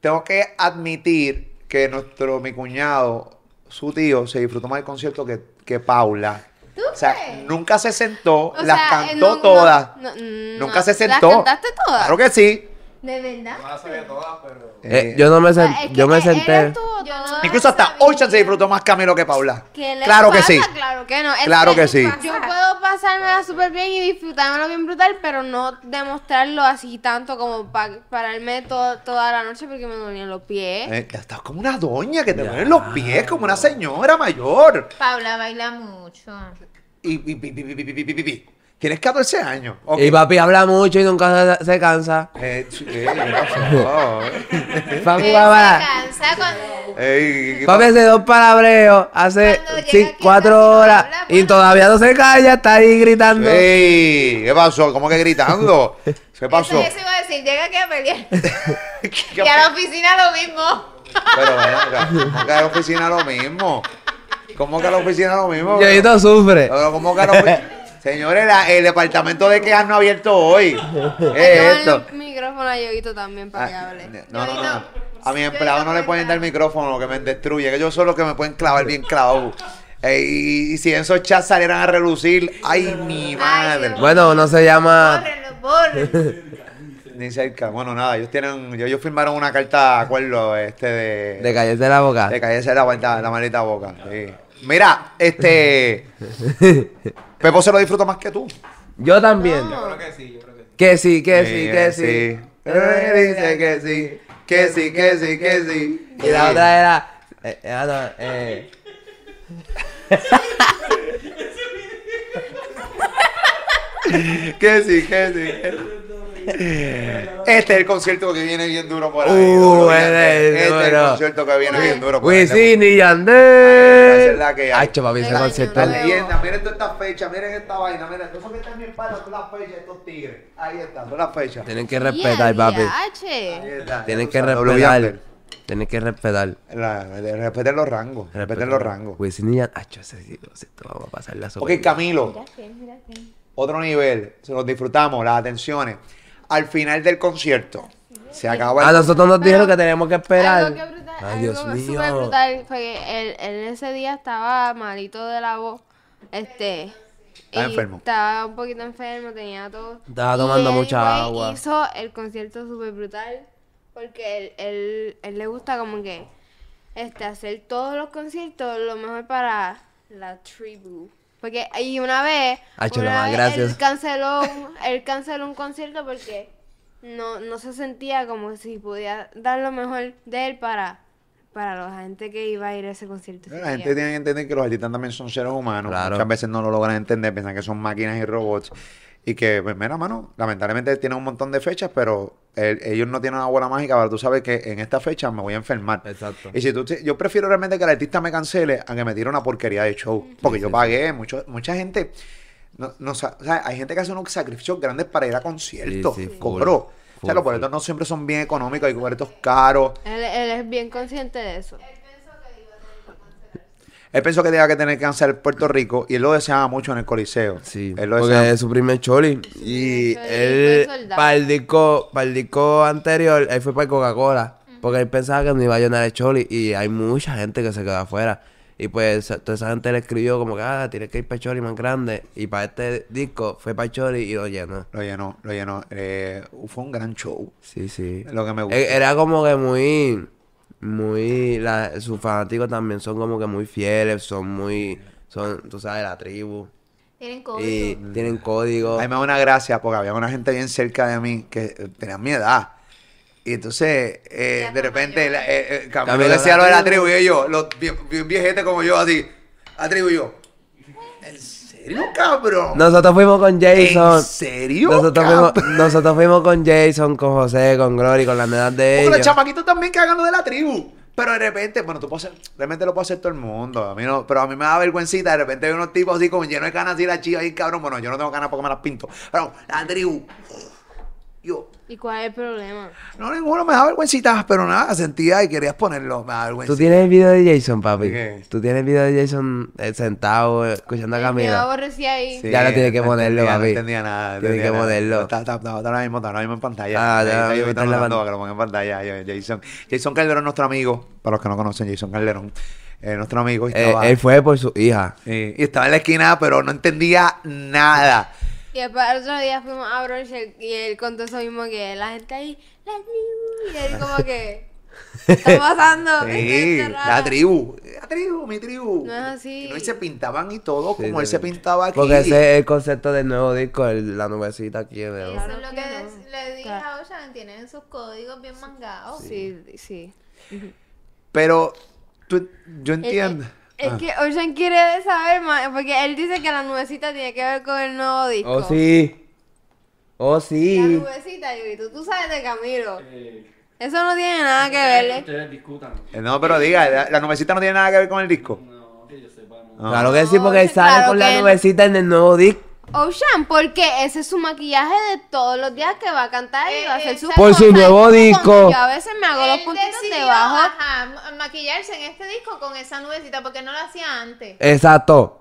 [SPEAKER 3] tengo que admitir que nuestro, mi cuñado, su tío, se disfrutó más del concierto que, que Paula.
[SPEAKER 1] ¿Tú
[SPEAKER 3] O sea,
[SPEAKER 1] crees?
[SPEAKER 3] nunca se sentó,
[SPEAKER 2] O
[SPEAKER 3] las
[SPEAKER 2] sea, eh,
[SPEAKER 3] cantó
[SPEAKER 2] no- no-
[SPEAKER 3] todas.
[SPEAKER 2] no- mm, no,
[SPEAKER 3] nunca se
[SPEAKER 2] ¿las
[SPEAKER 3] sentó.
[SPEAKER 2] cantaste todas?
[SPEAKER 3] Claro que sí.
[SPEAKER 1] ¿De verdad?
[SPEAKER 5] No la sabía todas, pero.
[SPEAKER 4] Eh,
[SPEAKER 3] Eh,
[SPEAKER 4] yo no me,
[SPEAKER 2] O sea,
[SPEAKER 4] sen-
[SPEAKER 2] es que
[SPEAKER 4] yo me
[SPEAKER 2] él- él
[SPEAKER 4] senté.
[SPEAKER 2] estuvo
[SPEAKER 1] Yo no-
[SPEAKER 2] toda-
[SPEAKER 3] Incluso hasta
[SPEAKER 1] sabía.
[SPEAKER 3] Ocean se disfrutó más Camilo que Paula.
[SPEAKER 2] ¿Qué le
[SPEAKER 3] Claro que
[SPEAKER 2] pasa?
[SPEAKER 3] sí.
[SPEAKER 2] Claro que no. Es
[SPEAKER 3] Claro que sí.
[SPEAKER 2] Yo puedo pasármela súper bien y disfrutármelo bien brutal, pero no demostrarlo así tanto como para pararme to- toda la noche porque me dolían los pies.
[SPEAKER 3] Eh, ya estás como una doña que te duelen los pies, como una señora mayor.
[SPEAKER 1] Paula baila mucho.
[SPEAKER 3] Y, y- y- y- y- y- y- y- tienes 14 años. Ok.
[SPEAKER 4] Y papi habla mucho y nunca se, se cansa.
[SPEAKER 3] Eh, sí, eh, Oh, gracias.
[SPEAKER 4] Papi
[SPEAKER 1] Él
[SPEAKER 4] va
[SPEAKER 1] se
[SPEAKER 4] para.
[SPEAKER 1] cansa cuando...
[SPEAKER 3] eh. Ey, ¿qué
[SPEAKER 4] Papi hace dos palabreos hace
[SPEAKER 1] Cuando llega
[SPEAKER 4] cin-
[SPEAKER 1] aquí
[SPEAKER 4] cuatro
[SPEAKER 1] casi no
[SPEAKER 4] horas
[SPEAKER 1] habla,
[SPEAKER 4] y
[SPEAKER 1] mano.
[SPEAKER 4] todavía no se calla, está ahí gritando.
[SPEAKER 3] Ey, ¿qué pasó? ¿Cómo que gritando? ¿Qué pasó?
[SPEAKER 1] Eso, eso iba a decir, llega aquí a pelear.
[SPEAKER 3] ¿Qué- qué-
[SPEAKER 1] y a la oficina lo mismo.
[SPEAKER 3] Pero ven acá, ¿cómo que a la oficina lo mismo? ¿Cómo que a la oficina lo mismo?
[SPEAKER 4] Y no sufre.
[SPEAKER 3] Pero ¿cómo que a la oficina? Señores, la- el departamento de quejas no ha abierto hoy. ¿Qué es
[SPEAKER 2] Hay que
[SPEAKER 3] esto?
[SPEAKER 2] darle un micrófono a Yoguito también para que hable.
[SPEAKER 3] Ah, no, no, no. A mis
[SPEAKER 1] Yo
[SPEAKER 3] empleados
[SPEAKER 1] digo
[SPEAKER 3] no le
[SPEAKER 1] que
[SPEAKER 3] pueden dar
[SPEAKER 1] está-
[SPEAKER 3] micrófono, que me destruyen. Ellos son los que me pueden clavar bien clavado. Eh, y, y si esos chats salieran a relucir, ay, mi madre.
[SPEAKER 1] Dios.
[SPEAKER 4] Bueno, uno se
[SPEAKER 3] Ah.
[SPEAKER 4] llama.
[SPEAKER 1] Bórrenlo, bórrenlo.
[SPEAKER 3] Ni cerca. Bueno, nada, ellos tienen, ellos, ellos firmaron una carta de acuerdo este de,
[SPEAKER 4] De callarse la boca.
[SPEAKER 3] de callarse la, maldita- la maldita boca. sí. Mira, este Pepo se lo disfruta más que tú.
[SPEAKER 4] Yo también.
[SPEAKER 5] Yo creo que sí, yo creo que sí.
[SPEAKER 4] Que sí, que sí,
[SPEAKER 3] Eh,
[SPEAKER 4] que sí.
[SPEAKER 3] Eh, dice que sí, que sí, que sí, que sí.
[SPEAKER 4] Y la otra era. eh, eh, ah, no, eh.
[SPEAKER 3] Que sí, que sí. que sí. Este es el concierto que viene bien duro por ahí.
[SPEAKER 4] Uh,
[SPEAKER 3] duro,
[SPEAKER 4] es
[SPEAKER 3] brillante.
[SPEAKER 4] el
[SPEAKER 3] este es el
[SPEAKER 4] duro.
[SPEAKER 3] concierto que viene bien duro por ahí.
[SPEAKER 4] Wisin y
[SPEAKER 3] pues, Esa es
[SPEAKER 4] Yandel.
[SPEAKER 3] la que hay.
[SPEAKER 4] Ay, papi, ese
[SPEAKER 2] Ay,
[SPEAKER 4] concierto.
[SPEAKER 3] La
[SPEAKER 2] Nuevo.
[SPEAKER 3] leyenda, miren todas estas fechas, miren esta vaina, miren, todo eso que está en mi espalda son las fechas de estos tigres. Ahí están, son las fechas.
[SPEAKER 4] Tienen que respetar,
[SPEAKER 2] Y
[SPEAKER 4] papi.
[SPEAKER 2] adiache.
[SPEAKER 3] Ahí está,
[SPEAKER 4] Tienen
[SPEAKER 3] ya tú
[SPEAKER 4] que
[SPEAKER 3] sabes, W
[SPEAKER 4] respetar.
[SPEAKER 3] Yandel.
[SPEAKER 4] Tienen que respetar.
[SPEAKER 3] La- de- Respeten los rangos, respeten los rangos.
[SPEAKER 4] ah, Wisin y Yandel. Ay, yo ese sí, lo siento, vamos a pasar la
[SPEAKER 3] Ok, Camilo,
[SPEAKER 1] Mira quién, mira quién.
[SPEAKER 3] otro nivel, se los disfrutamos, las atenciones. Al final del concierto, se acaba el
[SPEAKER 4] A nosotros nos dijeron que teníamos que esperar.
[SPEAKER 2] Algo que brutal,
[SPEAKER 4] Ay, Dios
[SPEAKER 2] algo
[SPEAKER 4] mío.
[SPEAKER 2] súper brutal fue que él, él ese día estaba malito de la voz. Este.
[SPEAKER 3] Estaba
[SPEAKER 2] y
[SPEAKER 3] enfermo.
[SPEAKER 2] Estaba un poquito enfermo, tenía todo. pues,
[SPEAKER 4] Estaba tomando mucha agua.
[SPEAKER 2] Hizo el concierto súper brutal. Porque él, él, él le gusta como que este, hacer todos los conciertos lo mejor para la tribu. Porque y una vez,
[SPEAKER 4] Ay, chulo,
[SPEAKER 2] una
[SPEAKER 4] más
[SPEAKER 2] vez
[SPEAKER 4] gracias.
[SPEAKER 2] él canceló, un- él canceló un concierto porque no, no se sentía como si podía dar lo mejor de él para, para la gente que iba a ir a ese concierto. ese
[SPEAKER 3] La gente
[SPEAKER 2] día.
[SPEAKER 3] tiene que entender que los artistas también son seres humanos.
[SPEAKER 4] Claro.
[SPEAKER 3] Muchas veces no lo logran entender, piensan que son máquinas y robots. Y que, pues, mira, mano, lamentablemente tienen un montón de fechas, pero el- ellos no tienen una bola mágica para tú sabes que en esta fecha me voy a enfermar.
[SPEAKER 4] Exacto.
[SPEAKER 3] Y si tú, te- yo prefiero realmente que el artista me cancele a que me tire una porquería de show. Porque yo pagué, mucho, mucha gente. No, no sa- o sea, hay gente que hace unos sacrificios grandes para ir a conciertos.
[SPEAKER 4] sí, full,
[SPEAKER 3] Compró. o sea,
[SPEAKER 4] full,
[SPEAKER 3] los boletos no siempre son bien económicos, hay boletos caros.
[SPEAKER 2] Él, él es bien consciente de eso.
[SPEAKER 3] Él pensó que tenía que tener que cancelar Puerto Rico y él lo deseaba mucho en el Coliseo.
[SPEAKER 4] Sí,
[SPEAKER 3] Él lo
[SPEAKER 4] porque
[SPEAKER 3] deseaba.
[SPEAKER 4] es su primer choli. Y
[SPEAKER 2] choli,
[SPEAKER 4] él,
[SPEAKER 2] fue soldado.
[SPEAKER 4] para el, disco, para el disco anterior, él fue para el Coca-Cola. Porque él pensaba que no iba a llenar el choli. Y hay mucha gente que se quedó afuera. Y pues esa- toda esa gente le escribió como que, ah, tienes que ir para el choli más grande. Y para este disco fue para el choli y lo llenó.
[SPEAKER 3] Lo llenó, lo llenó. Eh, fue un gran show.
[SPEAKER 4] Sí, sí.
[SPEAKER 3] Lo que me gustó.
[SPEAKER 4] E- Era como que muy, muy, la- sus fanáticos también son como que muy fieles, son muy, son, tú sabes, la tribu.
[SPEAKER 1] Tienen código.
[SPEAKER 4] Y
[SPEAKER 3] Mm.
[SPEAKER 4] tienen código.
[SPEAKER 3] A mí me da una gracia porque había una gente bien cerca de mí que eh, tenía mi edad. Y entonces, eh, de repente, la- eh, eh, Camilo
[SPEAKER 4] Camilo
[SPEAKER 3] decía
[SPEAKER 4] la
[SPEAKER 3] lo de la
[SPEAKER 4] tribu.
[SPEAKER 3] tribu y ellos, los vie- bien viejetes como yo, así, la tribu y yo. ¿En serio, cabrón?
[SPEAKER 4] Nosotros fuimos con Jason.
[SPEAKER 3] ¿En serio,
[SPEAKER 4] Nosotros
[SPEAKER 3] cabrón?
[SPEAKER 4] fuimos, nosotros fuimos con Jason, con José, con Glory, con las nenas de
[SPEAKER 3] Porque los
[SPEAKER 4] ellos.
[SPEAKER 3] chamaquitos también cagan lo de la tribu. Pero de repente, bueno, tú puedes hacer, realmente lo puede hacer todo el mundo. A mí no, pero a mí me da vergüencita. De repente hay unos tipos así como llenos de canas y la chiva ahí, cabrón. Bueno, yo no tengo canas porque me las pinto. Pero la tribu. Yo,
[SPEAKER 2] ¿Y cuál es el problema?
[SPEAKER 3] no, ninguno me da vergüencita, pero nada, sentía y querías ponerlo. Me da vergüenza.
[SPEAKER 4] Tú tienes el video de Jason, papi.
[SPEAKER 3] ¿Qué?
[SPEAKER 4] Tú tienes el video de Jason eh, sentado, eh, escuchando a
[SPEAKER 3] Ah,
[SPEAKER 2] Él me
[SPEAKER 4] Camila.
[SPEAKER 2] aborrecía ahí.
[SPEAKER 4] Ya lo tiene que
[SPEAKER 3] no
[SPEAKER 4] ponerlo,
[SPEAKER 3] entendía,
[SPEAKER 4] papi.
[SPEAKER 3] No entendía nada.
[SPEAKER 4] Tiene
[SPEAKER 3] entendía
[SPEAKER 4] que
[SPEAKER 3] nada.
[SPEAKER 4] ponerlo.
[SPEAKER 3] Está, está, está, está ahora mismo, está ahora mismo en pantalla.
[SPEAKER 4] Ah,
[SPEAKER 3] Ahí,
[SPEAKER 4] ya,
[SPEAKER 3] ahí,
[SPEAKER 4] ahí
[SPEAKER 3] ahí
[SPEAKER 4] está
[SPEAKER 3] están
[SPEAKER 4] en la
[SPEAKER 3] mandando
[SPEAKER 4] pan-
[SPEAKER 3] para que lo pongan en pantalla. yo- Jason, Jason Calderón, nuestro amigo. Para los que no conocen, Jason Calderón. eh, nuestro amigo. y
[SPEAKER 4] Eh,
[SPEAKER 3] estaba-
[SPEAKER 4] él fue por su hija.
[SPEAKER 3] Sí, Y estaba en la esquina, pero no entendía nada.
[SPEAKER 2] Y después el otro día fuimos a brunch y él, y él contó eso mismo que la gente ahí, la tribu", y él como que, "¿Qué está pasando? este
[SPEAKER 3] Sí,
[SPEAKER 2] Gente rara".
[SPEAKER 3] la tribu. La tribu, mi tribu.
[SPEAKER 2] No es así.
[SPEAKER 3] Y no, y se pintaban y todo como él
[SPEAKER 4] sí.
[SPEAKER 3] se pintaba aquí.
[SPEAKER 4] Porque ese es el concepto del nuevo disco, el- la nubecita aquí.
[SPEAKER 1] Eso
[SPEAKER 4] ¿no?
[SPEAKER 2] Claro
[SPEAKER 1] es lo que,
[SPEAKER 2] que
[SPEAKER 1] des-
[SPEAKER 2] no.
[SPEAKER 1] le dije
[SPEAKER 2] Claro.
[SPEAKER 1] a Ocean, tienen sus códigos bien mangados.
[SPEAKER 2] Sí, sí.
[SPEAKER 3] Pero tú- yo
[SPEAKER 2] Él-
[SPEAKER 3] entiendo. Ah.
[SPEAKER 2] Es que Ocean quiere saber más, porque él dice que la nubecita tiene que ver con el nuevo disco.
[SPEAKER 4] Oh, sí. Oh, sí.
[SPEAKER 2] La nubecita, Yurito, tú sabes de Camilo. Eso no tiene nada que ver. ¿eh?
[SPEAKER 6] Ustedes discutan.
[SPEAKER 3] Eh, No, pero diga, la, la nubecita no tiene nada que ver con el disco.
[SPEAKER 6] No, que yo sepa, no.
[SPEAKER 3] Ah.
[SPEAKER 4] Claro que sí, porque él
[SPEAKER 2] No,
[SPEAKER 4] sale
[SPEAKER 2] claro
[SPEAKER 4] con
[SPEAKER 2] que
[SPEAKER 4] la
[SPEAKER 2] no.
[SPEAKER 4] nubecita en el nuevo disco.
[SPEAKER 2] Ocean, porque ese es su maquillaje de todos los días que va a cantar y va a hacer su
[SPEAKER 1] Por
[SPEAKER 2] cosa,
[SPEAKER 4] su
[SPEAKER 2] y
[SPEAKER 4] nuevo
[SPEAKER 2] como
[SPEAKER 4] disco.
[SPEAKER 2] Yo a veces me hago los
[SPEAKER 1] Él
[SPEAKER 2] puntitos
[SPEAKER 1] decidió,
[SPEAKER 2] debajo.
[SPEAKER 1] ajá, ma- maquillarse en este disco con esa nubecita porque no lo hacía antes.
[SPEAKER 4] Exacto.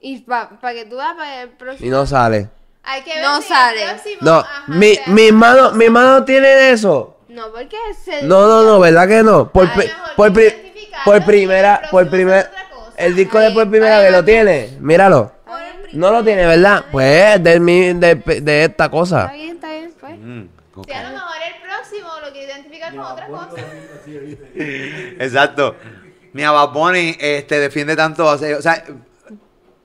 [SPEAKER 2] Y para que tú veas para el
[SPEAKER 4] Y
[SPEAKER 2] próximo.
[SPEAKER 4] no sale.
[SPEAKER 1] Hay que ver
[SPEAKER 2] No
[SPEAKER 1] si el
[SPEAKER 2] sale.
[SPEAKER 1] próximo,
[SPEAKER 4] No,
[SPEAKER 1] ajá,
[SPEAKER 4] mi,
[SPEAKER 1] se hace.
[SPEAKER 4] mi mano, mi mano tiene eso.
[SPEAKER 2] No, porque se.
[SPEAKER 4] No, no, no, ¿verdad que no? Por,
[SPEAKER 1] Ay,
[SPEAKER 4] pri-
[SPEAKER 1] mejor
[SPEAKER 4] por, pri-
[SPEAKER 1] identificarlo
[SPEAKER 4] por
[SPEAKER 1] y el
[SPEAKER 4] primera,
[SPEAKER 1] próximo
[SPEAKER 4] por
[SPEAKER 1] es
[SPEAKER 4] primera,
[SPEAKER 1] otra cosa.
[SPEAKER 4] el disco de
[SPEAKER 2] Ay,
[SPEAKER 4] por primera
[SPEAKER 2] ay,
[SPEAKER 4] vez lo
[SPEAKER 2] ay.
[SPEAKER 4] tiene, míralo.
[SPEAKER 1] Por el pri-
[SPEAKER 4] No lo tiene, ¿verdad? Pues del mi- de, de esta cosa.
[SPEAKER 2] Está bien, está bien, pues.
[SPEAKER 3] Mm.
[SPEAKER 1] Si a lo mejor el próximo lo que identificar con otra cosa.
[SPEAKER 3] Exacto. Mi a Bad Bunny, este, defiende tanto. O sea, o sea,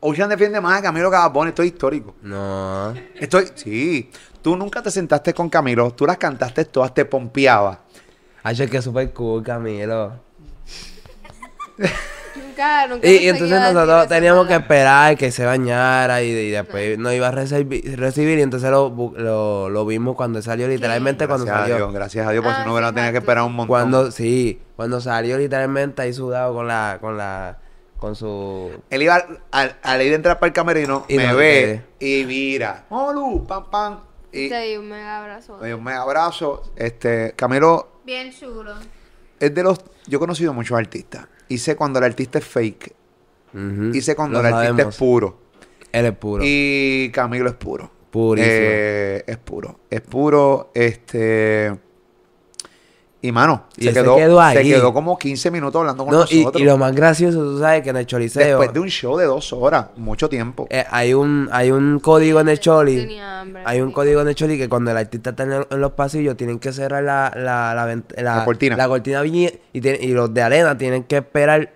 [SPEAKER 3] Ocean defiende más a Camilo que a Bad Bunny. Esto es histórico.
[SPEAKER 4] No.
[SPEAKER 3] Estoy, sí. Tú nunca te sentaste con Camilo, tú las cantaste todas, te pompeabas.
[SPEAKER 4] Ay, es que es súper cool, Camilo.
[SPEAKER 2] Nunca, nunca.
[SPEAKER 4] Y,
[SPEAKER 2] pensé
[SPEAKER 4] y
[SPEAKER 2] que iba
[SPEAKER 4] entonces
[SPEAKER 2] a decir
[SPEAKER 4] nosotros
[SPEAKER 2] eso,
[SPEAKER 4] teníamos que
[SPEAKER 2] ¿verdad?
[SPEAKER 4] esperar que se bañara y, y después no iba a recibir, recibir y entonces lo, bu- lo, lo vimos cuando salió, literalmente cuando
[SPEAKER 3] Gracias a
[SPEAKER 4] salió.
[SPEAKER 3] Dios, gracias a Dios, porque
[SPEAKER 2] Ah,
[SPEAKER 3] si no hubiera
[SPEAKER 2] sí,
[SPEAKER 3] tenido que
[SPEAKER 2] exacto.
[SPEAKER 3] esperar un montón.
[SPEAKER 4] Cuando, sí, cuando salió literalmente ahí sudado con la, con la, con su...
[SPEAKER 3] Él iba al, al- a la ida de entrar para el camerino,
[SPEAKER 4] Y
[SPEAKER 3] me
[SPEAKER 4] no
[SPEAKER 3] ve y mira. ¡Olu! ¡Pam, pam! Y
[SPEAKER 2] Te di un mega abrazo.
[SPEAKER 3] me dio un mega abrazo. Este, Camilo
[SPEAKER 1] Bien chulo.
[SPEAKER 3] es de los. Yo he conocido muchos artistas. Y sé cuando el artista es fake.
[SPEAKER 4] Ujú,
[SPEAKER 3] Y sé cuando
[SPEAKER 4] lo
[SPEAKER 3] el artista es
[SPEAKER 4] Mm. sabemos.
[SPEAKER 3] puro.
[SPEAKER 4] Él es puro.
[SPEAKER 3] Y Camilo es puro.
[SPEAKER 4] Purísimo.
[SPEAKER 3] Eh, es puro. Es puro. Este. Y mano,
[SPEAKER 4] Y
[SPEAKER 3] se,
[SPEAKER 4] él se
[SPEAKER 3] quedó,
[SPEAKER 4] quedó ahí.
[SPEAKER 3] se quedó como 15 minutos hablando con
[SPEAKER 4] No, y,
[SPEAKER 3] nosotros.
[SPEAKER 4] y lo más gracioso, tú sabes, que en el choliseo
[SPEAKER 3] Después de un show de dos horas, mucho tiempo.
[SPEAKER 4] eh, hay, un, hay un código en el choli.
[SPEAKER 2] Tenía hambre,
[SPEAKER 4] Hay un
[SPEAKER 2] sí.
[SPEAKER 4] código en el choli que cuando el artista está en, el- en los pasillos tienen que cerrar la, la, la, vent-
[SPEAKER 3] La cortina.
[SPEAKER 4] La cortina bien- y, tiene- y los de arena tienen que esperar.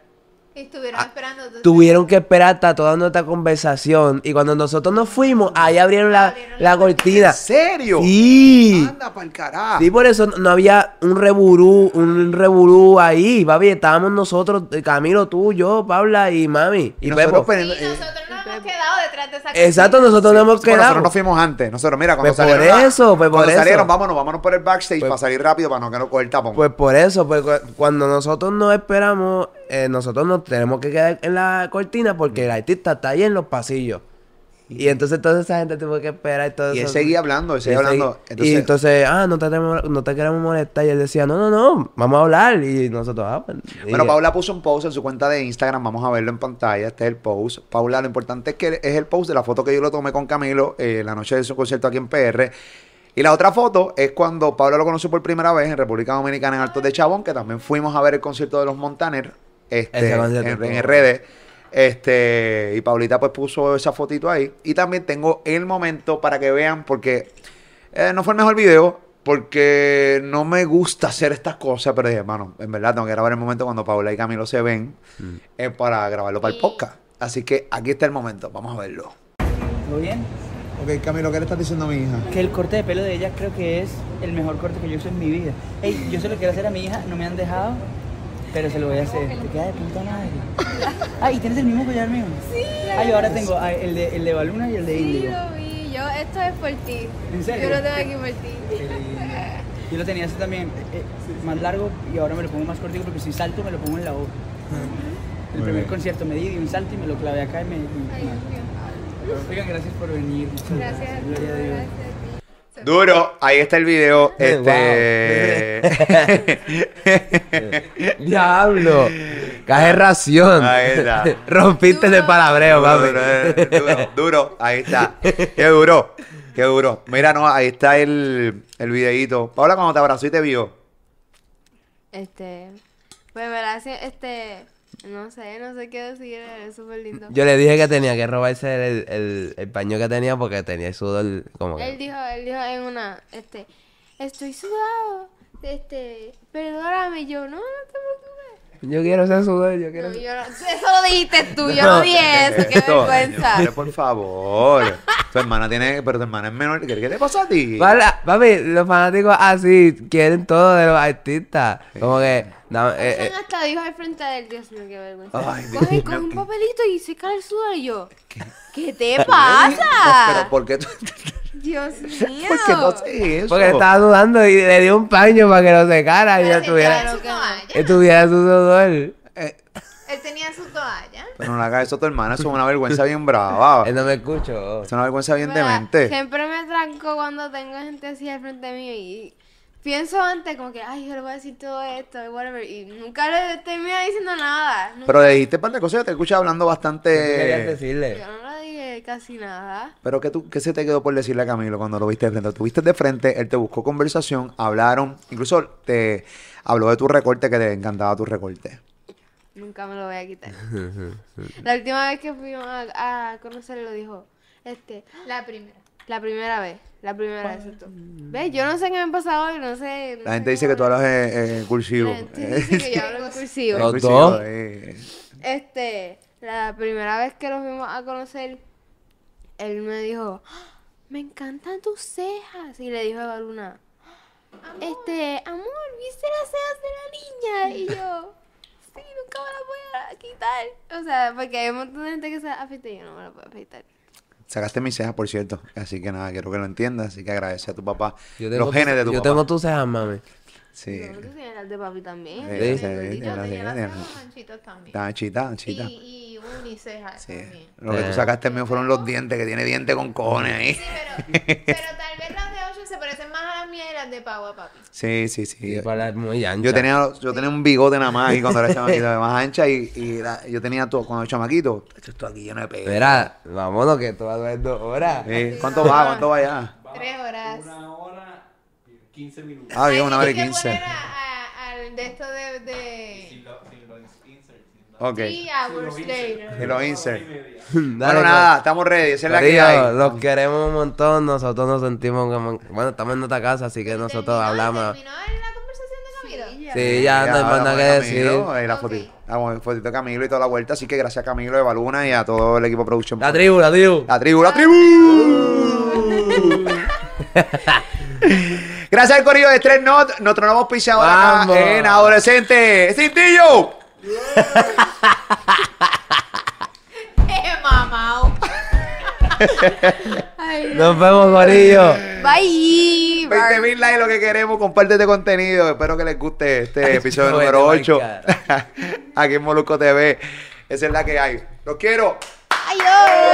[SPEAKER 1] Y estuvieron esperando. entonces-
[SPEAKER 4] Tuvieron que esperar hasta toda nuestra conversación. Y cuando nosotros nos fuimos, ahí abrieron la,
[SPEAKER 1] Abrieron
[SPEAKER 4] la
[SPEAKER 1] la
[SPEAKER 4] cortina.
[SPEAKER 3] ¿En serio?
[SPEAKER 4] Sí.
[SPEAKER 3] Anda pa'l carajo.
[SPEAKER 4] Sí, por eso no había un reburú, un reburú ahí, papi. Estábamos nosotros, eh, Camilo, tú, yo, Paula y mami.
[SPEAKER 3] Y
[SPEAKER 4] Y,
[SPEAKER 3] nosotros
[SPEAKER 4] Pepo.
[SPEAKER 1] Y
[SPEAKER 3] pendiendo- eh,
[SPEAKER 1] nosotros nos hemos quedado detrás de esa cortina.
[SPEAKER 4] Exacto, nosotros nos hemos
[SPEAKER 3] bueno,
[SPEAKER 4] quedado.
[SPEAKER 3] nosotros nos fuimos antes. Nosotros, mira, cuando
[SPEAKER 4] Pues por
[SPEAKER 3] salieron.
[SPEAKER 4] eso, pues por
[SPEAKER 3] cuando
[SPEAKER 4] eso.
[SPEAKER 3] salieron, vámonos, vámonos por el backstage
[SPEAKER 4] Pues-
[SPEAKER 3] para salir rápido para no que no coger tapón.
[SPEAKER 4] Pues por eso, pues cu- cuando nosotros nos esperamos, eh, nosotros nos tenemos que quedar en la cortina porque el artista está ahí en los pasillos. Y entonces toda esa gente tuvo que esperar y todo
[SPEAKER 3] y él
[SPEAKER 4] eso.
[SPEAKER 3] seguía hablando, él
[SPEAKER 4] Y
[SPEAKER 3] seguía
[SPEAKER 4] él segui-
[SPEAKER 3] hablando.
[SPEAKER 4] y entonces, ah, no te, queremos- no te queremos molestar. Y él decía, no, no, no, vamos a hablar. Y nosotros, ah, pues. y-
[SPEAKER 3] Bueno, Paula puso un post en su cuenta de Instagram, vamos a verlo en pantalla, este es el post. Paula, lo importante es que es el post de la foto que yo lo tomé con Camilo eh, la noche de su concierto aquí en PR. Y la otra foto es cuando Paula lo conoció por primera vez en República Dominicana en Altos de Chabón, que también fuimos a ver el concierto de los Montaner este,
[SPEAKER 4] Ese concierto
[SPEAKER 3] en, en
[SPEAKER 4] estuvo
[SPEAKER 3] RD. Este, y Paulita pues puso esa fotito ahí. Y también tengo el momento para que vean, porque eh, no fue el mejor video porque no me gusta hacer estas cosas, pero dije, hermano, en verdad tengo que grabar el momento cuando Paula y Camilo se ven
[SPEAKER 4] Mm.
[SPEAKER 3] eh, para grabarlo para
[SPEAKER 1] Sí.
[SPEAKER 3] el podcast. Así que aquí está el momento, vamos a verlo.
[SPEAKER 6] ¿Todo bien?
[SPEAKER 3] Ok, Camilo, ¿qué le estás diciendo a mi hija?
[SPEAKER 6] Que el corte de pelo de ella creo que es el mejor corte que yo he hecho en mi vida. Ey, yo se lo quiero hacer a mi hija, no me han dejado, pero se lo voy a hacer. Te queda de puta madre. Ah, ¿y tienes el mismo collar mío? Sí. Ah, yo ahora tengo ah, el de, el de Baluna y el de
[SPEAKER 2] Sí,
[SPEAKER 6] Índigo.
[SPEAKER 2] lo vi. Yo, esto es por ti.
[SPEAKER 6] ¿En serio?
[SPEAKER 2] Yo lo tengo aquí por ti.
[SPEAKER 6] Qué lindo. Yo lo tenía así también, eh, más largo y ahora me lo pongo más cortico porque si salto me lo pongo en la boca. El primer concierto me di, di un salto y me lo clavé acá y me...
[SPEAKER 2] Ay, Dios mío.
[SPEAKER 6] Pero, oigan, gracias por venir. Muchas
[SPEAKER 2] Gracias a ti.
[SPEAKER 6] Gloria a Dios.
[SPEAKER 2] Gracias a ti.
[SPEAKER 3] Duro, ahí está el video. Este.
[SPEAKER 4] Diablo. Caje ración.
[SPEAKER 3] Ah, Ahí está.
[SPEAKER 4] Rompiste de palabreo, papi.
[SPEAKER 3] Duro, eh, duro, duro, ahí está. Qué duro, qué duro. Mira, no, ahí está el, el videíto. Paula, cuando te abrazó y te vio.
[SPEAKER 2] Este, pues verdad, sí, este, no sé, no sé qué decir, es súper lindo.
[SPEAKER 4] Yo le dije que tenía que robarse el, el, el paño que tenía porque tenía el sudor como que...
[SPEAKER 2] Él dijo, él dijo en una, este, estoy sudado, este, perdóname, Y yo, no, no te preocupes.
[SPEAKER 4] Yo quiero ese sudor, yo quiero...
[SPEAKER 2] No,
[SPEAKER 4] ese-
[SPEAKER 2] yo no, eso lo dijiste tú, yo no dije eso, qué
[SPEAKER 3] Esto,
[SPEAKER 2] vergüenza.
[SPEAKER 3] señores, por favor. Tu hermana tiene, pero tu hermana es menor. ¿Qué, qué te pasa a ti?
[SPEAKER 4] Vale, Papi, los fanáticos así quieren todo de los artistas. Como que... dame, eh, eh,
[SPEAKER 2] Él hasta dijo al frente del Dios mío, qué vergüenza.
[SPEAKER 3] Ay, Dios
[SPEAKER 2] coge,
[SPEAKER 3] mío,
[SPEAKER 2] coge un
[SPEAKER 3] qué-
[SPEAKER 2] papelito y seca el sudor y yo. ¿Qué, te pasa?
[SPEAKER 3] Pero ¿por qué tú,
[SPEAKER 2] Dios mío.
[SPEAKER 3] ¿por qué tú haces eso?
[SPEAKER 4] porque estaba sudando y le di un paño para que no secara y
[SPEAKER 1] Pero
[SPEAKER 4] ya
[SPEAKER 1] si
[SPEAKER 4] tuviera...
[SPEAKER 1] trae su toalla.
[SPEAKER 4] Que tuviera su sudor.
[SPEAKER 3] Eh,
[SPEAKER 1] Él tenía su toalla.
[SPEAKER 3] Pero no le hagas eso a tu hermana, eso es una vergüenza bien brava.
[SPEAKER 4] Él Eh, no me oh. escuchó.
[SPEAKER 3] Es una vergüenza bien
[SPEAKER 2] ¿Verdad?
[SPEAKER 3] demente.
[SPEAKER 2] Siempre me tranco cuando tengo gente así al frente mío y pienso antes como que, ay, yo le voy a decir todo esto, y whatever, y nunca le termino diciendo nada. Nunca-
[SPEAKER 3] Pero le dijiste un par de cosas, yo te escuché hablando
[SPEAKER 4] Querías
[SPEAKER 3] bastante.
[SPEAKER 4] decirle.
[SPEAKER 2] Yo no le dije casi nada.
[SPEAKER 3] Pero ¿qué, tú, ¿qué se te quedó por decirle a Camilo cuando lo viste de frente? Tú viste de frente, él te buscó conversación, hablaron, incluso te habló de tu recorte, que te encantaba tu recorte.
[SPEAKER 2] Nunca me lo voy a quitar. La última vez que fuimos a, a conocerlo dijo, este,
[SPEAKER 1] La primera.
[SPEAKER 2] la primera vez, la primera vez. exacto. ¿Ves? Yo no sé qué me pasa hoy, no sé. no
[SPEAKER 3] Mm. La
[SPEAKER 2] sé
[SPEAKER 3] gente dice
[SPEAKER 2] cómo
[SPEAKER 3] que tú hablas eh, eh, cursivo.
[SPEAKER 2] La gente dice que yo hablo en cursivo.
[SPEAKER 4] Los
[SPEAKER 3] Cursivo,
[SPEAKER 4] dos.
[SPEAKER 3] eh.
[SPEAKER 2] Este, la primera vez que nos fuimos a conocer, él me dijo, "Ah, me encantan tus cejas. Y le dijo a Luna, este, amor, ¿viste las cejas de la niña? Y yo, sí, nunca me las voy a quitar. O sea, porque hay un montón de gente que se las afeita y yo no me las puedo afeitar.
[SPEAKER 3] Sacaste mis cejas, por cierto. Así que nada, quiero que lo entiendas. Así que agradece a tu papá.
[SPEAKER 4] Yo tengo
[SPEAKER 3] Los genes
[SPEAKER 4] tus-
[SPEAKER 3] de tu
[SPEAKER 4] Yo
[SPEAKER 3] papá.
[SPEAKER 4] tengo tus cejas, mami.
[SPEAKER 3] Sí.
[SPEAKER 2] No, tú tienes las de papi también.
[SPEAKER 3] Sí, sí,
[SPEAKER 4] Sí.
[SPEAKER 3] sí,
[SPEAKER 1] Yo
[SPEAKER 3] sí,
[SPEAKER 1] tenía las
[SPEAKER 3] sí.
[SPEAKER 1] cejas manchitas también.
[SPEAKER 3] Está chita, chita.
[SPEAKER 1] Y, y unicejas
[SPEAKER 3] Sí.
[SPEAKER 1] también.
[SPEAKER 3] Lo que tú
[SPEAKER 4] Eh.
[SPEAKER 3] sacaste mío fueron los dientes, que tiene dientes con cojones ahí.
[SPEAKER 1] Sí, pero, pero tal vez las de 8 se parecen más a las mía y las de Pagua, papi.
[SPEAKER 3] Sí, sí, sí.
[SPEAKER 4] Y para muy ancha.
[SPEAKER 3] Yo tenía, yo tenía un bigote nada más y cuando era chamaquito, más ancha y, y la- yo tenía todo, cuando era chamaquito, esto esto aquí lleno de pelo.
[SPEAKER 4] Mira, vámonos que tú vas a durar dos horas.
[SPEAKER 3] Eh, ¿Cuánto va? ¿Cuánto va ya?
[SPEAKER 1] Tres horas.
[SPEAKER 5] hora y 15 minutos.
[SPEAKER 3] Ah, bien, una
[SPEAKER 1] Ay,
[SPEAKER 3] hora y
[SPEAKER 1] tienes que
[SPEAKER 3] quince.
[SPEAKER 1] poner a- a- al de esto de. de...
[SPEAKER 5] lo- sin los inserts, sin nada.
[SPEAKER 3] Ok.
[SPEAKER 1] Three hours later.
[SPEAKER 3] De los insert.
[SPEAKER 4] Dale, pues.
[SPEAKER 3] Bueno, nada, estamos ready, esa es la que
[SPEAKER 4] Corillo,
[SPEAKER 3] hay.
[SPEAKER 4] los queremos un montón, nosotros nos sentimos como... Bueno, estamos en nuestra casa, así que nosotros
[SPEAKER 1] ¿Terminó-
[SPEAKER 4] hablamos.
[SPEAKER 1] ¿Terminó la conversación de Camilo?
[SPEAKER 4] Sí, ya no hay más nada que decir.
[SPEAKER 3] Camilo, eh, la
[SPEAKER 1] Ok.
[SPEAKER 3] fotito, la fotito de Camilo y toda la vuelta, así que gracias a Camilo, Eva Luna y a todo el equipo de producción.
[SPEAKER 4] La tribu, la tribu.
[SPEAKER 3] La tribu, la tribu. Gracias al corrido de Tres Not, nuestro nuevo auspiciador acá
[SPEAKER 4] Vamos.
[SPEAKER 3] en Adolescente. ¡Cintillo!
[SPEAKER 1] ¡Eh, mamao!
[SPEAKER 4] Nos vemos, Corillo.
[SPEAKER 2] Bye.
[SPEAKER 3] 20 mil likes lo que queremos, comparte este contenido. Espero que les guste este episodio
[SPEAKER 4] Vete
[SPEAKER 3] número
[SPEAKER 4] pa'l
[SPEAKER 3] 8. Aquí en Molusco TV. Esa es la que hay. Los quiero.
[SPEAKER 2] Adiós.